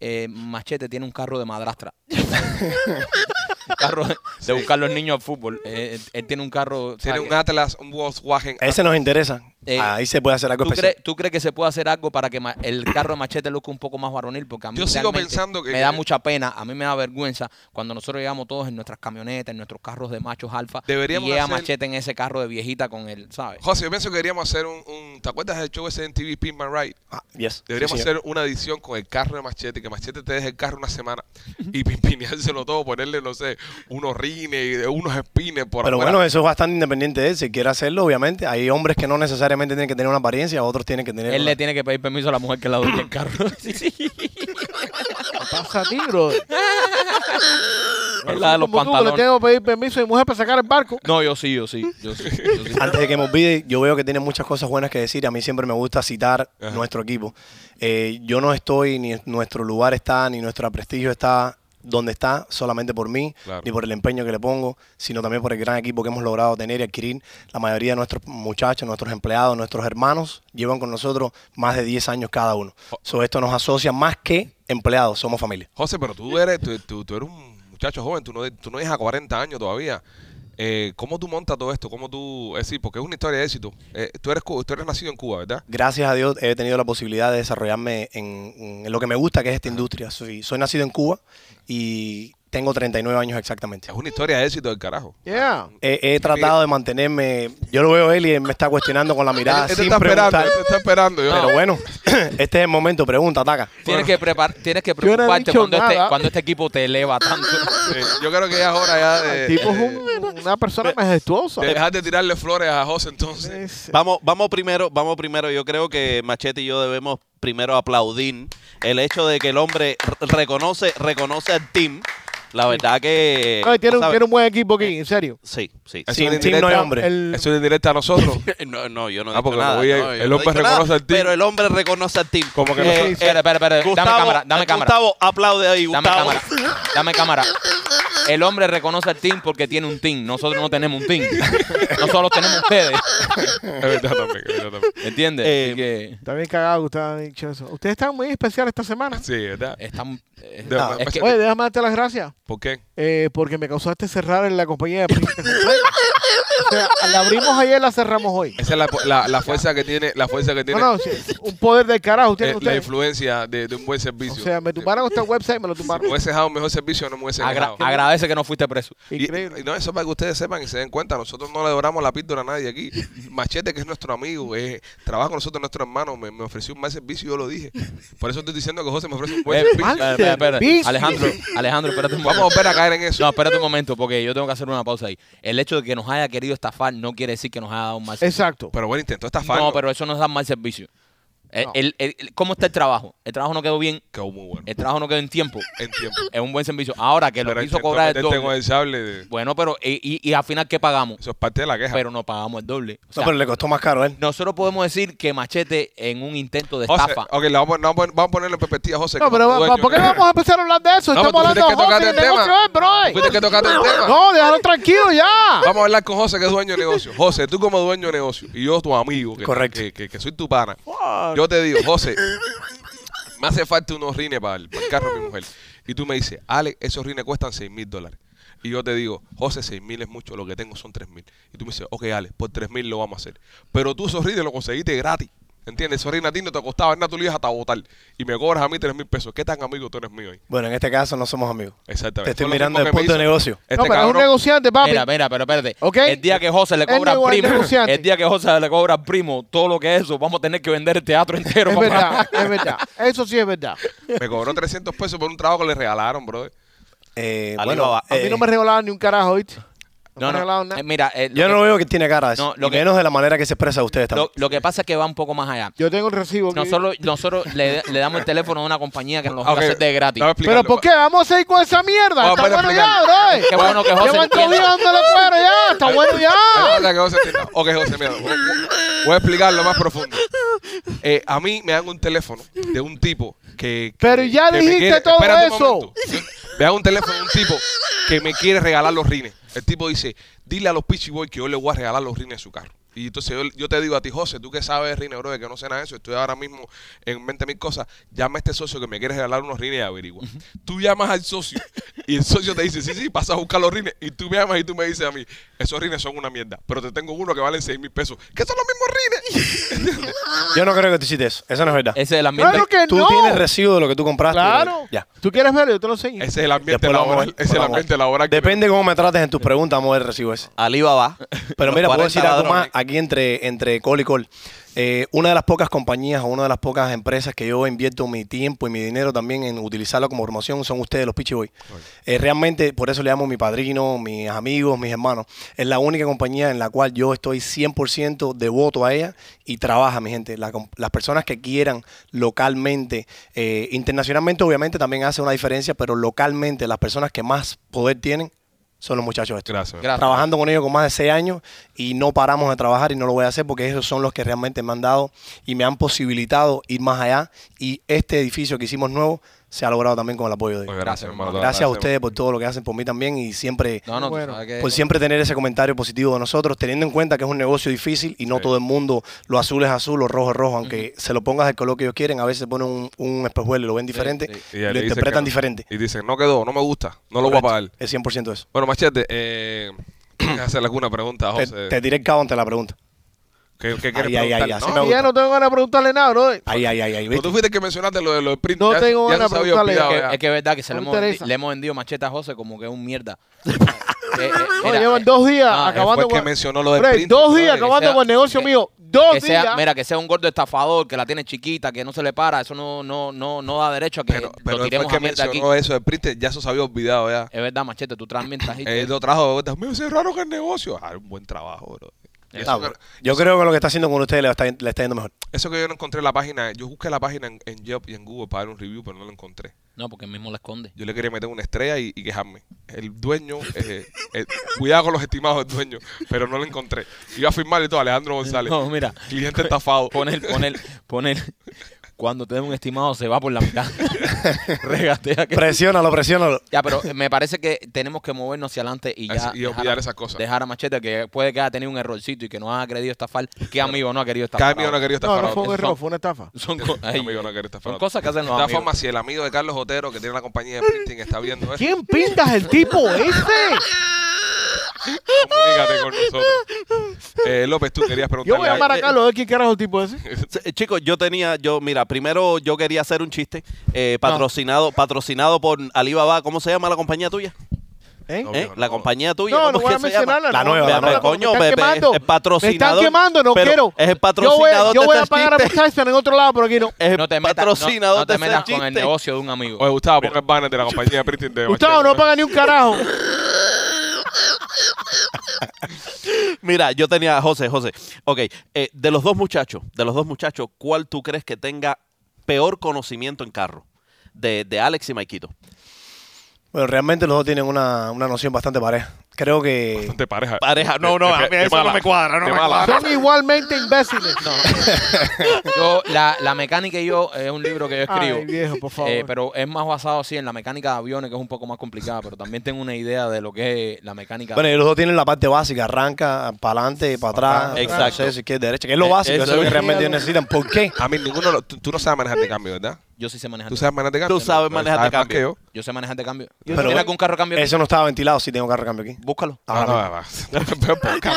Speaker 2: eh, Machete tiene un carro de madrastra. Un carro de, de buscar los niños al fútbol. Eh, él, él tiene un carro. o sea,
Speaker 1: Tiene un
Speaker 2: que-
Speaker 1: Atlas, un Volkswagen.
Speaker 6: Ese nos interesa.
Speaker 2: Eh,
Speaker 6: Ahí se puede hacer algo
Speaker 2: ¿tú,
Speaker 6: especial.
Speaker 2: crees- tú crees que se puede hacer algo para que ma- el carro de Machete luzca un poco más varonil? Porque a mí
Speaker 1: Yo sigo
Speaker 2: realmente
Speaker 1: pensando que-
Speaker 2: me da mucha pena, a mí me da vergüenza cuando nosotros llegamos todos en nuestras camionetas, en nuestros carros de machos alfa.
Speaker 1: Deberíamos
Speaker 2: y llega
Speaker 1: hacer-
Speaker 2: Machete en ese carro de viejita con él, ¿sabes?
Speaker 1: José, yo pienso que deberíamos hacer un, un- ¿Te acuerdas del show ese en TV Pinman Ride?
Speaker 6: Ah, yes.
Speaker 1: Deberíamos
Speaker 6: Sí, señor.
Speaker 1: hacer una edición con el carro de Machete, que Machete te deje el carro una semana y pimpineárselo todo, ponerle, no sé, unos rines, y de- unos espines por
Speaker 6: Pero
Speaker 1: afuera.
Speaker 6: bueno, eh, eso es bastante independiente de él. Si quiere hacerlo, obviamente. Hay hombres que no necesariamente tienen que tener una apariencia, otros tienen que tener.
Speaker 2: Él le
Speaker 6: una-
Speaker 2: tiene que pedir permiso a la mujer que la dueña el carro. Sí, sí.
Speaker 3: ¿Qué pasa a ti, bro?
Speaker 2: Es la de los
Speaker 3: Como tú, que Le
Speaker 2: pantalones.
Speaker 3: tengo que pedir permiso a mi mujer para sacar el barco.
Speaker 2: No, yo sí, yo sí, yo sí. yo sí.
Speaker 6: Antes de que me olvide, yo veo que tiene muchas cosas buenas que decir. A mí siempre me gusta citar
Speaker 1: Ajá.
Speaker 6: nuestro equipo. Eh, yo no estoy, ni nuestro lugar está, ni nuestro prestigio está donde está, solamente por mí,
Speaker 1: Claro.
Speaker 6: ni por el empeño que le pongo, sino también por el gran equipo que hemos logrado tener y adquirir. La mayoría de nuestros muchachos, nuestros empleados, nuestros hermanos, llevan con nosotros más de 10 años cada uno.
Speaker 1: Oh.
Speaker 6: So, esto nos asocia más que empleados, somos familia.
Speaker 1: José, pero tú eres, tú, tú- tú eres un muchacho joven, tú no, tú no llegas a 40 años todavía. Eh, ¿Cómo tú montas todo esto? ¿Cómo tú...? Es decir, porque es una historia de éxito. Eh, tú, eres, cu- tú eres nacido en Cuba, ¿verdad?
Speaker 6: Gracias a Dios he tenido la posibilidad de desarrollarme en, en lo que me gusta, que es esta industria. Soy, soy nacido en Cuba y tengo 39 años exactamente.
Speaker 1: Es una historia de éxito del carajo.
Speaker 3: Yeah.
Speaker 6: He, he tratado de mantenerme. Yo lo veo él y él me está cuestionando con la mirada
Speaker 1: Él- él te
Speaker 6: sin
Speaker 1: está esperando,
Speaker 6: preguntar.
Speaker 1: él te está esperando. yo-
Speaker 6: Pero bueno, este es el momento. Pregunta, ataca.
Speaker 2: Tienes que, prepar, tienes que
Speaker 3: Yo no he
Speaker 2: preocuparte
Speaker 3: dicho
Speaker 2: cuando este,
Speaker 3: nada.
Speaker 2: cuando este equipo te eleva tanto.
Speaker 1: Eh, yo creo que ya es hora ya de,
Speaker 3: El tipo es
Speaker 1: de-
Speaker 3: un- una
Speaker 1: eh,
Speaker 3: persona majestuosa.
Speaker 1: de dejar de tirarle flores a José entonces.
Speaker 3: Es-
Speaker 4: Vamos, vamos primero, vamos primero. Yo creo que Machete y yo debemos primero aplaudir el hecho de que el hombre r- reconoce, reconoce al team. La verdad que.
Speaker 3: No, y eh, tiene, un,
Speaker 4: ¿sabes?
Speaker 3: tiene un buen equipo
Speaker 1: Eh.
Speaker 3: aquí, en serio.
Speaker 4: Sí, sí.
Speaker 1: Es
Speaker 6: Sin
Speaker 1: una
Speaker 6: team no hay
Speaker 1: indirecta.
Speaker 6: hombre.
Speaker 3: El-
Speaker 1: Eso es directa a nosotros.
Speaker 4: No, no, yo no
Speaker 1: Ah,
Speaker 4: he dicho
Speaker 1: porque
Speaker 4: nada,
Speaker 1: voy a-
Speaker 4: no, yo
Speaker 1: el
Speaker 4: no he
Speaker 1: hombre
Speaker 4: dicho nada,
Speaker 1: reconoce al team.
Speaker 4: Pero el hombre reconoce al team.
Speaker 1: Como que
Speaker 4: Eh,
Speaker 1: no-
Speaker 4: eh,
Speaker 2: Espera, espera, espera. dame
Speaker 4: Gustavo-
Speaker 2: cámara, dame cámara.
Speaker 4: Gustavo, aplaude ahí,
Speaker 2: Dame
Speaker 4: Gustavo.
Speaker 2: cámara, dame cámara. El hombre reconoce al team porque tiene un team. Nosotros no tenemos un team. Nosotros tenemos ustedes.
Speaker 1: Es verdad también, es verdad también.
Speaker 2: ¿Entiendes?
Speaker 4: Eh,
Speaker 2: Así que
Speaker 3: Está bien cagado que ustedes han dicho eso. Ustedes están muy especiales esta semana.
Speaker 1: Sí, ¿verdad?
Speaker 2: están. eh,
Speaker 1: De-
Speaker 2: es que-
Speaker 3: Oye, déjame darte las gracias.
Speaker 1: ¿Por qué?
Speaker 3: eh, porque me causaste cerrar en la compañía de Príncipe Completo. O sea, la abrimos ayer, la cerramos hoy.
Speaker 1: Esa es la, la- la fuerza que tiene, la fuerza que
Speaker 3: No,
Speaker 1: tiene
Speaker 3: no, sí, un poder del carajo
Speaker 1: eh,
Speaker 3: tienen
Speaker 1: la
Speaker 3: ustedes.
Speaker 1: influencia de, de un buen
Speaker 3: O
Speaker 1: servicio.
Speaker 3: sea, me tumbaron esta website, me lo
Speaker 1: Si me
Speaker 3: tumbaron.
Speaker 1: hubiese dejado un mejor servicio, no me hubiese
Speaker 2: agra-
Speaker 1: dejado.
Speaker 2: agradece que no fuiste preso.
Speaker 1: Y-
Speaker 3: Increíble.
Speaker 1: Y, no, eso para que ustedes sepan y se den cuenta, nosotros no le doramos la píldora a nadie aquí. Machete, que es nuestro amigo, eh, trabaja con nosotros, nuestro hermano, me, me ofreció un mal servicio y yo lo dije. Por eso estoy diciendo que José me ofrece un buen
Speaker 2: Eh,
Speaker 1: servicio.
Speaker 3: mal
Speaker 2: espera, espera, espera.
Speaker 3: servicio.
Speaker 2: Alejandro, Alejandro, espérate un
Speaker 1: Vamos a
Speaker 2: momento.
Speaker 1: volver a caer en eso.
Speaker 2: No, espérate un momento, porque yo tengo que hacer una pausa ahí. El hecho de que nos haya
Speaker 1: pues,
Speaker 2: querido estafar no quiere decir que nos haya dado un mal servicio.
Speaker 3: Exacto.
Speaker 1: Pero bueno, intentó estafarnos.
Speaker 2: No, pero eso no es dar mal servicio. El- el- el- ¿Cómo está el trabajo? El trabajo no quedó bien,
Speaker 1: Quedó muy bueno.
Speaker 2: el trabajo no quedó en tiempo.
Speaker 1: En tiempo.
Speaker 2: Es un buen servicio. Ahora que Eh, lo
Speaker 1: Pero este
Speaker 2: quiso
Speaker 1: intentó
Speaker 2: cobrar el
Speaker 1: meterte con
Speaker 2: doble.
Speaker 1: el sable. de-
Speaker 2: Bueno, pero y, y- y al final qué pagamos?
Speaker 1: Eso es parte de la queja.
Speaker 2: Pero no pagamos el doble. O sea,
Speaker 6: no, pero le costó más caro a él.
Speaker 2: nosotros podemos decir que Machete en un intento de
Speaker 1: José,
Speaker 2: estafa.
Speaker 1: ok, le vamos, no, vamos a ponerle en perspectiva, José.
Speaker 3: No,
Speaker 1: como
Speaker 3: pero
Speaker 1: tu
Speaker 3: va- va-
Speaker 1: dueño,
Speaker 3: ¿por qué
Speaker 1: que-
Speaker 3: vamos a empezar a hablar de eso?
Speaker 1: pues, No,
Speaker 3: Estamos
Speaker 1: pero tú tienes
Speaker 3: hablando de
Speaker 1: que
Speaker 3: José y
Speaker 1: tocar
Speaker 3: el
Speaker 1: el
Speaker 3: negocio
Speaker 1: tema.
Speaker 3: es, bro.
Speaker 1: Fuiste que tocaste el tema.
Speaker 3: No, déjalo tranquilo ya.
Speaker 1: Vamos a hablar con José, que es dueño de negocio. José, tú como dueño de negocio y yo tu amigo, que,
Speaker 6: Correcto.
Speaker 1: que, que- que soy tu pana. Yo te digo, José, me hace falta unos rines para el, para el carro de mi mujer. Y tú me dices, Ale, esos rines cuestan 6 mil dólares. Y yo te digo, José, 6 mil es mucho, lo que tengo son 3 mil. Y tú me dices, ok, Ale, por 3 mil lo vamos a hacer. Pero tú esos rines los conseguiste gratis. ¿Entiendes? Esos rines a ti no te costaban nada, tú lo ibas hasta botar. Y me cobras a mí 3 mil pesos. ¿Qué tan amigo tú eres mío ahí?
Speaker 6: Bueno, en este caso no somos amigos. Te
Speaker 1: Exactamente.
Speaker 6: estoy
Speaker 1: Fue lo
Speaker 6: mirando
Speaker 1: mismo
Speaker 6: el
Speaker 1: que me
Speaker 6: punto de
Speaker 1: hizo
Speaker 6: negocio.
Speaker 1: este
Speaker 3: no, pero es un
Speaker 1: cabrón.
Speaker 3: negociante, papi.
Speaker 2: Mira, mira, pero espérate.
Speaker 3: Ok.
Speaker 2: El día que José le
Speaker 3: Es
Speaker 2: cobra al
Speaker 3: nego-
Speaker 2: primo,
Speaker 3: negociante.
Speaker 2: el día que José le cobra al primo todo lo que es eso, vamos a tener que vender el teatro entero.
Speaker 3: es
Speaker 2: papá.
Speaker 3: verdad, es verdad. Eso sí es verdad.
Speaker 1: Me cobró 300 pesos por un trabajo que le regalaron, brother.
Speaker 6: Eh,
Speaker 2: Alibaba.
Speaker 6: bueno,
Speaker 3: A mí
Speaker 6: eh,
Speaker 3: no me regalaban ni un carajo, ¿oíste?
Speaker 2: No,
Speaker 3: me regalaban
Speaker 2: no.
Speaker 3: nada.
Speaker 2: eh, Mira, eh, lo,
Speaker 6: yo
Speaker 2: que,
Speaker 6: no veo que tiene cara a eso.
Speaker 2: No, lo
Speaker 6: y
Speaker 2: que-
Speaker 6: menos de la manera que se expresa ustedes también.
Speaker 2: lo- lo que pasa es que va un poco más allá.
Speaker 3: Yo tengo el recibo. aquí.
Speaker 2: Nosotros, nosotros le, le damos el teléfono a una compañía que nos
Speaker 1: Ah,
Speaker 2: lo
Speaker 1: ok.
Speaker 2: hace de gratis.
Speaker 1: Dame a explicarlo.
Speaker 3: Pero ¿por qué? Vamos a seguir con esa mierda.
Speaker 1: pues. Vamos a
Speaker 3: Está
Speaker 1: poner a
Speaker 3: bueno ya, bro.
Speaker 2: Qué bueno que José
Speaker 3: Llevo otro
Speaker 2: entiende.
Speaker 3: día dándole cuero ya. Está bueno
Speaker 1: Es
Speaker 3: ya.
Speaker 1: verdad que José tiene- Ok, José, mira, voy- voy- voy a explicarlo más profundo. Eh, a mí me dan un teléfono de un tipo que. que-
Speaker 3: Pero ya
Speaker 1: que me
Speaker 3: dijiste
Speaker 1: quiere-
Speaker 3: todo
Speaker 1: espérate un
Speaker 3: eso.
Speaker 1: momento. Me dan un teléfono de un tipo que me quiere regalar los rines. El tipo dice: Dile a los Pitchy Boys que yo le voy a regalar los rines de su carro. Y entonces yo, yo te digo a ti, José, tú que sabes de rines, bro, que no sé nada de eso, estoy ahora mismo en 20 mil cosas, llama a este socio que me quiere regalar unos rines y averigua. Tú llamas al socio y el socio te dice, sí, sí, pasa a buscar los rines. Y tú me llamas y tú me dices a mí, esos rines son una mierda, pero te tengo uno que valen 6 mil pesos, que son los mismos rines.
Speaker 6: Yo no creo que tú hiciste eso. Eso no es verdad.
Speaker 2: Ese es el ambiente.
Speaker 3: Claro que
Speaker 6: tú
Speaker 3: no.
Speaker 6: tienes recibo de lo que tú compraste.
Speaker 3: Claro.
Speaker 6: Ya.
Speaker 3: ¿Tú quieres verlo? Yo te lo enseño.
Speaker 1: Ese es el ambiente
Speaker 6: Después lo vamos a
Speaker 1: laboral.
Speaker 6: ver,
Speaker 1: ese es el
Speaker 6: lo vamos a ver.
Speaker 1: ambiente laboral. que
Speaker 6: Depende cómo me trates en tus preguntas, vamos a ver el recibo ese.
Speaker 4: Alibaba.
Speaker 6: Pero
Speaker 4: Los
Speaker 6: mira, puedo
Speaker 4: 40
Speaker 6: decir algo más
Speaker 4: ladrones.
Speaker 6: aquí entre, entre col y col. Eh, una de las pocas compañías o una de las pocas empresas que yo invierto mi tiempo y mi dinero también en utilizarlo como promoción son ustedes, los Pichi Boy. Eh, realmente, por eso le llamo mi padrino, mis amigos, mis hermanos. Es la única compañía en la cual yo estoy 100% devoto a ella y trabaja, mi gente. La com- las personas que quieran localmente, eh, internacionalmente obviamente también hace una diferencia, pero localmente las personas que más poder tienen son los muchachos estos
Speaker 1: Gracias.
Speaker 2: Gracias.
Speaker 6: trabajando con ellos con más de seis años y no paramos de trabajar y no lo voy a hacer porque esos son los que realmente me han dado y me han posibilitado ir más allá y este edificio que hicimos nuevo se ha logrado también con el apoyo de
Speaker 1: Pues
Speaker 6: ellos.
Speaker 1: gracias,
Speaker 2: Gracias,
Speaker 1: hermano.
Speaker 6: Gracias a ustedes por todo lo que hacen por mí también y siempre
Speaker 2: No, no, tú
Speaker 3: Bueno,
Speaker 2: sabes que-
Speaker 6: por siempre tener ese comentario positivo de nosotros, teniendo en cuenta que es un negocio difícil y no todo el mundo, lo azul es azul, lo rojo es rojo, aunque se lo pongas el color que ellos quieren, a veces ponen un, un espejuelo y lo ven diferente
Speaker 2: sí.
Speaker 1: Y
Speaker 6: y
Speaker 1: le
Speaker 6: lo
Speaker 1: dicen
Speaker 6: interpretan
Speaker 1: que no.
Speaker 6: diferente.
Speaker 1: Y dicen, no quedó, no me gusta, no lo voy a pagar.
Speaker 6: Es 100% eso.
Speaker 1: Bueno, Machete, eh, hacerle alguna pregunta a
Speaker 6: Te,
Speaker 1: Ah, José.
Speaker 6: te diré el cabo ante la pregunta.
Speaker 1: ¿Qué, qué quieres
Speaker 6: Ay, ay, ay,
Speaker 1: preguntarle?
Speaker 6: así
Speaker 1: No,
Speaker 6: me
Speaker 3: Y ya no tengo ganas de preguntarle nada, bro.
Speaker 6: Ay, ay, ay, ay.
Speaker 1: Pero
Speaker 6: ¿viste?
Speaker 1: tú fuiste el que mencionaste lo de los print.
Speaker 3: No tengo
Speaker 1: ya
Speaker 3: ganas
Speaker 1: se había
Speaker 3: preguntarle.
Speaker 1: olvidado
Speaker 2: que-
Speaker 1: ya.
Speaker 2: es que es verdad que se
Speaker 3: No
Speaker 2: le
Speaker 3: me
Speaker 2: hemos, vendi-
Speaker 3: interesa.
Speaker 2: le hemos vendido machete a José como que es un mierda. Eh, eh,
Speaker 3: No,
Speaker 2: mira,
Speaker 3: llevan
Speaker 2: eh,
Speaker 3: dos días
Speaker 2: no, eh,
Speaker 1: fue
Speaker 3: acabando
Speaker 1: el que
Speaker 3: con.
Speaker 1: mencionó lo del
Speaker 3: Bro,
Speaker 1: print,
Speaker 3: dos
Speaker 1: bro,
Speaker 3: días
Speaker 1: que
Speaker 3: acabando
Speaker 2: sea-
Speaker 3: con el negocio
Speaker 2: que-
Speaker 3: mío. Dos
Speaker 2: que sea-
Speaker 3: días.
Speaker 2: mira, que sea un gordo estafador, que la tiene chiquita, que no se le para, eso no, no, no, no da derecho a que
Speaker 1: Pero,
Speaker 2: lo
Speaker 1: pero él fue el
Speaker 2: tiremos
Speaker 1: que
Speaker 2: a mierda aquí.
Speaker 1: mencionó eso del print, ya eso se había olvidado ya.
Speaker 2: Es verdad, machete, tú también trajiste.
Speaker 1: Él lo trajo de vuelta. Me cerraron el negocio. Ah, un buen trabajo, bro. Y Eso,
Speaker 6: Ah,
Speaker 1: que,
Speaker 6: bueno. yo creo que lo que está haciendo con ustedes le está, le está yendo mejor.
Speaker 1: eso que yo no encontré en la página. Yo busqué la página en, en Yelp y en Google para dar un review, pero no lo encontré.
Speaker 2: No, porque él mismo la esconde.
Speaker 1: Yo le quería meter una estrella y, y quejarme. El dueño, eh, eh, cuidado con los estimados del dueño, pero no lo encontré. Iba a firmarle todo a Alejandro González,
Speaker 2: No, mira,
Speaker 1: cliente estafado.
Speaker 2: poner, poner, poner. Cuando te den un estimado, se va por la mitad. Regatea que.
Speaker 6: Presiónalo, presiónalo.
Speaker 2: Ya, pero me parece que tenemos que movernos hacia adelante y ya.
Speaker 1: Así, y olvidar esas cosas.
Speaker 2: Dejar a Machete que puede que haya tenido un errorcito y que no ha querido estafar. ¿Qué amigo no ha querido estafar?
Speaker 1: Cada amigo no ha querido
Speaker 3: No,
Speaker 1: estafar. a
Speaker 3: no
Speaker 1: otro.
Speaker 3: fue un
Speaker 2: Eso-
Speaker 3: error, fue una estafa.
Speaker 2: Son, co-
Speaker 1: Este
Speaker 2: Ay,
Speaker 1: amigo no quiere estafar
Speaker 2: son
Speaker 1: a otro.
Speaker 2: cosas que hacen
Speaker 1: De
Speaker 2: los
Speaker 1: todas
Speaker 2: amigos.
Speaker 1: formas, si el amigo de Carlos Otero, que tiene la compañía de printing, está viendo esto,
Speaker 3: ¿Quién pintas el tipo ese?
Speaker 1: comunícate con nosotros. Eh, López, tú querías preguntarle.
Speaker 3: Yo voy a llamar a Carlos, a ver quién carajo el tipo ese.
Speaker 4: Se- Chicos, yo tenía, yo, mira, primero yo quería hacer un chiste eh, patrocinado, patrocinado por Alibaba. ¿cómo se llama la compañía tuya?
Speaker 3: ¿Eh?
Speaker 1: No,
Speaker 4: ¿Eh?
Speaker 1: viejo,
Speaker 4: La
Speaker 1: no.
Speaker 4: compañía tuya.
Speaker 3: No,
Speaker 4: ¿cómo
Speaker 3: no
Speaker 4: es
Speaker 3: voy
Speaker 4: que
Speaker 3: a
Speaker 4: se llama?
Speaker 3: mencionarla.
Speaker 6: La
Speaker 3: no voy a
Speaker 6: nueva, la
Speaker 4: Ve-
Speaker 3: mencionarla,
Speaker 4: ve,
Speaker 6: nueva.
Speaker 3: porque
Speaker 4: coño,
Speaker 3: me
Speaker 4: ve-
Speaker 3: están
Speaker 4: ve,
Speaker 3: quemando.
Speaker 4: es patrocinador.
Speaker 3: Me están quemando, no
Speaker 4: pero
Speaker 3: quiero.
Speaker 4: Es el
Speaker 3: Yo voy,
Speaker 4: patrocinador
Speaker 3: yo
Speaker 4: de
Speaker 3: voy a
Speaker 4: este
Speaker 3: pagar a
Speaker 4: chiste.
Speaker 3: Versailles en otro lado, pero aquí no.
Speaker 4: Es el
Speaker 2: No te metas, no,
Speaker 4: patrocinador
Speaker 2: no te
Speaker 4: de ese
Speaker 2: metas con el
Speaker 4: chiste.
Speaker 2: negocio de un amigo.
Speaker 1: Oye, Gustavo, pon el banner de la compañía de printing de
Speaker 3: Gustavo
Speaker 1: Machete,
Speaker 3: no paga ni un carajo.
Speaker 4: Mira, yo tenía, José, José. Ok, eh, de los dos muchachos, de los dos muchachos, ¿cuál tú crees que tenga peor conocimiento en carro? De, de Alex y Maikito.
Speaker 6: Bueno, realmente los dos tienen una, una noción bastante pareja. Creo que.
Speaker 1: Bastante pareja.
Speaker 4: Pareja, no, no,
Speaker 1: De-
Speaker 4: a
Speaker 1: de-
Speaker 4: mí
Speaker 1: de
Speaker 4: eso
Speaker 1: mala.
Speaker 4: no me cuadra, no
Speaker 1: De
Speaker 4: me
Speaker 1: mala.
Speaker 3: Son igualmente imbéciles.
Speaker 2: Yo, la, la mecánica y yo es un libro que yo escribo.
Speaker 3: Ay, viejo, por favor.
Speaker 2: Eh, pero es más basado así en la mecánica de aviones, que es un poco más complicada, pero también tengo una idea de lo que es la mecánica.
Speaker 6: Bueno, y los dos tienen la parte básica, arranca para adelante, para atrás,
Speaker 4: Exacto.
Speaker 6: retroceso, izquierda, derecha,
Speaker 2: Eh,
Speaker 6: que es lo básico,
Speaker 4: eso
Speaker 6: eso es lo que
Speaker 4: es.
Speaker 6: realmente ellos necesitan. ¿Por qué?
Speaker 1: A mí ninguno, lo- tú, tú no sabes manejar de cambio, ¿verdad?
Speaker 2: yo sí sé manejar.
Speaker 1: Tú
Speaker 2: de
Speaker 1: sabes manejar de cambio.
Speaker 4: Tú sabes
Speaker 1: Pero
Speaker 4: manejar de
Speaker 1: sabes más
Speaker 4: cambio.
Speaker 1: que yo.
Speaker 2: cambio. Yo sé manejar de cambio.
Speaker 6: Pero-
Speaker 2: Mira que un carro cambio.
Speaker 6: Eso no estaba ventilado, sí tengo carro cambio aquí.
Speaker 2: Búscalo.
Speaker 1: Ah, no,
Speaker 6: Ahora
Speaker 1: no, no. Pero, pero,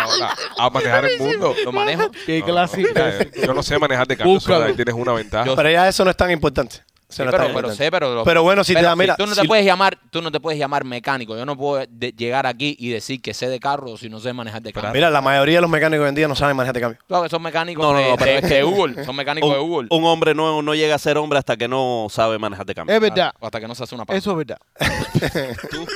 Speaker 1: ahora, A manejar el mundo.
Speaker 2: Lo manejo.
Speaker 3: Qué
Speaker 1: No,
Speaker 3: clase
Speaker 1: no, mira,
Speaker 2: eh,
Speaker 3: imbécil.
Speaker 1: Yo no sé manejar de cambio.
Speaker 3: Búscalo.
Speaker 1: Ahí tienes una ventaja.
Speaker 6: mismo. Pero ya eso no es tan importante.
Speaker 2: Sí,
Speaker 6: Eso no es
Speaker 2: pero,
Speaker 6: tan
Speaker 2: pero
Speaker 6: importante.
Speaker 2: sé, pero,
Speaker 6: Pero bueno, si te da- mira,
Speaker 2: tú no te
Speaker 6: si-
Speaker 2: puedes llamar, tú no te puedes llamar mecánico. Yo no puedo de- llegar aquí y decir que sé de carro si no sé manejar de carro.
Speaker 6: Mira, la mayoría de los mecánicos hoy en día no saben manejar de cambio.
Speaker 2: Tú sabes que son mecánicos
Speaker 4: No, no,
Speaker 2: de,
Speaker 4: no, pero
Speaker 2: de-
Speaker 4: es que-
Speaker 2: de Uber, son mecánicos de
Speaker 4: Un,
Speaker 2: Uber.
Speaker 4: un hombre no, no llega a ser hombre hasta que no sabe manejar de cambio.
Speaker 3: Es verdad.
Speaker 2: Ah, Hasta que no se hace una pausa.
Speaker 3: Eso es verdad.
Speaker 1: ¿Tú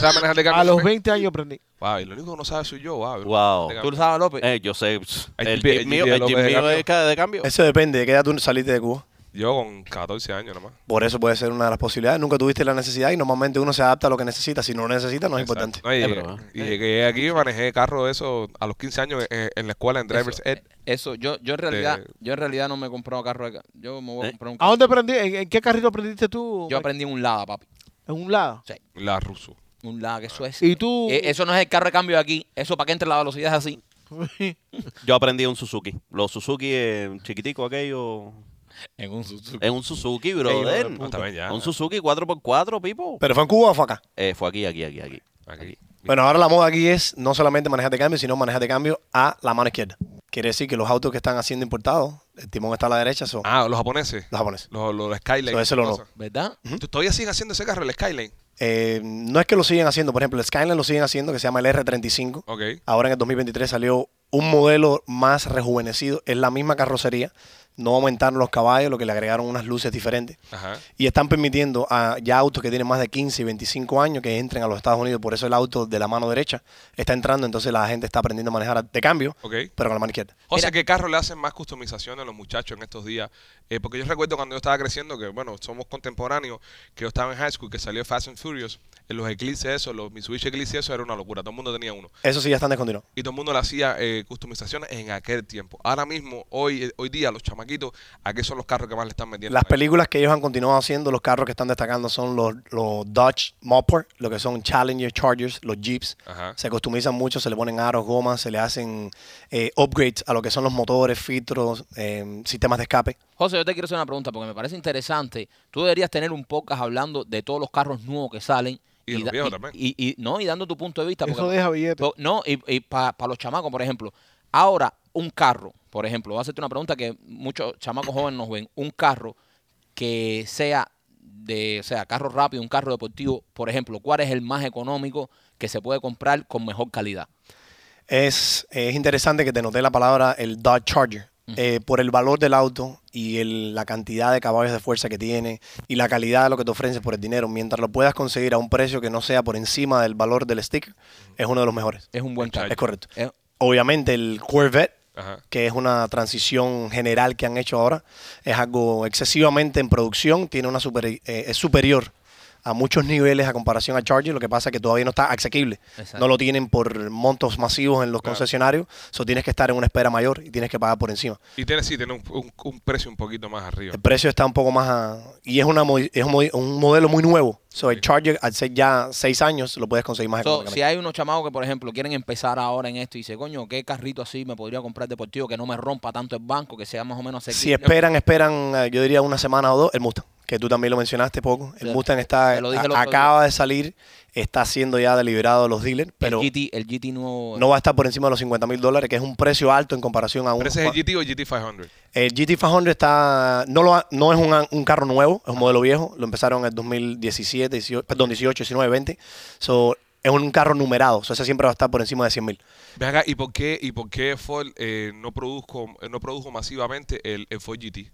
Speaker 1: sabes manejar de cambio?
Speaker 3: A los
Speaker 1: Felipe?
Speaker 3: 20 años aprendí.
Speaker 1: Guau, y lo único que no sabe soy yo. guau.
Speaker 4: Wow.
Speaker 1: De
Speaker 2: ¿Tú
Speaker 1: cambio.
Speaker 2: lo sabes, López?
Speaker 4: Eh, yo sé. pss,
Speaker 1: El Jeep-
Speaker 4: El jeep
Speaker 1: el
Speaker 4: mío
Speaker 1: Jeep
Speaker 4: el
Speaker 1: de
Speaker 4: jeep
Speaker 1: López de
Speaker 4: mío
Speaker 1: cambio.
Speaker 4: es ca- de cambio.
Speaker 6: Eso depende de qué edad tú saliste de Cuba.
Speaker 1: Yo con 14 años nomás.
Speaker 6: Por eso puede ser una de las posibilidades. Nunca tuviste la necesidad y normalmente uno se adapta a lo que necesita. Si no lo necesita, no es
Speaker 1: Exacto.
Speaker 6: importante.
Speaker 1: No, y,
Speaker 4: Es
Speaker 1: llegué-
Speaker 4: broma.
Speaker 1: y llegué aquí y manejé carro de eso a los 15 años en, en la escuela en Drivers
Speaker 2: eso,
Speaker 1: Ed.
Speaker 2: eso, yo, yo en realidad,
Speaker 1: Eh.
Speaker 2: yo en realidad no me he comprado carro de ca- Yo me voy a
Speaker 4: ¿Eh?
Speaker 2: comprar un
Speaker 3: ¿A
Speaker 2: carro.
Speaker 3: dónde aprendí? ¿En, en qué carrito aprendiste tú?
Speaker 2: Yo
Speaker 3: Mike?
Speaker 2: aprendí en un Lada, papi.
Speaker 3: En un lado.
Speaker 1: La ruso.
Speaker 2: Un Lada, que eso es.
Speaker 3: Y tú.
Speaker 2: Eh, eso no es el carro de cambio de aquí. Eso para que entre la velocidad es así.
Speaker 4: Yo aprendí un Suzuki. Los Suzuki eh, chiquitico aquello.
Speaker 2: En un Suzuki.
Speaker 4: Es un Suzuki,
Speaker 3: hijo de
Speaker 4: brother.
Speaker 1: puta. Está bien, ya.
Speaker 4: Un Suzuki 4x4, Pipo.
Speaker 6: ¿Pero fue en Cuba o fue acá?
Speaker 4: Eh, fue aquí, aquí, aquí, aquí.
Speaker 1: Aquí.
Speaker 6: Bueno, ahora la moda aquí es no solamente manejar de cambio, sino manejar de cambio a la mano izquierda. Quiere decir que los autos que están haciendo importados, el timón está a la derecha, son
Speaker 1: Ah, los japoneses.
Speaker 6: los japoneses.
Speaker 1: Los, los Skyline.
Speaker 6: So, ese lo no.
Speaker 1: cosas.
Speaker 2: ¿Verdad?
Speaker 1: ¿Tú- Todavía siguen haciendo ese carro, el Skyline.
Speaker 6: Eh, no es que lo siguen haciendo, por ejemplo, el Skyline lo siguen haciendo, que se llama el R35.
Speaker 1: Ok.
Speaker 6: Ahora en el 2023 salió un modelo más rejuvenecido, es la misma carrocería, no aumentaron los caballos, lo que le agregaron unas luces diferentes.
Speaker 1: Ajá.
Speaker 6: Y están permitiendo a ya autos que tienen más de 15 y 25 años que entren a los Estados Unidos, por eso el auto de la mano derecha está entrando, entonces la gente está aprendiendo a manejar de cambio,
Speaker 1: Ok.
Speaker 6: pero con la mano izquierda.
Speaker 1: O sea, ¿qué carro le hacen más customización a los muchachos en estos días? Eh, porque yo recuerdo cuando yo estaba creciendo, que bueno, somos contemporáneos, que yo estaba en high school, que salió Fast and Furious, en los Eclipse, eso, los Mitsubishi Eclipse, eso era una locura. Todo el mundo tenía uno.
Speaker 6: Eso sí ya están descontinuados.
Speaker 1: y todo el mundo le hacía eh, customizaciones en aquel tiempo. Ahora mismo, hoy eh, hoy día, los chamaquitos, ¿a qué son los carros que más le están metiendo?
Speaker 6: Las películas que ellos han continuado haciendo, los carros que están destacando son los, los Dodge Mopar, lo que son Challenger, Chargers, los Jeeps.
Speaker 1: Ajá.
Speaker 6: Se customizan mucho, se le ponen aros, gomas, se le hacen eh, upgrades a lo que son los motores, filtros, eh, sistemas de escape.
Speaker 2: José, yo te quiero hacer una pregunta porque me parece interesante. Tú deberías tener un podcast hablando de todos los carros nuevos que salen.
Speaker 1: Y los
Speaker 2: da-
Speaker 1: viejos también.
Speaker 2: Y, y- no, y dando tu punto de vista.
Speaker 3: Eso
Speaker 2: porque-
Speaker 3: deja billete.
Speaker 2: to- no, y, para los chamacos, por ejemplo. Ahora, un carro, por ejemplo, voy a hacerte una pregunta que muchos chamacos jóvenes nos ven. Un carro que sea de, o sea, carro rápido, un carro deportivo, por ejemplo, ¿cuál es el más económico que se puede comprar con mejor calidad?
Speaker 6: Es, es interesante que te noté la palabra el Dodge Charger. Eh, por el valor del auto y el- la cantidad de caballos de fuerza que tiene y la calidad de lo que te ofrecen por el dinero, mientras lo puedas conseguir a un precio que no sea por encima del valor del sticker, es uno de los mejores.
Speaker 2: Es un buen carro.
Speaker 6: Es correcto.
Speaker 2: Es-
Speaker 6: Obviamente el Corvette,
Speaker 1: Ajá.
Speaker 6: que es una transición general que han hecho ahora, es algo excesivamente en producción, tiene una super- eh, es superior a muchos niveles a comparación a Charger, lo que pasa es que todavía no está asequible,
Speaker 2: Exacto.
Speaker 6: no lo tienen por montos masivos en los concesionarios, so tienes que estar en una espera mayor y tienes que pagar por encima.
Speaker 1: Y tiene, sí, tiene un, un- un precio un poquito más arriba.
Speaker 6: El precio está un poco más a- y es, una, modi- es un, modi- un modelo muy nuevo, so el Charger al ser ya seis años lo puedes conseguir más
Speaker 2: So,
Speaker 6: económicamente.
Speaker 2: si hay unos chamacos que, por ejemplo, quieren empezar ahora en esto y dicen, coño, ¿qué carrito así me podría comprar deportivo que no me rompa tanto el banco, que sea más o menos
Speaker 6: Si
Speaker 2: asequible?
Speaker 6: esperan, esperan, eh, yo diría una semana o dos, el Mustang, que tú también lo mencionaste poco. El
Speaker 2: Ya,
Speaker 6: Mustang está,
Speaker 2: te lo dije el
Speaker 6: a-
Speaker 2: otro
Speaker 6: acaba de salir, está siendo ya deliberado a los dealers, pero
Speaker 2: el, GT, el GT nuevo.
Speaker 6: no va a estar por encima de los 50 mil dólares, que es un precio alto en comparación a un...
Speaker 1: ¿Pero ese es el GT o el GT500?
Speaker 6: El GT 500 está, no, lo ha- no es un, un carro nuevo, es un modelo viejo, lo empezaron en el 2017, 18, perdón, 18, 19, 20. So, es un carro numerado. O sea, ese siempre va a estar por encima de 100 mil.
Speaker 1: Ven acá, ¿y por qué, y por qué Ford eh, no, produjo, no produjo masivamente el, el Ford GT?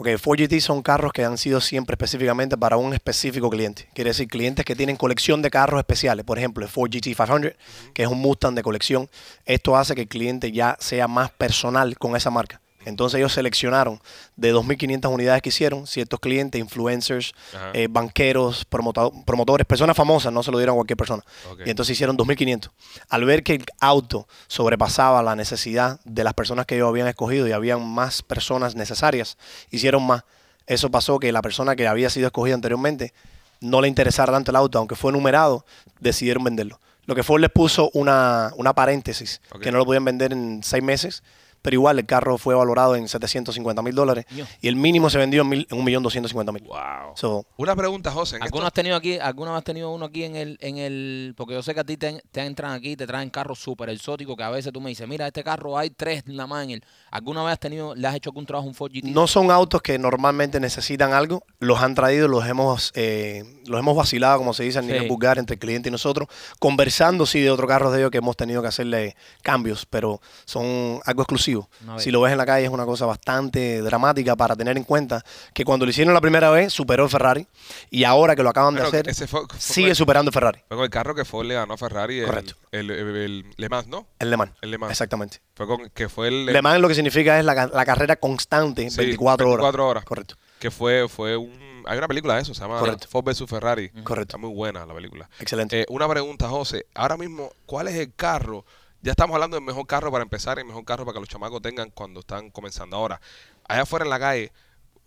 Speaker 6: Ok, 4GT son carros que han sido siempre específicamente para un específico cliente. Quiere decir, clientes que tienen colección de carros especiales. Por ejemplo, el 4GT 500, que es un Mustang de colección. Esto hace que el cliente ya sea más personal con esa marca. Entonces ellos seleccionaron de 2.500 unidades que hicieron, ciertos clientes, influencers,
Speaker 1: Ajá.
Speaker 6: eh, banqueros, promota- promotores, personas famosas, no se lo dieron a cualquier persona.
Speaker 1: Ok.
Speaker 6: Y entonces hicieron 2.500. Al ver que el auto sobrepasaba la necesidad de las personas que ellos habían escogido y habían más personas necesarias, hicieron más. Eso pasó que la persona que había sido escogida anteriormente no le interesara tanto el auto, aunque fue numerado, decidieron venderlo. Lo que Ford les puso una, una paréntesis,
Speaker 1: Ok.
Speaker 6: que no lo podían vender en seis meses, pero igual el carro fue valorado en 750 mil dólares
Speaker 2: Dios.
Speaker 6: y el mínimo se vendió en, mil- en 1.250.000.
Speaker 1: Wow.
Speaker 6: So,
Speaker 1: Una pregunta, José. en
Speaker 2: ¿Alguno
Speaker 1: esto-
Speaker 2: has tenido aquí, alguna vez has tenido uno aquí en el, en el, porque yo sé que a ti te, te entran aquí, te traen carros súper exóticos que a veces tú me dices, mira, este carro hay tres nada más en él. ¿Alguna vez has tenido, le has hecho algún trabajo a un Ford GT?
Speaker 6: No son autos que normalmente necesitan algo, los han traído, los hemos, eh, los hemos vacilado, como se dice, a nivel
Speaker 2: Sí.
Speaker 6: vulgar entre el cliente y nosotros, conversando sí de otros carros de ellos que hemos tenido que hacerle cambios, pero son algo exclusivo.
Speaker 2: Una vez.
Speaker 6: Si lo ves en la calle es una cosa bastante dramática para tener en cuenta que cuando lo hicieron la primera vez superó el Ferrari y ahora que lo acaban de
Speaker 1: Bueno,
Speaker 6: hacer
Speaker 1: ese fue- fue-
Speaker 6: sigue superando el Ferrari,
Speaker 1: Fue con el carro que Ford le ganó a Ferrari. el-
Speaker 6: Correcto.
Speaker 1: El, el- el Le Mans, ¿no?
Speaker 6: el Le Mans.
Speaker 1: El Le Mans.
Speaker 6: Exactamente.
Speaker 1: Fue con, que fue el.
Speaker 6: Le Mans lo que significa es la, ca- la carrera constante,
Speaker 1: Sí,
Speaker 6: 24 horas.
Speaker 1: 24 horas.
Speaker 6: Correcto.
Speaker 1: Que fue, fue un. Hay una película de eso, se llama
Speaker 6: Correcto.
Speaker 1: Ford vs Ferrari.
Speaker 6: Correcto.
Speaker 1: Está muy buena la película.
Speaker 6: Excelente.
Speaker 1: Eh, una pregunta, José. Ahora mismo, ¿cuál es el carro? Ya estamos hablando del mejor carro para empezar y el mejor carro para que los chamacos tengan cuando están comenzando ahora. Allá afuera en la calle,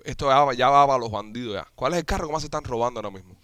Speaker 1: esto ya va, ya va para los bandidos ya. ¿Cuál es el carro que más se están robando ahora mismo?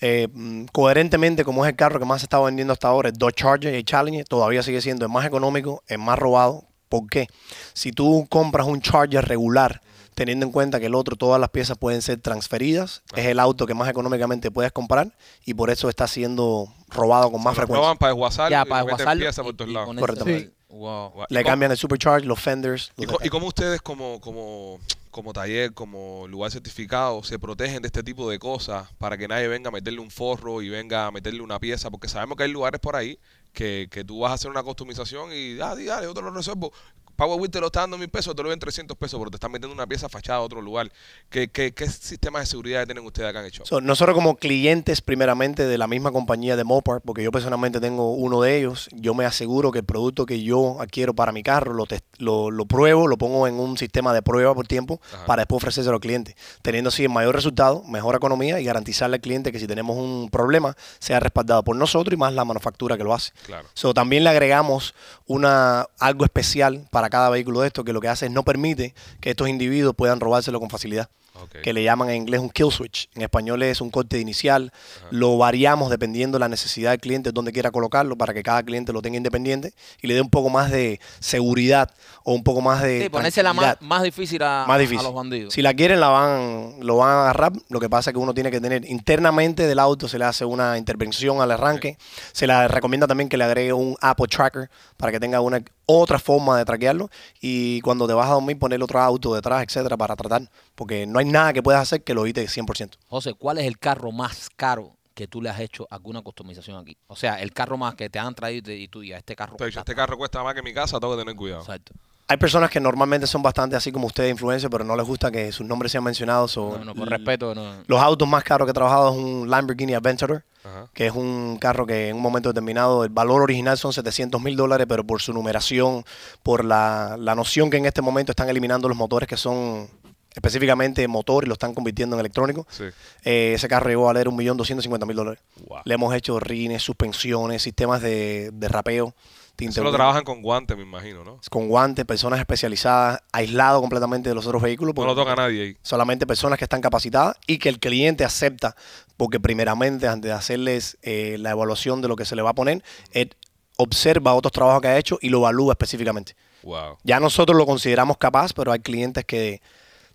Speaker 6: eh, mm, coherentemente, como es el carro que más se está vendiendo hasta ahora, el Dodge Charger y el Challenger, todavía sigue siendo el más económico, el más robado. ¿Por qué? Si tú compras un Charger regular, teniendo en cuenta que el otro, todas las piezas pueden ser transferidas, es el auto que más económicamente puedes comprar y por eso está siendo robado con más
Speaker 1: Se lo
Speaker 6: frecuencia.
Speaker 1: roban para desguazar
Speaker 2: ya,
Speaker 1: y
Speaker 2: para
Speaker 1: le meten
Speaker 2: desguazarlo
Speaker 1: piezas por
Speaker 2: y-
Speaker 1: todos
Speaker 2: y e-
Speaker 1: lados.
Speaker 2: ponérselo
Speaker 6: Correcto.
Speaker 2: al-
Speaker 3: Sí.
Speaker 2: Wow.
Speaker 6: Le
Speaker 1: ¿Cómo-
Speaker 6: cambian el supercharger, los fenders.
Speaker 1: ¿Y, co-
Speaker 6: los
Speaker 1: y
Speaker 6: detalles.
Speaker 1: cómo ustedes como, como, como taller, como lugar certificado, se protegen de este tipo de cosas para que nadie venga a meterle un forro y venga a meterle una pieza? Porque sabemos que hay lugares por ahí que, que tú vas a hacer una customización y, ah, sí, dale, yo te lo resuelvo. Power Wheel te lo está dando mil pesos, te lo ven 300 pesos, pero te están metiendo una pieza fachada a otro lugar. ¿Qué, qué, qué sistema de seguridad tienen ustedes acá en el shop?
Speaker 6: So, nosotros como clientes primeramente de la misma compañía de Mopar, porque yo personalmente tengo uno de ellos, yo me aseguro que el producto que yo adquiero para mi carro lo, test- lo, lo pruebo, lo pongo en un sistema de prueba por tiempo
Speaker 1: Ajá.
Speaker 6: para después ofrecérselo al cliente, teniendo así el mayor resultado, mejor economía y garantizarle al cliente que si tenemos un problema sea respaldado por nosotros y más la manufactura que lo hace.
Speaker 1: Claro.
Speaker 6: So, también le agregamos una, algo especial para cada vehículo de esto que lo que hace es no permite que estos individuos puedan robárselo con facilidad
Speaker 1: Ok.
Speaker 6: que le llaman en inglés un kill switch. En español es un corte inicial. Lo variamos dependiendo de la necesidad del cliente, donde quiera colocarlo, para que cada cliente lo tenga independiente y le dé un poco más de seguridad o un poco más de.
Speaker 2: Sí, ponérsela más,
Speaker 6: Eh, tranquilidad.
Speaker 2: más difícil a,
Speaker 6: Más difícil.
Speaker 2: a los bandidos.
Speaker 6: Si la quieren, la van, lo van a agarrar. Lo que pasa es que uno tiene que tener internamente del auto, se le hace una intervención al arranque. Se le recomienda también que le agregue un Apple Tracker para que tenga una otra forma de traquearlo. Y cuando te vas a dormir, poner otro auto detrás, etcétera, para tratar. Porque no hay nada que puedas hacer que lo evite 100%.
Speaker 2: José, ¿cuál es el carro más caro que tú le has hecho alguna customización aquí? O sea, el carro más que te han traído y te- y tú ya, este carro.
Speaker 1: Te he dicho,
Speaker 2: está-
Speaker 1: este carro cuesta más que mi casa, tengo que tener cuidado.
Speaker 2: Exacto.
Speaker 6: Hay personas que normalmente son bastante así como ustedes, influencers, pero no les gusta que sus nombres sean mencionados. o-
Speaker 2: No, no, por respeto, no.
Speaker 6: Los autos más caros que he trabajado es un Lamborghini Aventador,
Speaker 1: Ajá.
Speaker 6: que es un carro que en un momento determinado el valor original son 700 mil dólares, pero por su numeración, por la, la noción que en este momento están eliminando los motores que son específicamente motor y lo están convirtiendo en electrónico,
Speaker 1: Sí.
Speaker 6: eh, ese carro llegó a valer 1.250.000 dólares.
Speaker 1: Wow.
Speaker 6: Le hemos hecho rines, suspensiones, sistemas de, de rapeo. tinte
Speaker 1: Eso lo
Speaker 6: blue
Speaker 1: trabajan con guantes, me imagino, ¿no?
Speaker 6: con guantes, personas especializadas, aislado completamente de los otros vehículos.
Speaker 1: No lo
Speaker 6: porque
Speaker 1: toca nadie ahí.
Speaker 6: Solamente personas que están capacitadas y que el cliente acepta, porque primeramente antes de hacerles eh, la evaluación de lo que se le va a poner, él observa otros trabajos que ha hecho y lo evalúa específicamente.
Speaker 1: Wow.
Speaker 6: Ya nosotros lo consideramos capaz, pero hay clientes que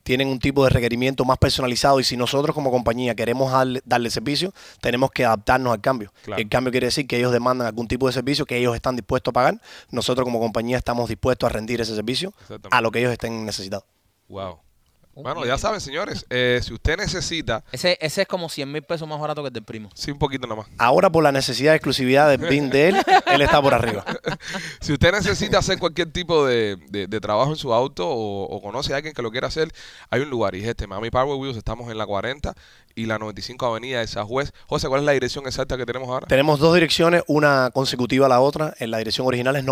Speaker 6: tienen un tipo de requerimiento más personalizado y si nosotros como compañía queremos darle, darle servicio, tenemos que adaptarnos al cambio.
Speaker 1: Claro.
Speaker 6: El cambio quiere decir que ellos demandan algún tipo de servicio que ellos están dispuestos a pagar. Nosotros como compañía estamos dispuestos a rendir ese servicio
Speaker 1: Exactamente.
Speaker 6: a lo que ellos estén necesitados.
Speaker 1: Wow. Bueno, ya saben, señores, eh, si usted necesita,
Speaker 2: Ese, ese es como 100 mil pesos más barato que el del primo.
Speaker 1: sí, un poquito nada más.
Speaker 6: Ahora por la necesidad de exclusividad del BIN de él, él está por arriba.
Speaker 1: Si usted necesita hacer cualquier tipo de, de- de trabajo en su auto o, o conoce a alguien que lo quiera hacer, hay un lugar y es este, Miami Power Wheels. Estamos en la 40 y la 95 Avenida de Sajuez. José, ¿cuál es la dirección exacta que tenemos ahora?
Speaker 6: Tenemos dos direcciones, una consecutiva a la otra. En la dirección original es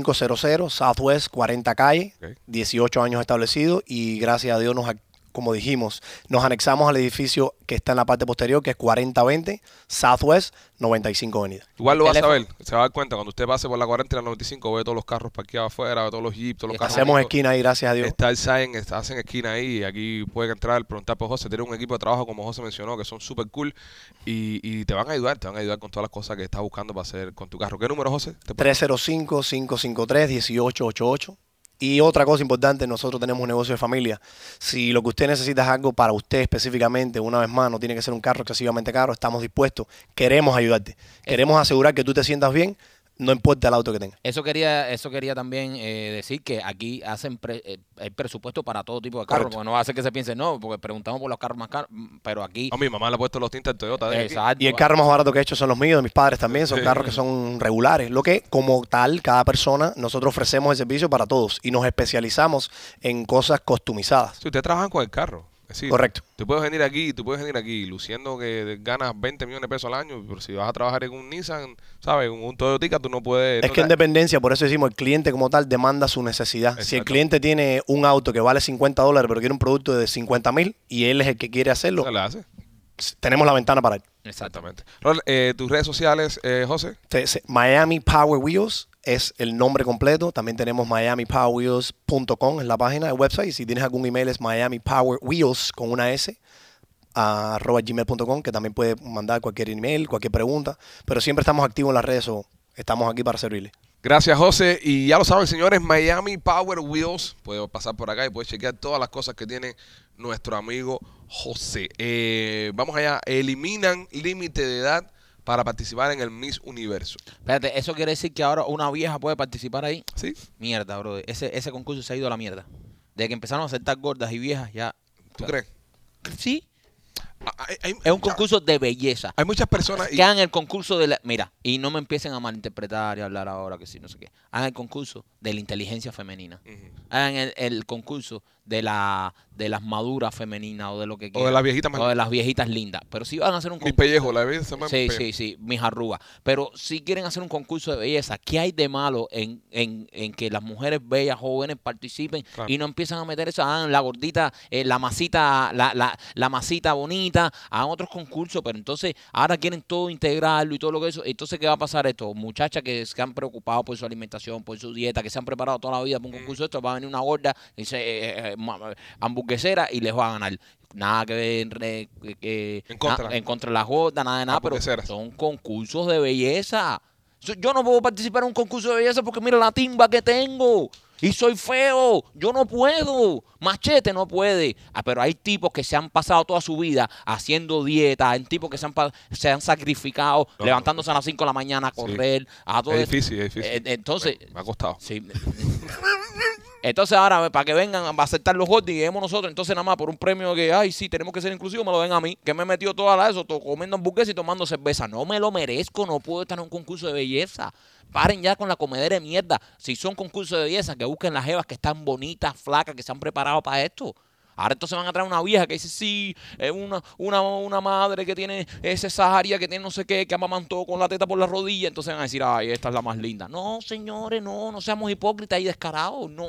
Speaker 6: 9500 Southwest 40 Calle,
Speaker 1: Ok.
Speaker 6: 18 años establecido y gracias a Dios nos ac- como dijimos, nos anexamos al edificio que está en la parte posterior, que es 4020 Southwest 95 Avenida.
Speaker 1: Igual lo va a
Speaker 2: teléfono.
Speaker 1: saber, se va a dar cuenta cuando usted pase por la 40 y la 95, ve todos los carros parqueados afuera, ve todos los jeeps, todos los carros.
Speaker 6: Hacemos
Speaker 1: bonitos.
Speaker 6: esquina ahí, gracias a Dios.
Speaker 1: Está el sign, está- hacen esquina ahí. y Aquí pueden entrar, preguntar por José. Tiene un equipo de trabajo, como José mencionó, que son súper cool y, y te van a ayudar, te van a ayudar con todas las cosas que estás buscando para hacer con tu carro. ¿Qué número, José? Te-
Speaker 6: 305-553-1888. Y otra cosa importante, nosotros tenemos un negocio de familia. Si lo que usted necesita es algo para usted específicamente, una vez más, no tiene que ser un carro excesivamente caro, estamos dispuestos, queremos ayudarte. Queremos asegurar que tú te sientas bien, no importa el auto que tengas.
Speaker 2: Eso quería, eso quería también eh, decir que aquí hacen pre- eh, hay presupuesto para todo tipo de carros,
Speaker 6: Correcto.
Speaker 2: porque no hace que se piense, no, porque preguntamos por los carros más caros, mm, pero aquí,
Speaker 1: A mi mamá le ha puesto los tintes al Toyota. de aquí.
Speaker 2: exacto,
Speaker 6: Y el carro más barato que he hecho son los míos, de mis padres también, son
Speaker 1: Sí.
Speaker 6: carros que son regulares. Lo que, como tal, cada persona, nosotros ofrecemos el servicio para todos y nos especializamos en cosas customizadas.
Speaker 1: Si ustedes trabajan con el carro. Es decir,
Speaker 6: Correcto.
Speaker 1: Tú puedes venir aquí, tú puedes venir aquí luciendo que ganas 20 millones de pesos al año, pero si vas a trabajar en un Nissan, ¿sabes? Un, un Toyota, tú no puedes...
Speaker 6: Es
Speaker 1: no
Speaker 6: que en
Speaker 1: te-
Speaker 6: dependencia, por eso decimos, el cliente como tal demanda su necesidad. Si el
Speaker 1: Exacto.
Speaker 6: cliente tiene un auto que vale 50 dólares, pero quiere un producto de 50 mil y él es el que quiere hacerlo,
Speaker 1: no le hace.
Speaker 6: tenemos la ventana para él.
Speaker 2: exacto.
Speaker 1: Exactamente. Rol, eh, tus redes sociales, eh, José.
Speaker 6: Te- se- Miami Power Wheels es el nombre completo. También tenemos miamipowerwheels.com en la página, el website. Si tienes algún email es miamipowerwheels con una S a arroba gmail.com que también puede mandar cualquier email, cualquier pregunta. Pero siempre estamos activos en las redes o estamos aquí para servirle.
Speaker 1: Gracias, José. Y ya lo saben, señores, Miami Power Wheels. Puedes pasar por acá y puedes chequear todas las cosas que tiene nuestro amigo José. Eh, vamos allá. Eliminan límite de edad para participar en el Miss Universo.
Speaker 2: Espérate, eso quiere decir que ahora una vieja puede participar ahí.
Speaker 1: ¿Sí?
Speaker 2: Mierda, bro, ese, ese concurso se ha ido a la mierda. Desde que empezaron a aceptar gordas y viejas, ya.
Speaker 1: ¿Tú crees?
Speaker 2: Sí,
Speaker 1: Ah, hay- hay-
Speaker 2: es un concurso de belleza.
Speaker 1: Hay muchas personas... y-
Speaker 2: Que hagan el concurso de la. Mira, y no me empiecen a malinterpretar y hablar ahora que sí, no sé qué. Hagan el concurso de la inteligencia femenina.
Speaker 1: Ujú.
Speaker 2: Hagan el, el concurso de la de las maduras femeninas o de lo que
Speaker 1: O
Speaker 2: quieran.
Speaker 1: de las viejitas pues más...
Speaker 2: O de las viejitas lindas. Pero si van a hacer un
Speaker 1: Mis
Speaker 2: concurso.
Speaker 1: pellejos, la vida se llama
Speaker 2: Sí,
Speaker 1: mis
Speaker 2: sí,
Speaker 1: pellejos.
Speaker 2: sí, mis arrugas. Pero si quieren hacer un concurso de belleza, ¿qué hay de malo en, en, en que las mujeres bellas, jóvenes, participen
Speaker 1: Claro.
Speaker 2: y no empiezan a meter eso? Hagan la gordita, eh, la masita, la, la, la masita bonita, hagan otros concursos, pero entonces ahora quieren todo integrarlo y todo lo que eso. Entonces, ¿qué va a pasar esto? Muchachas que se han preocupado por su alimentación, por su dieta, que se han preparado toda la vida
Speaker 1: Mm.
Speaker 2: para un concurso, esto va a venir una gorda, dice, eh, eh, ma- hamburguesera y les va a ganar. Nada que ver eh, eh,
Speaker 1: En contra.
Speaker 2: na- en contra de las gordas, nada de nada, pero
Speaker 1: Hamburgueseras.
Speaker 2: son concursos de belleza. So- Yo no puedo participar en un concurso de belleza porque mira la timba que tengo. Y soy feo. Yo no puedo. Machete no puede. Ah, pero hay tipos que se han pasado toda su vida haciendo dieta. Hay tipos que se han, pa- se han sacrificado
Speaker 1: No,
Speaker 2: levantándose a las 5 de la mañana a
Speaker 1: Sí.
Speaker 2: correr. A todo
Speaker 1: Es
Speaker 2: esto.
Speaker 1: difícil, es difícil.
Speaker 2: Eh, entonces,
Speaker 1: Me ha costado.
Speaker 2: Sí. Entonces ahora, para que vengan a aceptar los gordos y lleguemos nosotros, entonces nada más por un premio que, ay, sí, tenemos que ser inclusivos, me lo den a mí, que me he metido toda la eso, to- comiendo hamburguesa y tomando cerveza. No me lo merezco, no puedo estar en un concurso de belleza. Paren ya con la comedera de mierda. Si son concursos de belleza, que busquen las jevas que están bonitas, flacas, que se han preparado para esto. Ahora entonces van a traer una vieja que dice, sí, es una, una, una madre que tiene ese cesárea, que tiene no sé qué, que amamantó con la teta por la rodilla. Entonces van a decir, ay, esta es la más linda. No, señores, no, no seamos hipócritas y descarados, no.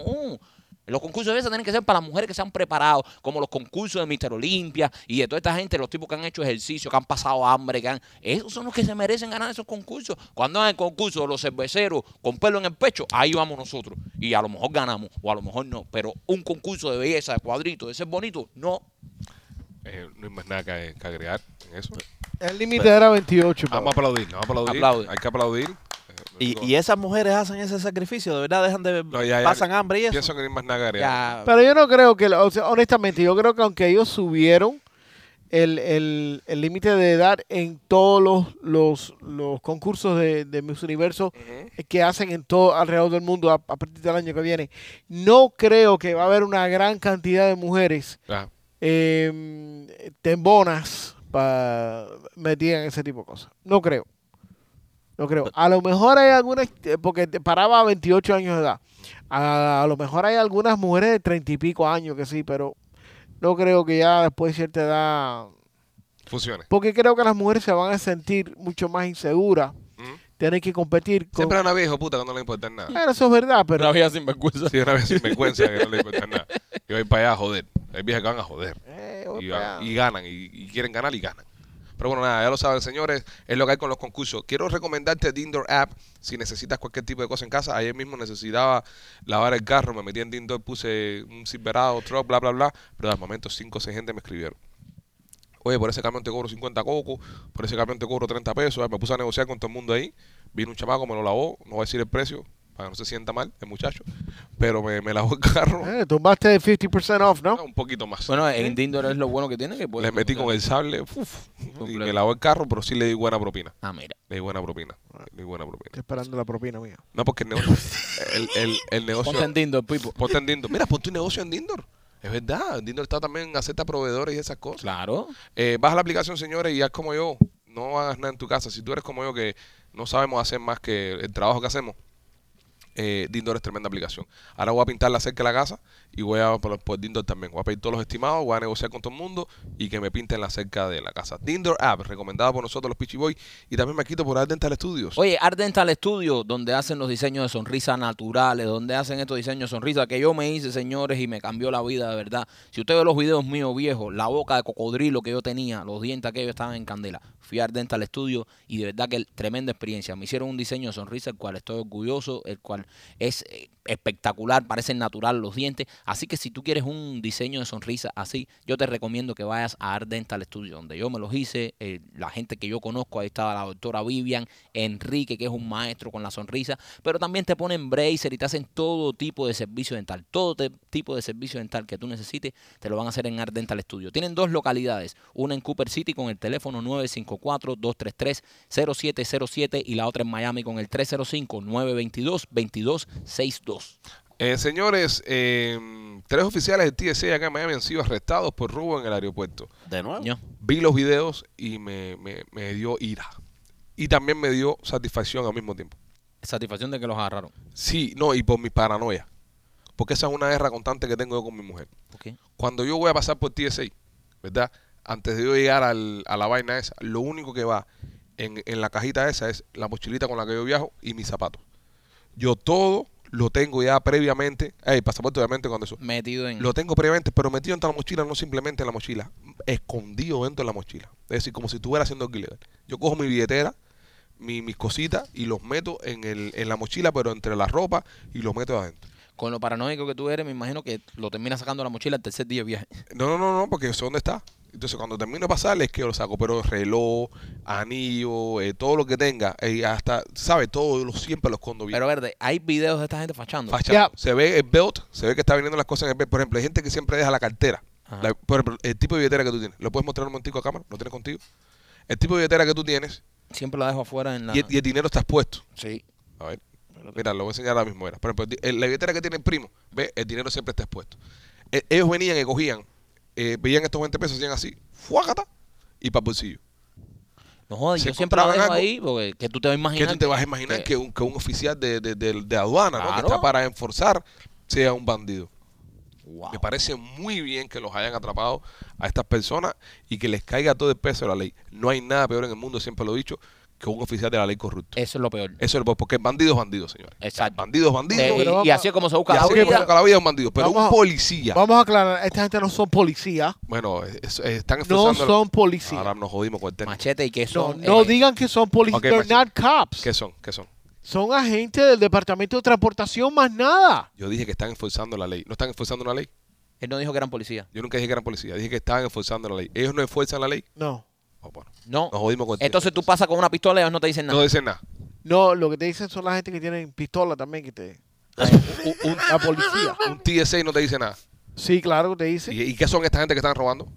Speaker 2: Los concursos de belleza tienen que ser para las mujeres que se han preparado, como los concursos de Mister Olimpia y de toda esta gente, los tipos que han hecho ejercicio, que han pasado hambre, que han... Esos son los que se merecen ganar esos concursos. Cuando hagan el concurso de los cerveceros con pelo en el pecho, ahí vamos nosotros. Y a lo mejor ganamos, o a lo mejor no. Pero un concurso de belleza, de cuadrito, de ser bonito, no.
Speaker 1: Eh, no hay más nada que, que agregar en eso.
Speaker 3: El límite era 28.
Speaker 1: Vamos a aplaudir, vamos a aplaudir.
Speaker 2: Aplaude.
Speaker 1: Hay que aplaudir. Eh,
Speaker 4: Y,
Speaker 1: digo,
Speaker 4: y esas mujeres hacen ese sacrificio, de verdad dejan de
Speaker 1: No, ya, ya.
Speaker 4: pasan hambre y eso.
Speaker 1: Pienso que no hay más nada que agregar.
Speaker 2: Ya,
Speaker 3: Pero yo no creo que, o sea, honestamente, yo creo que aunque ellos subieron, el el- el límite de edad en todos los, los, los concursos de, de Miss Universo que hacen en todo alrededor del mundo a, a partir del año que viene. No creo que va a haber una gran cantidad de mujeres
Speaker 1: Ah,
Speaker 3: em, tembonas pa- metidas en ese tipo de cosas. No creo. No creo. A lo mejor hay algunas, eh, porque te paraba a 28 años de edad. A, a lo mejor hay algunas mujeres de 30 y pico años que sí, pero no creo que ya después de cierta edad.
Speaker 1: funcione.
Speaker 3: Porque creo que las mujeres se van a sentir mucho más inseguras,
Speaker 1: Ujú.
Speaker 3: tener que competir con.
Speaker 1: Siempre a una vieja puta que no le importa nada.
Speaker 3: Bueno, eso es verdad, pero.
Speaker 5: Una vieja sin vergüenza.
Speaker 1: Sí, una vez sin vergüenza que no le importa nada. Y voy para allá a joder. Hay viejas que van a joder.
Speaker 3: Eh, voy
Speaker 1: y,
Speaker 3: para
Speaker 1: van-
Speaker 3: allá.
Speaker 1: y ganan, y, y quieren ganar y ganan. Pero bueno, nada, ya lo saben, señores, es lo que hay con los concursos. Quiero recomendarte Dindor App si necesitas cualquier tipo de cosa en casa. Ayer mismo necesitaba lavar el carro, me metí en Dindor, puse un silverado, truck, bla, bla, bla. Pero al momento 5 o 6 gente me escribieron. Oye, por ese camión te cobro 50 cocos, por ese camión te cobro 30 pesos. Me puse a negociar con todo el mundo ahí. Vino un chamaco, me lo lavó, no voy a decir el precio, para que no se sienta mal el muchacho. Pero me, me lavó el carro.
Speaker 3: Eh, tumbaste el 50% off, ¿no?
Speaker 1: Un poquito más.
Speaker 2: Bueno, en Dindor es lo bueno que tiene que puede-
Speaker 1: Le metí con el sable uf, y
Speaker 2: Completo.
Speaker 1: me lavó el carro, pero sí le di buena propina.
Speaker 2: Ah, mira.
Speaker 1: Le di buena propina. Le di buena propina.
Speaker 3: Estoy esperando la propina mía.
Speaker 1: No, porque el negocio. El, el, el negocio.
Speaker 2: Ponte en Dindor, Pipo.
Speaker 1: Ponte en Dindor. Mira, pon tu negocio en Dindor. Es verdad. Dindor está también, acepta proveedores y esas cosas.
Speaker 2: Claro.
Speaker 1: Eh, baja la aplicación, señores, y haz como yo. No hagas nada en tu casa. Si tú eres como yo, que no sabemos hacer más que el trabajo que hacemos, eh, Dindor es tremenda aplicación. Ahora voy a pintarla cerca de la casa y voy a por, por Dindor también. Voy a pedir todos los estimados, voy a negociar con todo el mundo y que me pinten la cerca de la casa. Dindor App, recomendada por nosotros los Peachy Boys y también me quito por Art Dental Studios.
Speaker 2: Oye, Art Dental Studio, donde hacen los diseños de sonrisas naturales, donde hacen estos diseños de sonrisas que yo me hice, señores, y me cambió la vida, de verdad. Si usted ve los videos míos viejos, la boca de cocodrilo que yo tenía, los dientes aquellos estaban en candela. Fui a Art Dental Studio y de verdad que tremenda experiencia. Me hicieron un diseño de sonrisa, el cual estoy orgulloso, el cual es eh, espectacular, parecen natural los dientes. Así que si tú quieres un diseño de sonrisa así, yo te recomiendo que vayas a Art Dental Studio, donde yo me los hice, eh, la gente que yo conozco, ahí estaba la doctora Vivian, Enrique, que es un maestro con la sonrisa, pero también te ponen bracer y te hacen todo tipo de servicio dental, todo te- tipo de servicio dental que tú necesites, te lo van a hacer en Art Dental Studio. Tienen dos localidades, una en Cooper City con el teléfono 954-233-0707 y la otra en Miami con el 305-922-2262.
Speaker 1: Eh, señores, eh, tres oficiales del TSA acá en Miami han sido arrestados por robo en el aeropuerto.
Speaker 4: De nuevo.
Speaker 2: Ño.
Speaker 1: vi los videos y me, me- me dio ira. Y también me dio satisfacción al mismo tiempo.
Speaker 2: Satisfacción de que los agarraron.
Speaker 1: Sí, no, y por mi paranoia. Porque esa es una guerra constante que tengo yo con mi mujer.
Speaker 2: Ok.
Speaker 1: Cuando yo voy a pasar por TSA, ¿verdad? Antes de yo llegar al- a la vaina esa, lo único que va en, en la cajita esa es la mochilita con la que yo viajo y mis zapatos. Yo todo lo tengo ya previamente. El pasaporte obviamente cuando eso.
Speaker 2: Metido en...
Speaker 1: Lo tengo previamente, pero metido dentro de la mochila, no simplemente en la mochila, escondido dentro de la mochila. Es decir, como si estuviera haciendo alquiler. Yo cojo mi billetera, mi- mis cositas y los meto en, el, en la mochila, pero entre la ropa y los meto adentro.
Speaker 2: Con lo paranoico que tú eres, me imagino que lo terminas sacando de la mochila el tercer día de viaje.
Speaker 1: No, no, no, no, porque yo sé dónde está. Entonces, cuando termino de pasar, es que yo lo saco, pero reloj, anillo, eh, todo lo que tenga, eh, hasta, ¿sabes? Todo, lo, siempre lo escondo bien.
Speaker 2: Pero verde, hay videos de esta gente fachando.
Speaker 1: Fachado.
Speaker 3: Ya.
Speaker 1: Se ve el belt, se ve que está viniendo las cosas en el belt. Por ejemplo, hay gente que siempre deja la cartera.
Speaker 2: Ajá.
Speaker 1: La- por ejemplo, el tipo de billetera que tú tienes. ¿Lo puedes mostrar un momentico a cámara? ¿Lo tienes contigo? El tipo de billetera que tú tienes
Speaker 2: Siempre la dejo afuera en la.
Speaker 1: y, el- y el dinero está expuesto.
Speaker 2: Sí.
Speaker 1: A ver. Mira, lo voy a enseñar ahora mismo. Mira. Por ejemplo, el di- el- la billetera que tiene el primo, ve, el dinero siempre está expuesto. E- ellos venían y cogían, eh, veían estos 20 pesos, hacían así, fuácata, y para el bolsillo.
Speaker 2: No jodas,
Speaker 1: Se
Speaker 2: yo siempre la dejo
Speaker 1: encontraban algo-
Speaker 2: ahí porque que tú te vas a
Speaker 1: ¿Qué
Speaker 2: imaginar.
Speaker 1: tú te vas a imaginar que un, que un oficial de, de- de- de aduana, ¿no? que
Speaker 2: Claro.
Speaker 1: está para enforzar, sea un bandido?
Speaker 2: Wow.
Speaker 1: Me parece muy bien que los hayan atrapado a estas personas y que les caiga todo el peso de la ley. No hay nada peor en el mundo, siempre lo he dicho, que un oficial de la ley corrupto.
Speaker 2: Eso es lo peor.
Speaker 1: Eso es lo- porque el bandido es bandido, señores. Eh,
Speaker 2: Exacto.
Speaker 1: Bandido es bandido.
Speaker 2: Eh,
Speaker 1: y-
Speaker 3: pero
Speaker 2: y, y
Speaker 3: vamos-
Speaker 2: así es como se
Speaker 1: y
Speaker 2: busca la
Speaker 1: así
Speaker 2: vida.
Speaker 1: es como que la vida es un bandido. Pero
Speaker 3: Vamos
Speaker 1: un
Speaker 3: a-
Speaker 1: policía.
Speaker 3: Vamos a aclarar, esta gente no son policías.
Speaker 1: Bueno, es- es- están
Speaker 3: No
Speaker 1: esforzando.
Speaker 3: son policías.
Speaker 1: Ahora nos jodimos con el tema.
Speaker 2: Machete y que
Speaker 3: No,
Speaker 2: son.
Speaker 3: no
Speaker 2: eh,
Speaker 3: digan que son policías.
Speaker 1: ok, pues
Speaker 3: They're
Speaker 1: Machete.
Speaker 3: not cops.
Speaker 1: ¿Qué son? ¿Qué son?
Speaker 3: Son agentes del Departamento de Transportación, más nada.
Speaker 1: Yo dije que están enforzando la ley. ¿No están enforzando la ley?
Speaker 2: Él no dijo que eran policías.
Speaker 1: Yo nunca dije que eran policías. Dije que estaban enforzando la ley. Ellos no enfuerzan la ley.
Speaker 3: No.
Speaker 1: Oh, bueno,
Speaker 2: No.
Speaker 1: nos jodimos con el tema.
Speaker 2: Entonces tú pasas con una pistola y ellos no te dicen
Speaker 1: No
Speaker 2: nada.
Speaker 1: dicen nada.
Speaker 3: No, lo que te dicen son la gente que tienen pistola también, que te... la policía.
Speaker 1: Un TSA no te dice nada.
Speaker 3: Sí, claro que te dicen.
Speaker 1: ¿Y, y qué son esta gente que están robando?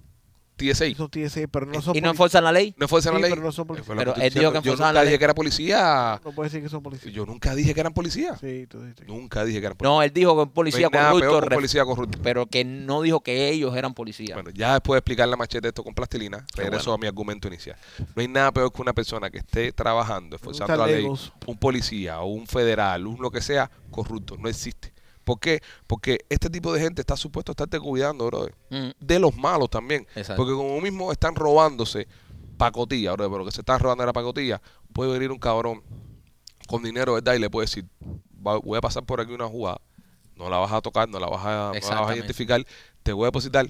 Speaker 1: TSA.
Speaker 3: Son TSA, pero no son
Speaker 2: y no
Speaker 3: policías.
Speaker 2: enforzan la ley.
Speaker 1: Eh, No fue esa la
Speaker 3: Sí,
Speaker 1: ley.
Speaker 3: pero no son
Speaker 1: Fue la
Speaker 3: policías.
Speaker 2: Pero
Speaker 1: estoy
Speaker 2: él dijo
Speaker 1: diciendo.
Speaker 2: que
Speaker 1: yo nunca
Speaker 2: enforzaban la
Speaker 1: dije
Speaker 2: ley.
Speaker 1: que era policía.
Speaker 3: No puede decir que son policías.
Speaker 1: Yo nunca dije que eran policías.
Speaker 3: Sí, tú dices.
Speaker 1: Nunca dije que eran policías.
Speaker 2: No, él dijo que un
Speaker 1: No hay
Speaker 2: policía
Speaker 1: nada
Speaker 2: corrupto,
Speaker 1: peor que un
Speaker 2: ref-
Speaker 1: policía corrupto.
Speaker 2: pero que no dijo que ellos eran policías.
Speaker 1: Bueno, ya después de explicar la machete esto con plastilina, regreso a mi argumento inicial. No hay nada peor que una persona que esté trabajando, esforzando la
Speaker 3: gustan
Speaker 1: ley,
Speaker 3: legos.
Speaker 1: un policía o un federal, un lo que sea, corrupto. No existe. ¿Por qué? Porque este tipo de gente está supuesto a estarte cuidando, brother.
Speaker 2: Mm.
Speaker 1: De los malos también.
Speaker 2: Exacto.
Speaker 1: Porque como mismo están robándose pacotilla, brother, pero que se están robando la pacotilla, puede venir un cabrón con dinero, ¿verdad? Y le puede decir, "Va- voy a pasar por aquí una jugada. No la vas a tocar, no la vas a, no la vas a
Speaker 2: Exactamente.
Speaker 1: identificar. Te voy a depositar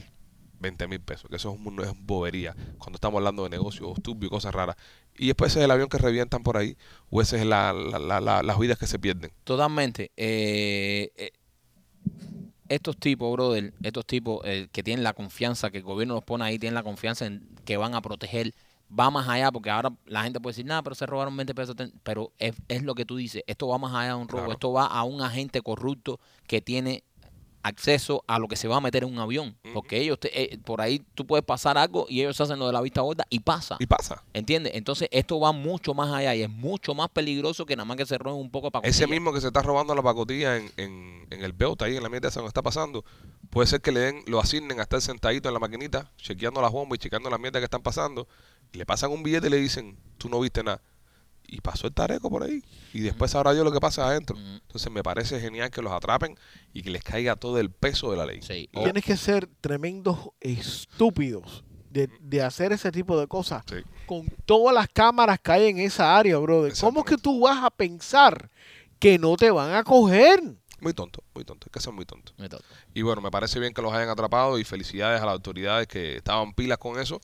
Speaker 1: 20 mil pesos, que eso es, un- es bobería. Cuando estamos hablando de negocios turbios, cosas raras. Y después ese es el avión que revientan por ahí, o esa es la, la- la- la- las vidas que se pierden.
Speaker 2: Totalmente. Eh, eh, estos tipos, brother, estos tipos eh, que tienen la confianza, que el gobierno los pone ahí, tienen la confianza en que van a proteger, va más allá, porque ahora la gente puede decir, nada, pero se robaron 20 pesos, ten-". pero es, es lo que tú dices, esto va más allá de un robo,
Speaker 1: Claro.
Speaker 2: esto va a un agente corrupto que tiene acceso a lo que se va a meter en un avión, porque ellos, te- eh, por ahí tú puedes pasar algo y ellos hacen lo de la vista gorda y pasa.
Speaker 1: Y pasa.
Speaker 2: ¿Entiendes? Entonces esto va mucho más allá y es mucho más peligroso que nada más que se roben un poco para
Speaker 1: Ese mismo que se está robando la pacotilla en, en, en el Beuta, ahí en la mierda esa donde está pasando, puede ser que le den, lo asignen a estar sentadito en la maquinita, chequeando las bombas y chequeando las mierdas que están pasando. y le pasan un billete y le dicen, tú no viste nada. Y pasó el tareco por ahí. Y después sabrá yo lo que pasa adentro.
Speaker 2: Ujú.
Speaker 1: Entonces me parece genial que los atrapen y que les caiga todo el peso de la ley.
Speaker 2: Sí.
Speaker 1: Oh,
Speaker 3: Tienes que ser tremendos estúpidos de, de hacer ese tipo de cosas.
Speaker 1: sí.
Speaker 3: Con todas las cámaras que hay en esa área, brother. ¿Cómo
Speaker 1: Exactamente.
Speaker 3: que tú vas a pensar que no te van a coger?
Speaker 1: Muy tonto, muy tonto. Es que son muy tontos.
Speaker 2: Me toca.
Speaker 1: Y bueno, me parece bien que los hayan atrapado y felicidades a las autoridades que estaban pilas con eso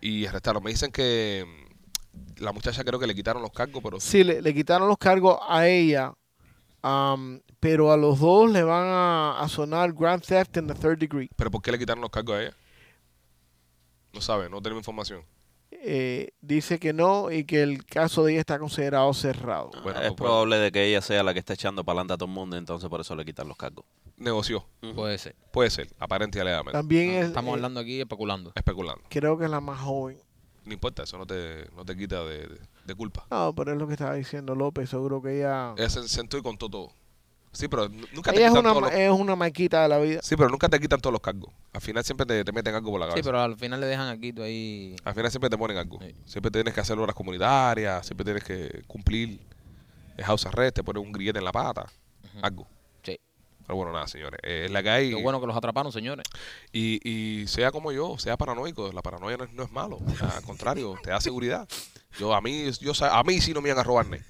Speaker 1: y arrestaron. Me dicen que mm, la muchacha creo que le quitaron los cargos, pero
Speaker 3: Sí, le, le quitaron los cargos a ella, am, pero a los dos le van a, a sonar Grand Theft in the Third Degree.
Speaker 1: pero ¿por qué le quitaron los cargos a ella? No sabe, no tenemos información.
Speaker 3: Eh, dice que no y que el caso de ella está considerado cerrado.
Speaker 1: Bueno, pues,
Speaker 4: es
Speaker 1: no puedo.
Speaker 4: probable de que ella sea la que está echando para adelante a todo el mundo, entonces por eso le quitan los cargos.
Speaker 1: Negoció,
Speaker 2: Puede ser.
Speaker 1: puede ser, aparente y alegadamente.
Speaker 3: También es-
Speaker 2: Estamos
Speaker 3: eh,
Speaker 2: hablando aquí especulando.
Speaker 1: Especulando.
Speaker 3: creo que es la más joven.
Speaker 1: No importa, eso no te, no te quita de, de- de culpa.
Speaker 3: No, pero es lo que estaba diciendo López. Seguro que ella.
Speaker 1: Ella se sentó y contó todo. Sí, pero nu- nunca te
Speaker 3: Ella es
Speaker 1: quitan
Speaker 3: una,
Speaker 1: todos
Speaker 3: ma- eh,
Speaker 1: los...
Speaker 3: es una maquita de la vida.
Speaker 1: Sí, pero nunca te quitan todos los cargos. Al final siempre te, te meten algo por la cabeza.
Speaker 2: Sí, pero al final le dejan aquí tú ahí.
Speaker 1: Al final siempre te ponen algo.
Speaker 2: Sí.
Speaker 1: Siempre tienes que hacer obras comunitarias, siempre tienes que cumplir el house arrest, te ponen un grillete en la pata, algo.
Speaker 2: Sí.
Speaker 1: Pero bueno, nada, señores. eh, es la que hay.
Speaker 2: Lo bueno que los atraparon, señores.
Speaker 1: Y, y sea como yo, sea paranoico. La paranoia no es, no es malo. Al contrario, te da seguridad. Yo a mí, yo sa- a mí sí no me iban a robarme.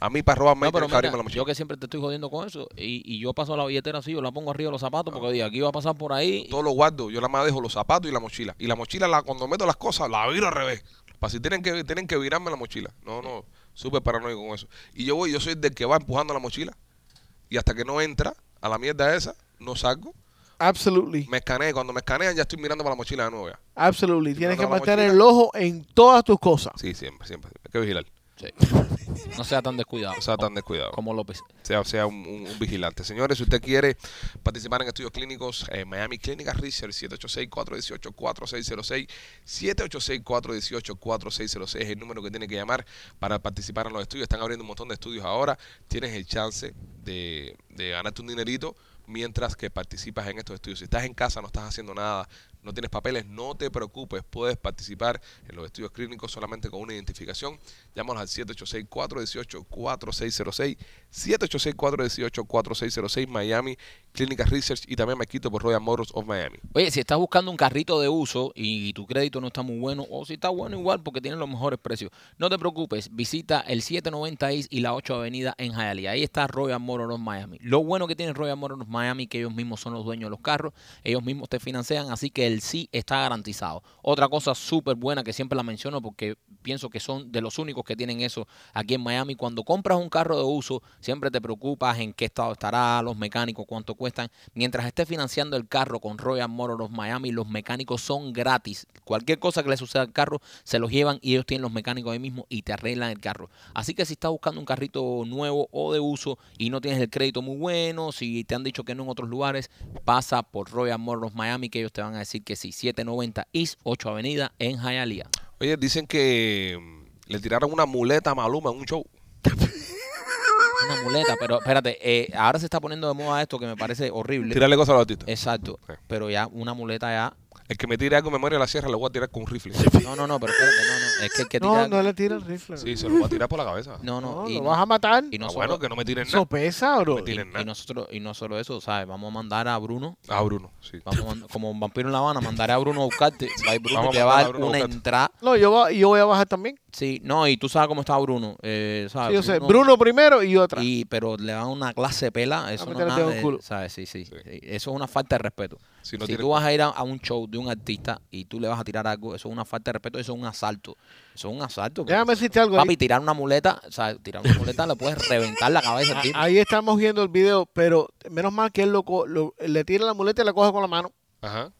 Speaker 1: A mí para robarme
Speaker 2: No, pero
Speaker 1: tengo que abrirme
Speaker 2: mira,
Speaker 1: la mochila.
Speaker 2: yo que siempre te estoy jodiendo con eso. Y, y yo paso la billetera así, yo la pongo arriba de los zapatos porque digo, aquí va a pasar por ahí.
Speaker 1: Todo lo guardo. Yo nada más dejo los zapatos y la mochila. Y la mochila, la, cuando meto las cosas, la viro al revés. Para si tienen que, tienen que virarme la mochila. No, no. Súper paranoico con eso. Y yo voy, yo soy del que va empujando la mochila. Y hasta que no entra a la mierda esa, no salgo.
Speaker 3: Absolutely.
Speaker 1: Me escaneé. Cuando me escanean, ya estoy mirando para la mochila de nuevo ya.
Speaker 3: Absolutely.
Speaker 1: Si
Speaker 3: Tienes
Speaker 1: no,
Speaker 3: que
Speaker 1: no la
Speaker 3: mantener
Speaker 1: mochila.
Speaker 3: el ojo en todas tus cosas.
Speaker 1: Sí, siempre, siempre. Hay que vigilar.
Speaker 2: Sí. No sea tan descuidado.
Speaker 1: No sea tan descuidado.
Speaker 2: Como López.
Speaker 1: sea, sea un, un- un vigilante. Señores, si usted quiere participar en estudios clínicos, eh, Miami Clínica Research, 786-418-4606, 786-418-4606 es el número que tiene que llamar para participar en los estudios. Están abriendo un montón de estudios ahora. Tienes el chance de, de ganarte un dinerito mientras que participas en estos estudios. Si estás en casa, no estás haciendo nada, no tienes papeles, no te preocupes, puedes participar en los estudios clínicos solamente con una identificación. Llámanos al 786-418-4606, 786-418-4606, Miami, Clínica Research y también me quito por Royal Motors of Miami.
Speaker 2: Oye, si estás buscando un carrito de uso y tu crédito no está muy bueno, o si está bueno igual porque tienen los mejores precios, no te preocupes, visita el 790 East y la 8 Avenida en Hialeah. Ahí está Royal Motor of Miami. Lo bueno que tiene Royal Motor of Miami que ellos mismos son los dueños de los carros, ellos mismos te financian, así que el sí está garantizado. Otra cosa súper buena que siempre la menciono porque pienso que son de los únicos que tienen eso aquí en Miami. Cuando compras un carro de uso, siempre te preocupas en qué estado estará, los mecánicos, cuánto cuestan. Mientras estés financiando el carro con Royal Motors of Miami, los mecánicos son gratis. Cualquier cosa que le suceda al carro, se los llevan y ellos tienen los mecánicos ahí mismo y te arreglan el carro. Así que si estás buscando un carrito nuevo o de uso y no tienes el crédito muy bueno, si te han dicho que no en otros lugares, pasa por Royal Motors Miami que ellos te van a decir que sí, 790 East 8 Avenida en Hialeah.
Speaker 1: Oye, dicen que mm, le tiraron una muleta a Maluma en un show.
Speaker 2: Una muleta, pero espérate, eh, ahora se está poniendo de moda esto que me parece horrible.
Speaker 1: Tirarle cosas a los artistas.
Speaker 2: Exacto,
Speaker 1: Ok.
Speaker 2: pero ya una muleta ya.
Speaker 1: El que me tire algo en memoria de la sierra lo voy a tirar con un rifle.
Speaker 2: No, no, no, pero espérate, no, no, es que el que
Speaker 3: No,
Speaker 2: tira-
Speaker 3: no le tira el rifle.
Speaker 1: Sí, se lo voy a tirar por la cabeza.
Speaker 2: no,
Speaker 3: no,
Speaker 2: no, y
Speaker 3: lo
Speaker 2: no-
Speaker 3: vas a matar.
Speaker 2: y no
Speaker 1: Ah,
Speaker 2: solo-
Speaker 1: bueno, que no me tiren nada.
Speaker 3: Sopesa, bro.
Speaker 1: Me tira. tienen
Speaker 2: y-
Speaker 1: nada.
Speaker 2: y nosotros y no solo eso, ¿sabes? Vamos a mandar a Bruno,
Speaker 1: Ah, Bruno, sí.
Speaker 2: vamos a mand- como un vampiro en La Habana, mandaré a Bruno a buscarte, va y Bruno
Speaker 1: Vamos a
Speaker 2: te va a
Speaker 1: mandar a
Speaker 2: dar
Speaker 1: Bruno a
Speaker 2: una
Speaker 1: buscarte.
Speaker 2: entrada.
Speaker 3: No, yo, va- yo voy a bajar también.
Speaker 2: Sí, no, y tú sabes cómo está Bruno, eh,
Speaker 3: Sí,
Speaker 2: ¿sabes?
Speaker 3: yo sé. Bruno primero y otra.
Speaker 2: y pero le dan una clase de pela, eso no es
Speaker 3: meterle
Speaker 2: nada
Speaker 3: dedo en
Speaker 2: de-
Speaker 3: culo.
Speaker 2: ¿sabes? Sí, sí,
Speaker 1: Sí.
Speaker 2: sí. Eso es una falta de respeto.
Speaker 1: Si no
Speaker 2: si
Speaker 1: tiene-
Speaker 2: tú vas a ir a, a un show de un artista y tú le vas a tirar algo, eso es una falta de respeto, eso es un asalto. Eso es un asalto.
Speaker 3: Déjame
Speaker 2: porque-
Speaker 3: decirte algo.
Speaker 2: Papi,
Speaker 3: Ahí.
Speaker 2: tirar una muleta, o sea, tirar una muleta le puedes reventar la cabeza al tipo.
Speaker 3: ahí estamos viendo el video, pero menos mal que él lo, co- lo- le tira la muleta y la coge con la mano.
Speaker 1: Ajá.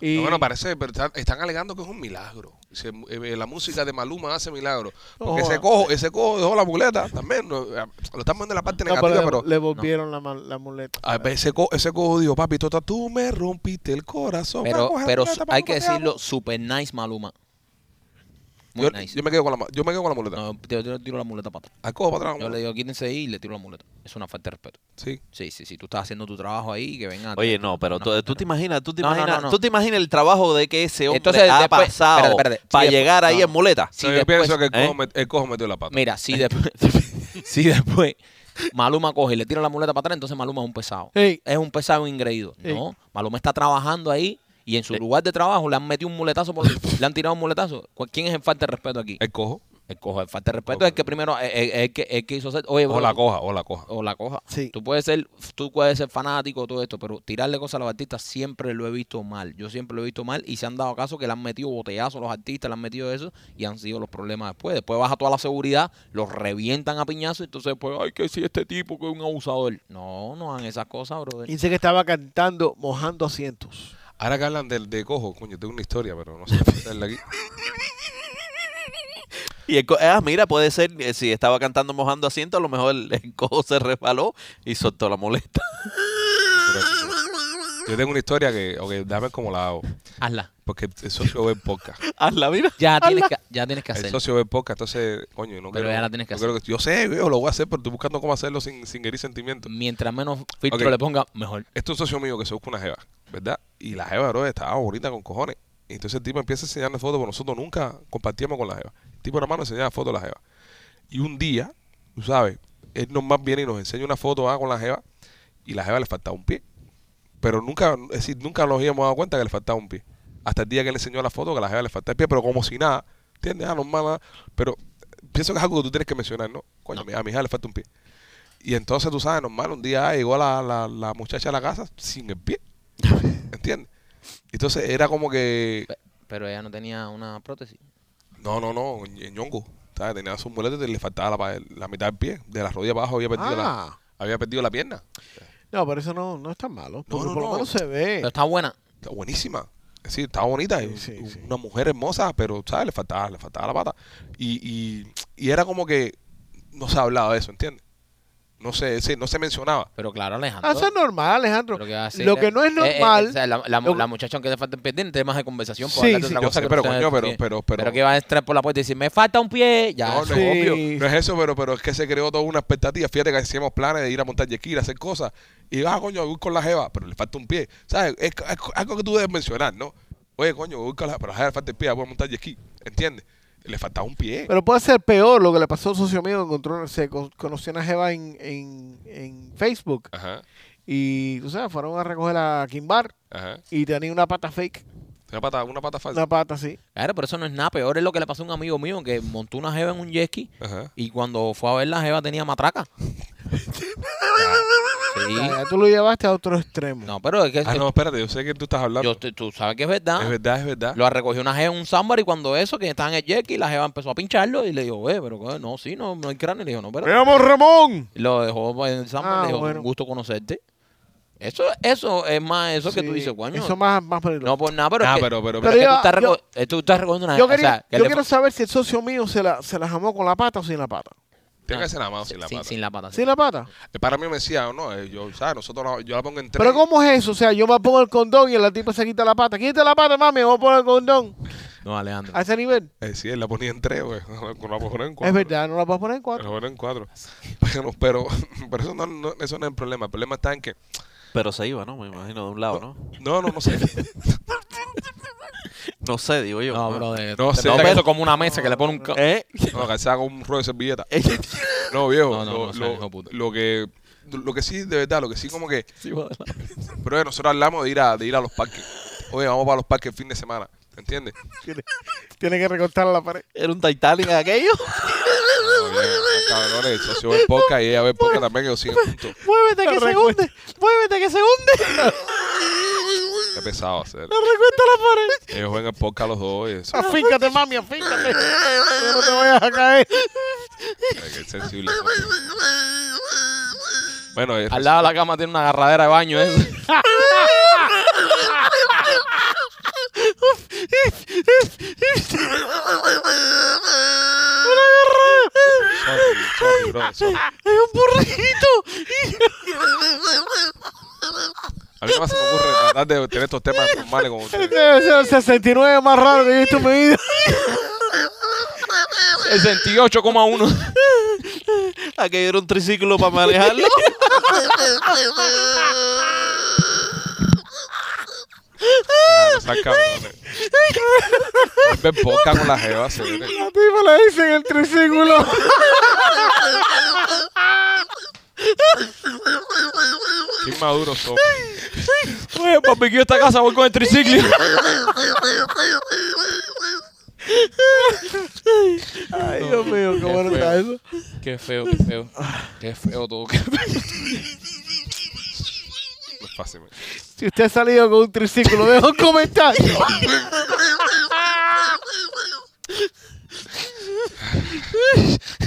Speaker 3: Y
Speaker 1: No, bueno, parece, pero están, están alegando que es un milagro. Se- eh, la música de Maluma hace milagro. Porque
Speaker 3: No,
Speaker 1: ese
Speaker 3: joda.
Speaker 1: cojo, ese cojo dejó la muleta también. no, eh, lo están viendo en la parte
Speaker 3: No,
Speaker 1: negativa,
Speaker 3: le,
Speaker 1: pero.
Speaker 3: le volvieron la, ma- la muleta.
Speaker 2: Ah,
Speaker 1: a ver, ese, cojo, ese cojo dijo, papi, tota, tú me rompiste el corazón.
Speaker 2: pero
Speaker 1: Vamos a
Speaker 2: pero
Speaker 1: la
Speaker 2: su-
Speaker 1: muleta,
Speaker 2: hay
Speaker 1: Maluma,
Speaker 2: que
Speaker 1: te amo".
Speaker 2: decirlo, super nice Maluma. Muy
Speaker 1: Yo,
Speaker 2: nice.
Speaker 1: yo me quedo con la, ma- yo me quedo con la muleta.
Speaker 2: No, yo, yo le tiro la muleta para atrás.
Speaker 1: Al cojo para atrás.
Speaker 2: Yo
Speaker 1: ¿no?
Speaker 2: le digo, quítense ahí y le tiro la muleta. Es una falta de respeto.
Speaker 1: Sí.
Speaker 2: Sí, sí, sí. Tú estás haciendo tu trabajo ahí, que vengan. a-
Speaker 4: Oye, no, pero
Speaker 2: Una
Speaker 4: tú,
Speaker 2: falta
Speaker 4: tú
Speaker 2: de
Speaker 4: te imaginas, tú te
Speaker 2: No, no,
Speaker 4: imaginas,
Speaker 2: no, no.
Speaker 4: tú te imaginas el trabajo de que ese hombre
Speaker 2: Entonces,
Speaker 4: ha
Speaker 2: después-
Speaker 4: pasado
Speaker 2: espérate, espérate. Sí,
Speaker 4: para
Speaker 2: después-
Speaker 4: llegar ahí
Speaker 2: no.
Speaker 4: en muleta.
Speaker 2: Sí,
Speaker 1: yo
Speaker 2: después-
Speaker 1: pienso que el
Speaker 4: ¿eh?
Speaker 1: cojo, met- el cojo metió la pata.
Speaker 2: Mira, si después, si después Maluma coge y le tira la muleta para atrás, entonces Maluma es un pesado.
Speaker 3: Ey.
Speaker 2: Es un pesado ingreído.
Speaker 3: Ey.
Speaker 2: No, Maluma está trabajando ahí y en su lugar de trabajo le han metido un muletazo, por, le han tirado un muletazo. ¿Cu- ¿Quién es el falta de respeto aquí?
Speaker 1: El cojo.
Speaker 2: El cojo, el falta de respeto es el que primero, es es- es el, que, el que hizo hacer. Oye,
Speaker 1: O
Speaker 2: bro,
Speaker 1: la
Speaker 2: tú-
Speaker 1: coja, o la coja.
Speaker 2: o la coja.
Speaker 3: Sí.
Speaker 2: Tú puedes ser, tú puedes ser fanático todo esto, pero tirarle cosas a los artistas siempre lo he visto mal. Yo siempre lo he visto mal y se han dado caso que le han metido botellazo a los artistas, le han metido eso y han sido los problemas después. Después baja toda la seguridad, los revientan a piñazo y entonces después, ay, que si este tipo que es un abusador. No, no hagan esas cosas, brother.
Speaker 3: Dice que estaba cantando mojando asientos.
Speaker 1: Ahora que hablan del de cojo, coño, tengo una historia, pero no sé cómo hacerla aquí.
Speaker 4: Y el co- ah, mira, puede ser, eh, si estaba cantando mojando asiento, a lo mejor el, el cojo se resbaló y soltó la muleta.
Speaker 1: Yo tengo una historia que, ok, dame como la hago.
Speaker 2: Hazla.
Speaker 1: Porque el socio ve el podcast.
Speaker 4: Hazla, mira.
Speaker 2: Ya tienes que, ya tienes que
Speaker 1: El
Speaker 2: hacer.
Speaker 1: socio ve el podcast, entonces, coño, no
Speaker 2: Pero
Speaker 1: quiero.
Speaker 2: ya la tienes que
Speaker 1: no quiero yo sé, viejo, lo voy a hacer, pero estoy buscando cómo hacerlo sin, sin herir sentimientos.
Speaker 2: Mientras menos filtro
Speaker 1: Ok.
Speaker 2: le ponga, mejor.
Speaker 1: Esto es un socio mío que se busca una jeva, ¿verdad? Y la jeva, bro, estaba bonita con cojones. Y entonces el tipo empieza a enseñarle fotos, porque nosotros nunca compartíamos con la jeva. El tipo nada más nos enseñaba fotos de la jeva. Y un día, tú sabes, él nomás viene y nos enseña una foto ah, con la jeva y la jeva le faltaba un pie. Pero nunca, es decir, nunca nos habíamos dado cuenta que le faltaba un pie. Hasta el día que le enseñó la foto que la jeva le faltaba el pie, pero como si nada, ¿entiendes? Ah, normal, nada. Pero pienso que es algo que tú tienes que mencionar, ¿no? Coño, a mi hija le falta un pie. Y entonces, tú sabes, normal, un día ah, llegó la, la, la muchacha a la casa sin el pie. ¿Entiendes? Entonces era como que.
Speaker 2: Pe- Pero ella no tenía una prótesis.
Speaker 1: No, no, no, en ñongo. ¿sabes? Tenía sus muletas y le faltaba la, pa- la mitad del pie. De la rodilla abajo
Speaker 2: Pues,
Speaker 1: había perdido,
Speaker 3: Ah.
Speaker 1: la, había perdido la pierna.
Speaker 3: No, pero eso no, no es tan malo. Porque
Speaker 1: no,
Speaker 3: por lo
Speaker 1: no.
Speaker 3: menos se
Speaker 2: Pero
Speaker 3: ve.
Speaker 2: está buena.
Speaker 1: Está buenísima. Es decir, estaba bonita. y
Speaker 3: Sí, sí, sí.
Speaker 1: Una mujer hermosa, pero, ¿sabes? Le faltaba, le faltaba la pata. Y, y, y era como que no se hablaba de eso, ¿entiendes? No se, es decir, no se mencionaba.
Speaker 2: Pero claro, Alejandro.
Speaker 3: Ah, eso es normal, Alejandro.
Speaker 2: Pero que va a ser-
Speaker 3: Lo que no es
Speaker 2: eh, eh, o
Speaker 3: normal.
Speaker 2: sea, la, la-
Speaker 3: lo-
Speaker 2: la muchacha, aunque le falten pies, tiene temas de conversación.
Speaker 3: Sí,
Speaker 2: Por hablar de
Speaker 3: sí.
Speaker 2: otra
Speaker 1: Yo
Speaker 2: cosa
Speaker 1: sé,
Speaker 2: que
Speaker 1: pero
Speaker 2: no sea
Speaker 1: coño, pero-
Speaker 2: bien.
Speaker 1: pero- pero-
Speaker 2: que va a entrar por la puerta y decir, me falta un pie. Ya,
Speaker 1: No, no,
Speaker 2: eso-
Speaker 3: Sí.
Speaker 1: es obvio. No es eso, pero, pero es que se creó toda una expectativa. Fíjate que hacíamos planes de ir a montar yesquí, ir a hacer cosas. Y ah, coño, voy con la jeva, pero le falta un pie. ¿Sabes? Es, es algo que tú debes mencionar, ¿no? Oye, coño, voy con la pero a la jeva le falta el pie, ah, voy a montar yesquí. ¿Entiendes? Le faltaba un pie.
Speaker 3: Pero puede ser peor lo que le pasó a un socio mío. Encontró, se con- conoció una jeva en, en, en Facebook.
Speaker 1: Ajá,
Speaker 3: Y, tú sabes, fueron a recoger a Kimbar.
Speaker 1: ajá.
Speaker 3: Y tenía una pata fake.
Speaker 1: Una pata, una pata falsa.
Speaker 3: Una pata así.
Speaker 2: Claro, pero eso no es nada. Peor es lo que le pasó a un amigo mío que montó una jeva en un jet ski
Speaker 1: Ajá.
Speaker 2: y cuando fue a ver la jeva tenía matraca. Sí.
Speaker 3: Ya, ya tú lo llevaste a otro extremo.
Speaker 2: No, pero es que
Speaker 1: Ah, no, espérate, yo sé que tú estás hablando.
Speaker 2: Este- yo- tú- tú sabes que es verdad.
Speaker 1: Es verdad, es verdad.
Speaker 2: Lo recogió una jeva en un sambar y cuando eso, que estaba en el jet ski, la jeva empezó a pincharlo y le dijo, eh, pero ¿qué? no, sí, no, no hay cráneo. Y le dijo, no, pero
Speaker 5: ¡Me llamo Ramón!
Speaker 2: Lo dejó en el Samba,
Speaker 3: Ah,
Speaker 2: le dijo,
Speaker 3: bueno.
Speaker 2: un gusto conocerte. Eso, eso es más eso que tú
Speaker 3: Sí,
Speaker 2: dices, coño.
Speaker 3: Eso más, más peligroso.
Speaker 2: No por nada, pero,
Speaker 1: Ah,
Speaker 2: es que,
Speaker 1: pero- pero-
Speaker 2: es que
Speaker 3: pero
Speaker 2: tú, estás
Speaker 3: yo-
Speaker 2: reco- eh, tú estás recogiendo una
Speaker 3: Yo,
Speaker 2: o sea,
Speaker 3: quería-
Speaker 2: que
Speaker 3: yo
Speaker 2: le-
Speaker 3: quiero saber si el socio mío se la, se la jamó con la pata o sin la pata.
Speaker 1: Tiene
Speaker 2: Ah,
Speaker 1: que ser nada más sin la
Speaker 2: sin,
Speaker 1: pata.
Speaker 2: sin la pata. sí.
Speaker 3: ¿Sin la pata?
Speaker 1: El Para mí me decía, no, eh, yo, ¿sabes? Nosotros la- yo la pongo en tres.
Speaker 3: ¿Pero cómo es eso? O sea, yo me pongo el condón y la tipa se quita la pata. Quita la pata, mami, vamos a poner el condón.
Speaker 2: No, Alejandro.
Speaker 3: A ese nivel.
Speaker 1: Eh, sí, él la ponía en tres, güey. No la puedo poner en cuatro.
Speaker 3: Es verdad, no la puedes poner en
Speaker 1: La
Speaker 3: cuatro.
Speaker 1: ponía en cuatro. Pero, pero, pero eso, no, no- eso no es el problema. El problema está en que.
Speaker 4: Pero se iba, ¿no? Me imagino, de un lado, ¿no?
Speaker 1: No, no, no sé.
Speaker 4: No sé, digo yo.
Speaker 2: No,
Speaker 4: Ah.
Speaker 2: brother.
Speaker 1: No
Speaker 2: No,
Speaker 1: sé,
Speaker 2: sé,
Speaker 1: pero-
Speaker 2: eso como una mesa que le pone un... ca-
Speaker 4: ¿Eh?
Speaker 1: No, calzaba con un rollo de servilleta. No, viejo.
Speaker 2: No, no,
Speaker 1: lo,
Speaker 2: no, sea
Speaker 1: lo-
Speaker 2: hijo de puta.
Speaker 1: lo que. Lo que sí, de verdad, lo que sí, como que.
Speaker 4: Sí, va de lado.
Speaker 1: Pero nosotros hablamos de ir a, de ir a los parques. Oye, vamos para los parques el fin de semana. ¿Entiendes?
Speaker 3: Tiene que recortar la pared.
Speaker 4: Era un Titanic aquello.
Speaker 1: No, viejo, cabrones, el socio ve podcast y ella ve podcast también, ellos siguen juntos.
Speaker 4: Muévete que se hunde. Muévete que se hunde.
Speaker 1: Qué pesado hacer.
Speaker 4: Recuesta la pared.
Speaker 1: Ellos ven el podcast los dos y eso.
Speaker 3: Afíncate, mami, afíncate. Yo no te vayas a caer.
Speaker 1: Qué sensible. Bueno, es-
Speaker 2: Al lado de la cama tiene una agarradera de baño. esa.
Speaker 1: sorry, sorry, bro, sorry.
Speaker 4: Hay un burrito.
Speaker 1: A mí no se me ocurre tratar de tener estos temas normales con ustedes.
Speaker 3: Debe ser el 69 más raro que he visto en mi vida.
Speaker 2: El 68,1.
Speaker 4: Aquello era un triciclo para manejarlo.
Speaker 1: No sean cabrones. Ven podcast con la jeva, señores.
Speaker 3: La tipa le dicen el triciclo.
Speaker 1: Qué inmaduros son.
Speaker 2: Oye, papi, que yo a esta casa voy con el triciclo.
Speaker 3: Ay, Dios mío, qué bueno está eso.
Speaker 2: Qué feo, qué feo. Qué feo todo. qué feo.
Speaker 1: No es fácil. man.
Speaker 3: Si usted ha salido con un triciclo, deja un comentario.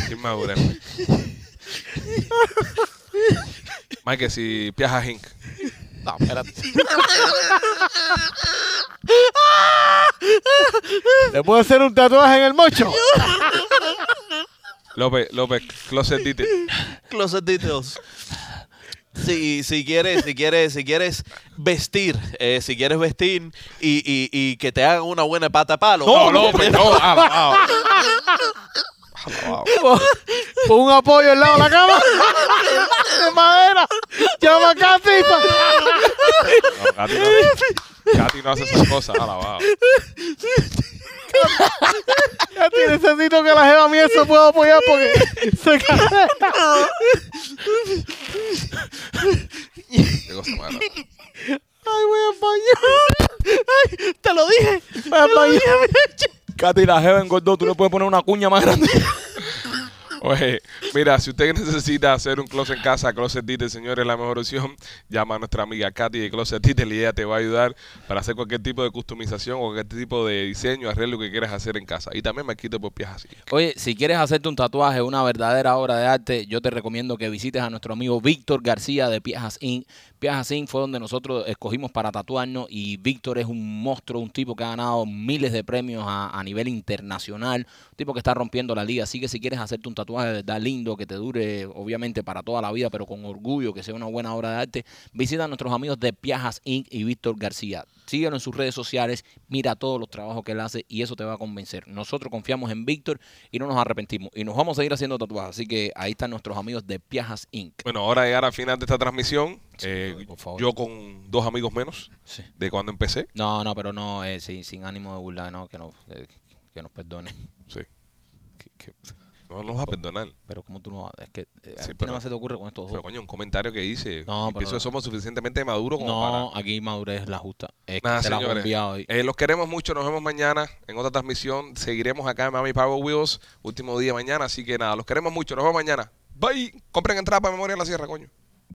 Speaker 1: Qué inmadurez. man. Mike, si viajas Hink.
Speaker 2: No, espérate.
Speaker 3: ¿Le puedo hacer un tatuaje en el mocho?
Speaker 1: López, López, Closet Dite.
Speaker 4: Closet Details. Si, si quieres, si quieres, si quieres vestir, eh, si quieres vestir y, y, y que te hagan una buena pata de palo.
Speaker 1: No, López, no. Alabado. Alabado.
Speaker 3: Pon un apoyo al lado de la cama. De madera. Llama acá, tipa.
Speaker 1: No, Katy no- Katy no hace esas cosas. Alabado.
Speaker 3: Ya te necesito que la jeva mía se pueda apoyar porque se cae.
Speaker 1: Qué cosa mala.
Speaker 3: Ay, voy al baño. Ay,
Speaker 4: Te lo dije.
Speaker 3: voy al baño.
Speaker 2: Katy, la jeva engordó. Tú le puedes poner una cuña más grande.
Speaker 1: Oye, mira, si usted necesita hacer un closet en casa, Closet Detail, señores, es la mejor opción. Llama a nuestra amiga Katy de Closet Detail y ella te va a ayudar para hacer cualquier tipo de customización o cualquier tipo de diseño, arreglo que quieras hacer en casa. Y también me quito por pies así.
Speaker 2: Oye, si quieres hacerte un tatuaje, una verdadera obra de arte, yo te recomiendo que visites a nuestro amigo Víctor García de Piajas Inc. Piajas Inc. fue donde nosotros escogimos para tatuarnos y Víctor es un monstruo, un tipo que ha ganado miles de premios a, a nivel internacional, un tipo que está rompiendo la liga. Así que si quieres hacerte un tatuaje de verdad lindo, que te dure obviamente para toda la vida, pero con orgullo, que sea una buena obra de arte, visita a nuestros amigos de Piajas Inc. y Víctor García. Síguelo en sus redes sociales, mira todos los trabajos que él hace y eso te va a convencer. Nosotros confiamos en Víctor y no nos arrepentimos. Y nos vamos a seguir haciendo tatuajes. Así que ahí están nuestros amigos de Piajas Inc.
Speaker 1: Bueno, ahora llegar al final de esta transmisión, eh,
Speaker 2: brother, por favor.
Speaker 1: yo con dos amigos menos
Speaker 2: Sí.
Speaker 1: de cuando empecé.
Speaker 2: No, no, pero no, eh, sin, sin ánimo de burlar, no, que, no, eh, que nos perdone.
Speaker 1: Sí. Que- que- No nos va a perdonar.
Speaker 2: Pero como tú no, es que eh, a
Speaker 1: Sí,
Speaker 2: ti
Speaker 1: pero-
Speaker 2: nada más se te ocurre con estos
Speaker 1: Pero
Speaker 2: dos.
Speaker 1: coño, un comentario que hice.
Speaker 2: No,
Speaker 1: No, Pienso
Speaker 2: pero-
Speaker 1: que somos suficientemente maduros como para...
Speaker 2: No, aquí madurez es la justa. Es que
Speaker 1: Nada,
Speaker 2: te la has
Speaker 1: señores.
Speaker 2: bombeado hoy.
Speaker 1: Eh, los queremos mucho. Nos vemos mañana en otra transmisión. Seguiremos acá en Mami Power Wheels. Último día mañana. Así que nada, los queremos mucho. Nos vemos mañana. Bye. Compren entrada para Memoria de la Sierra, coño.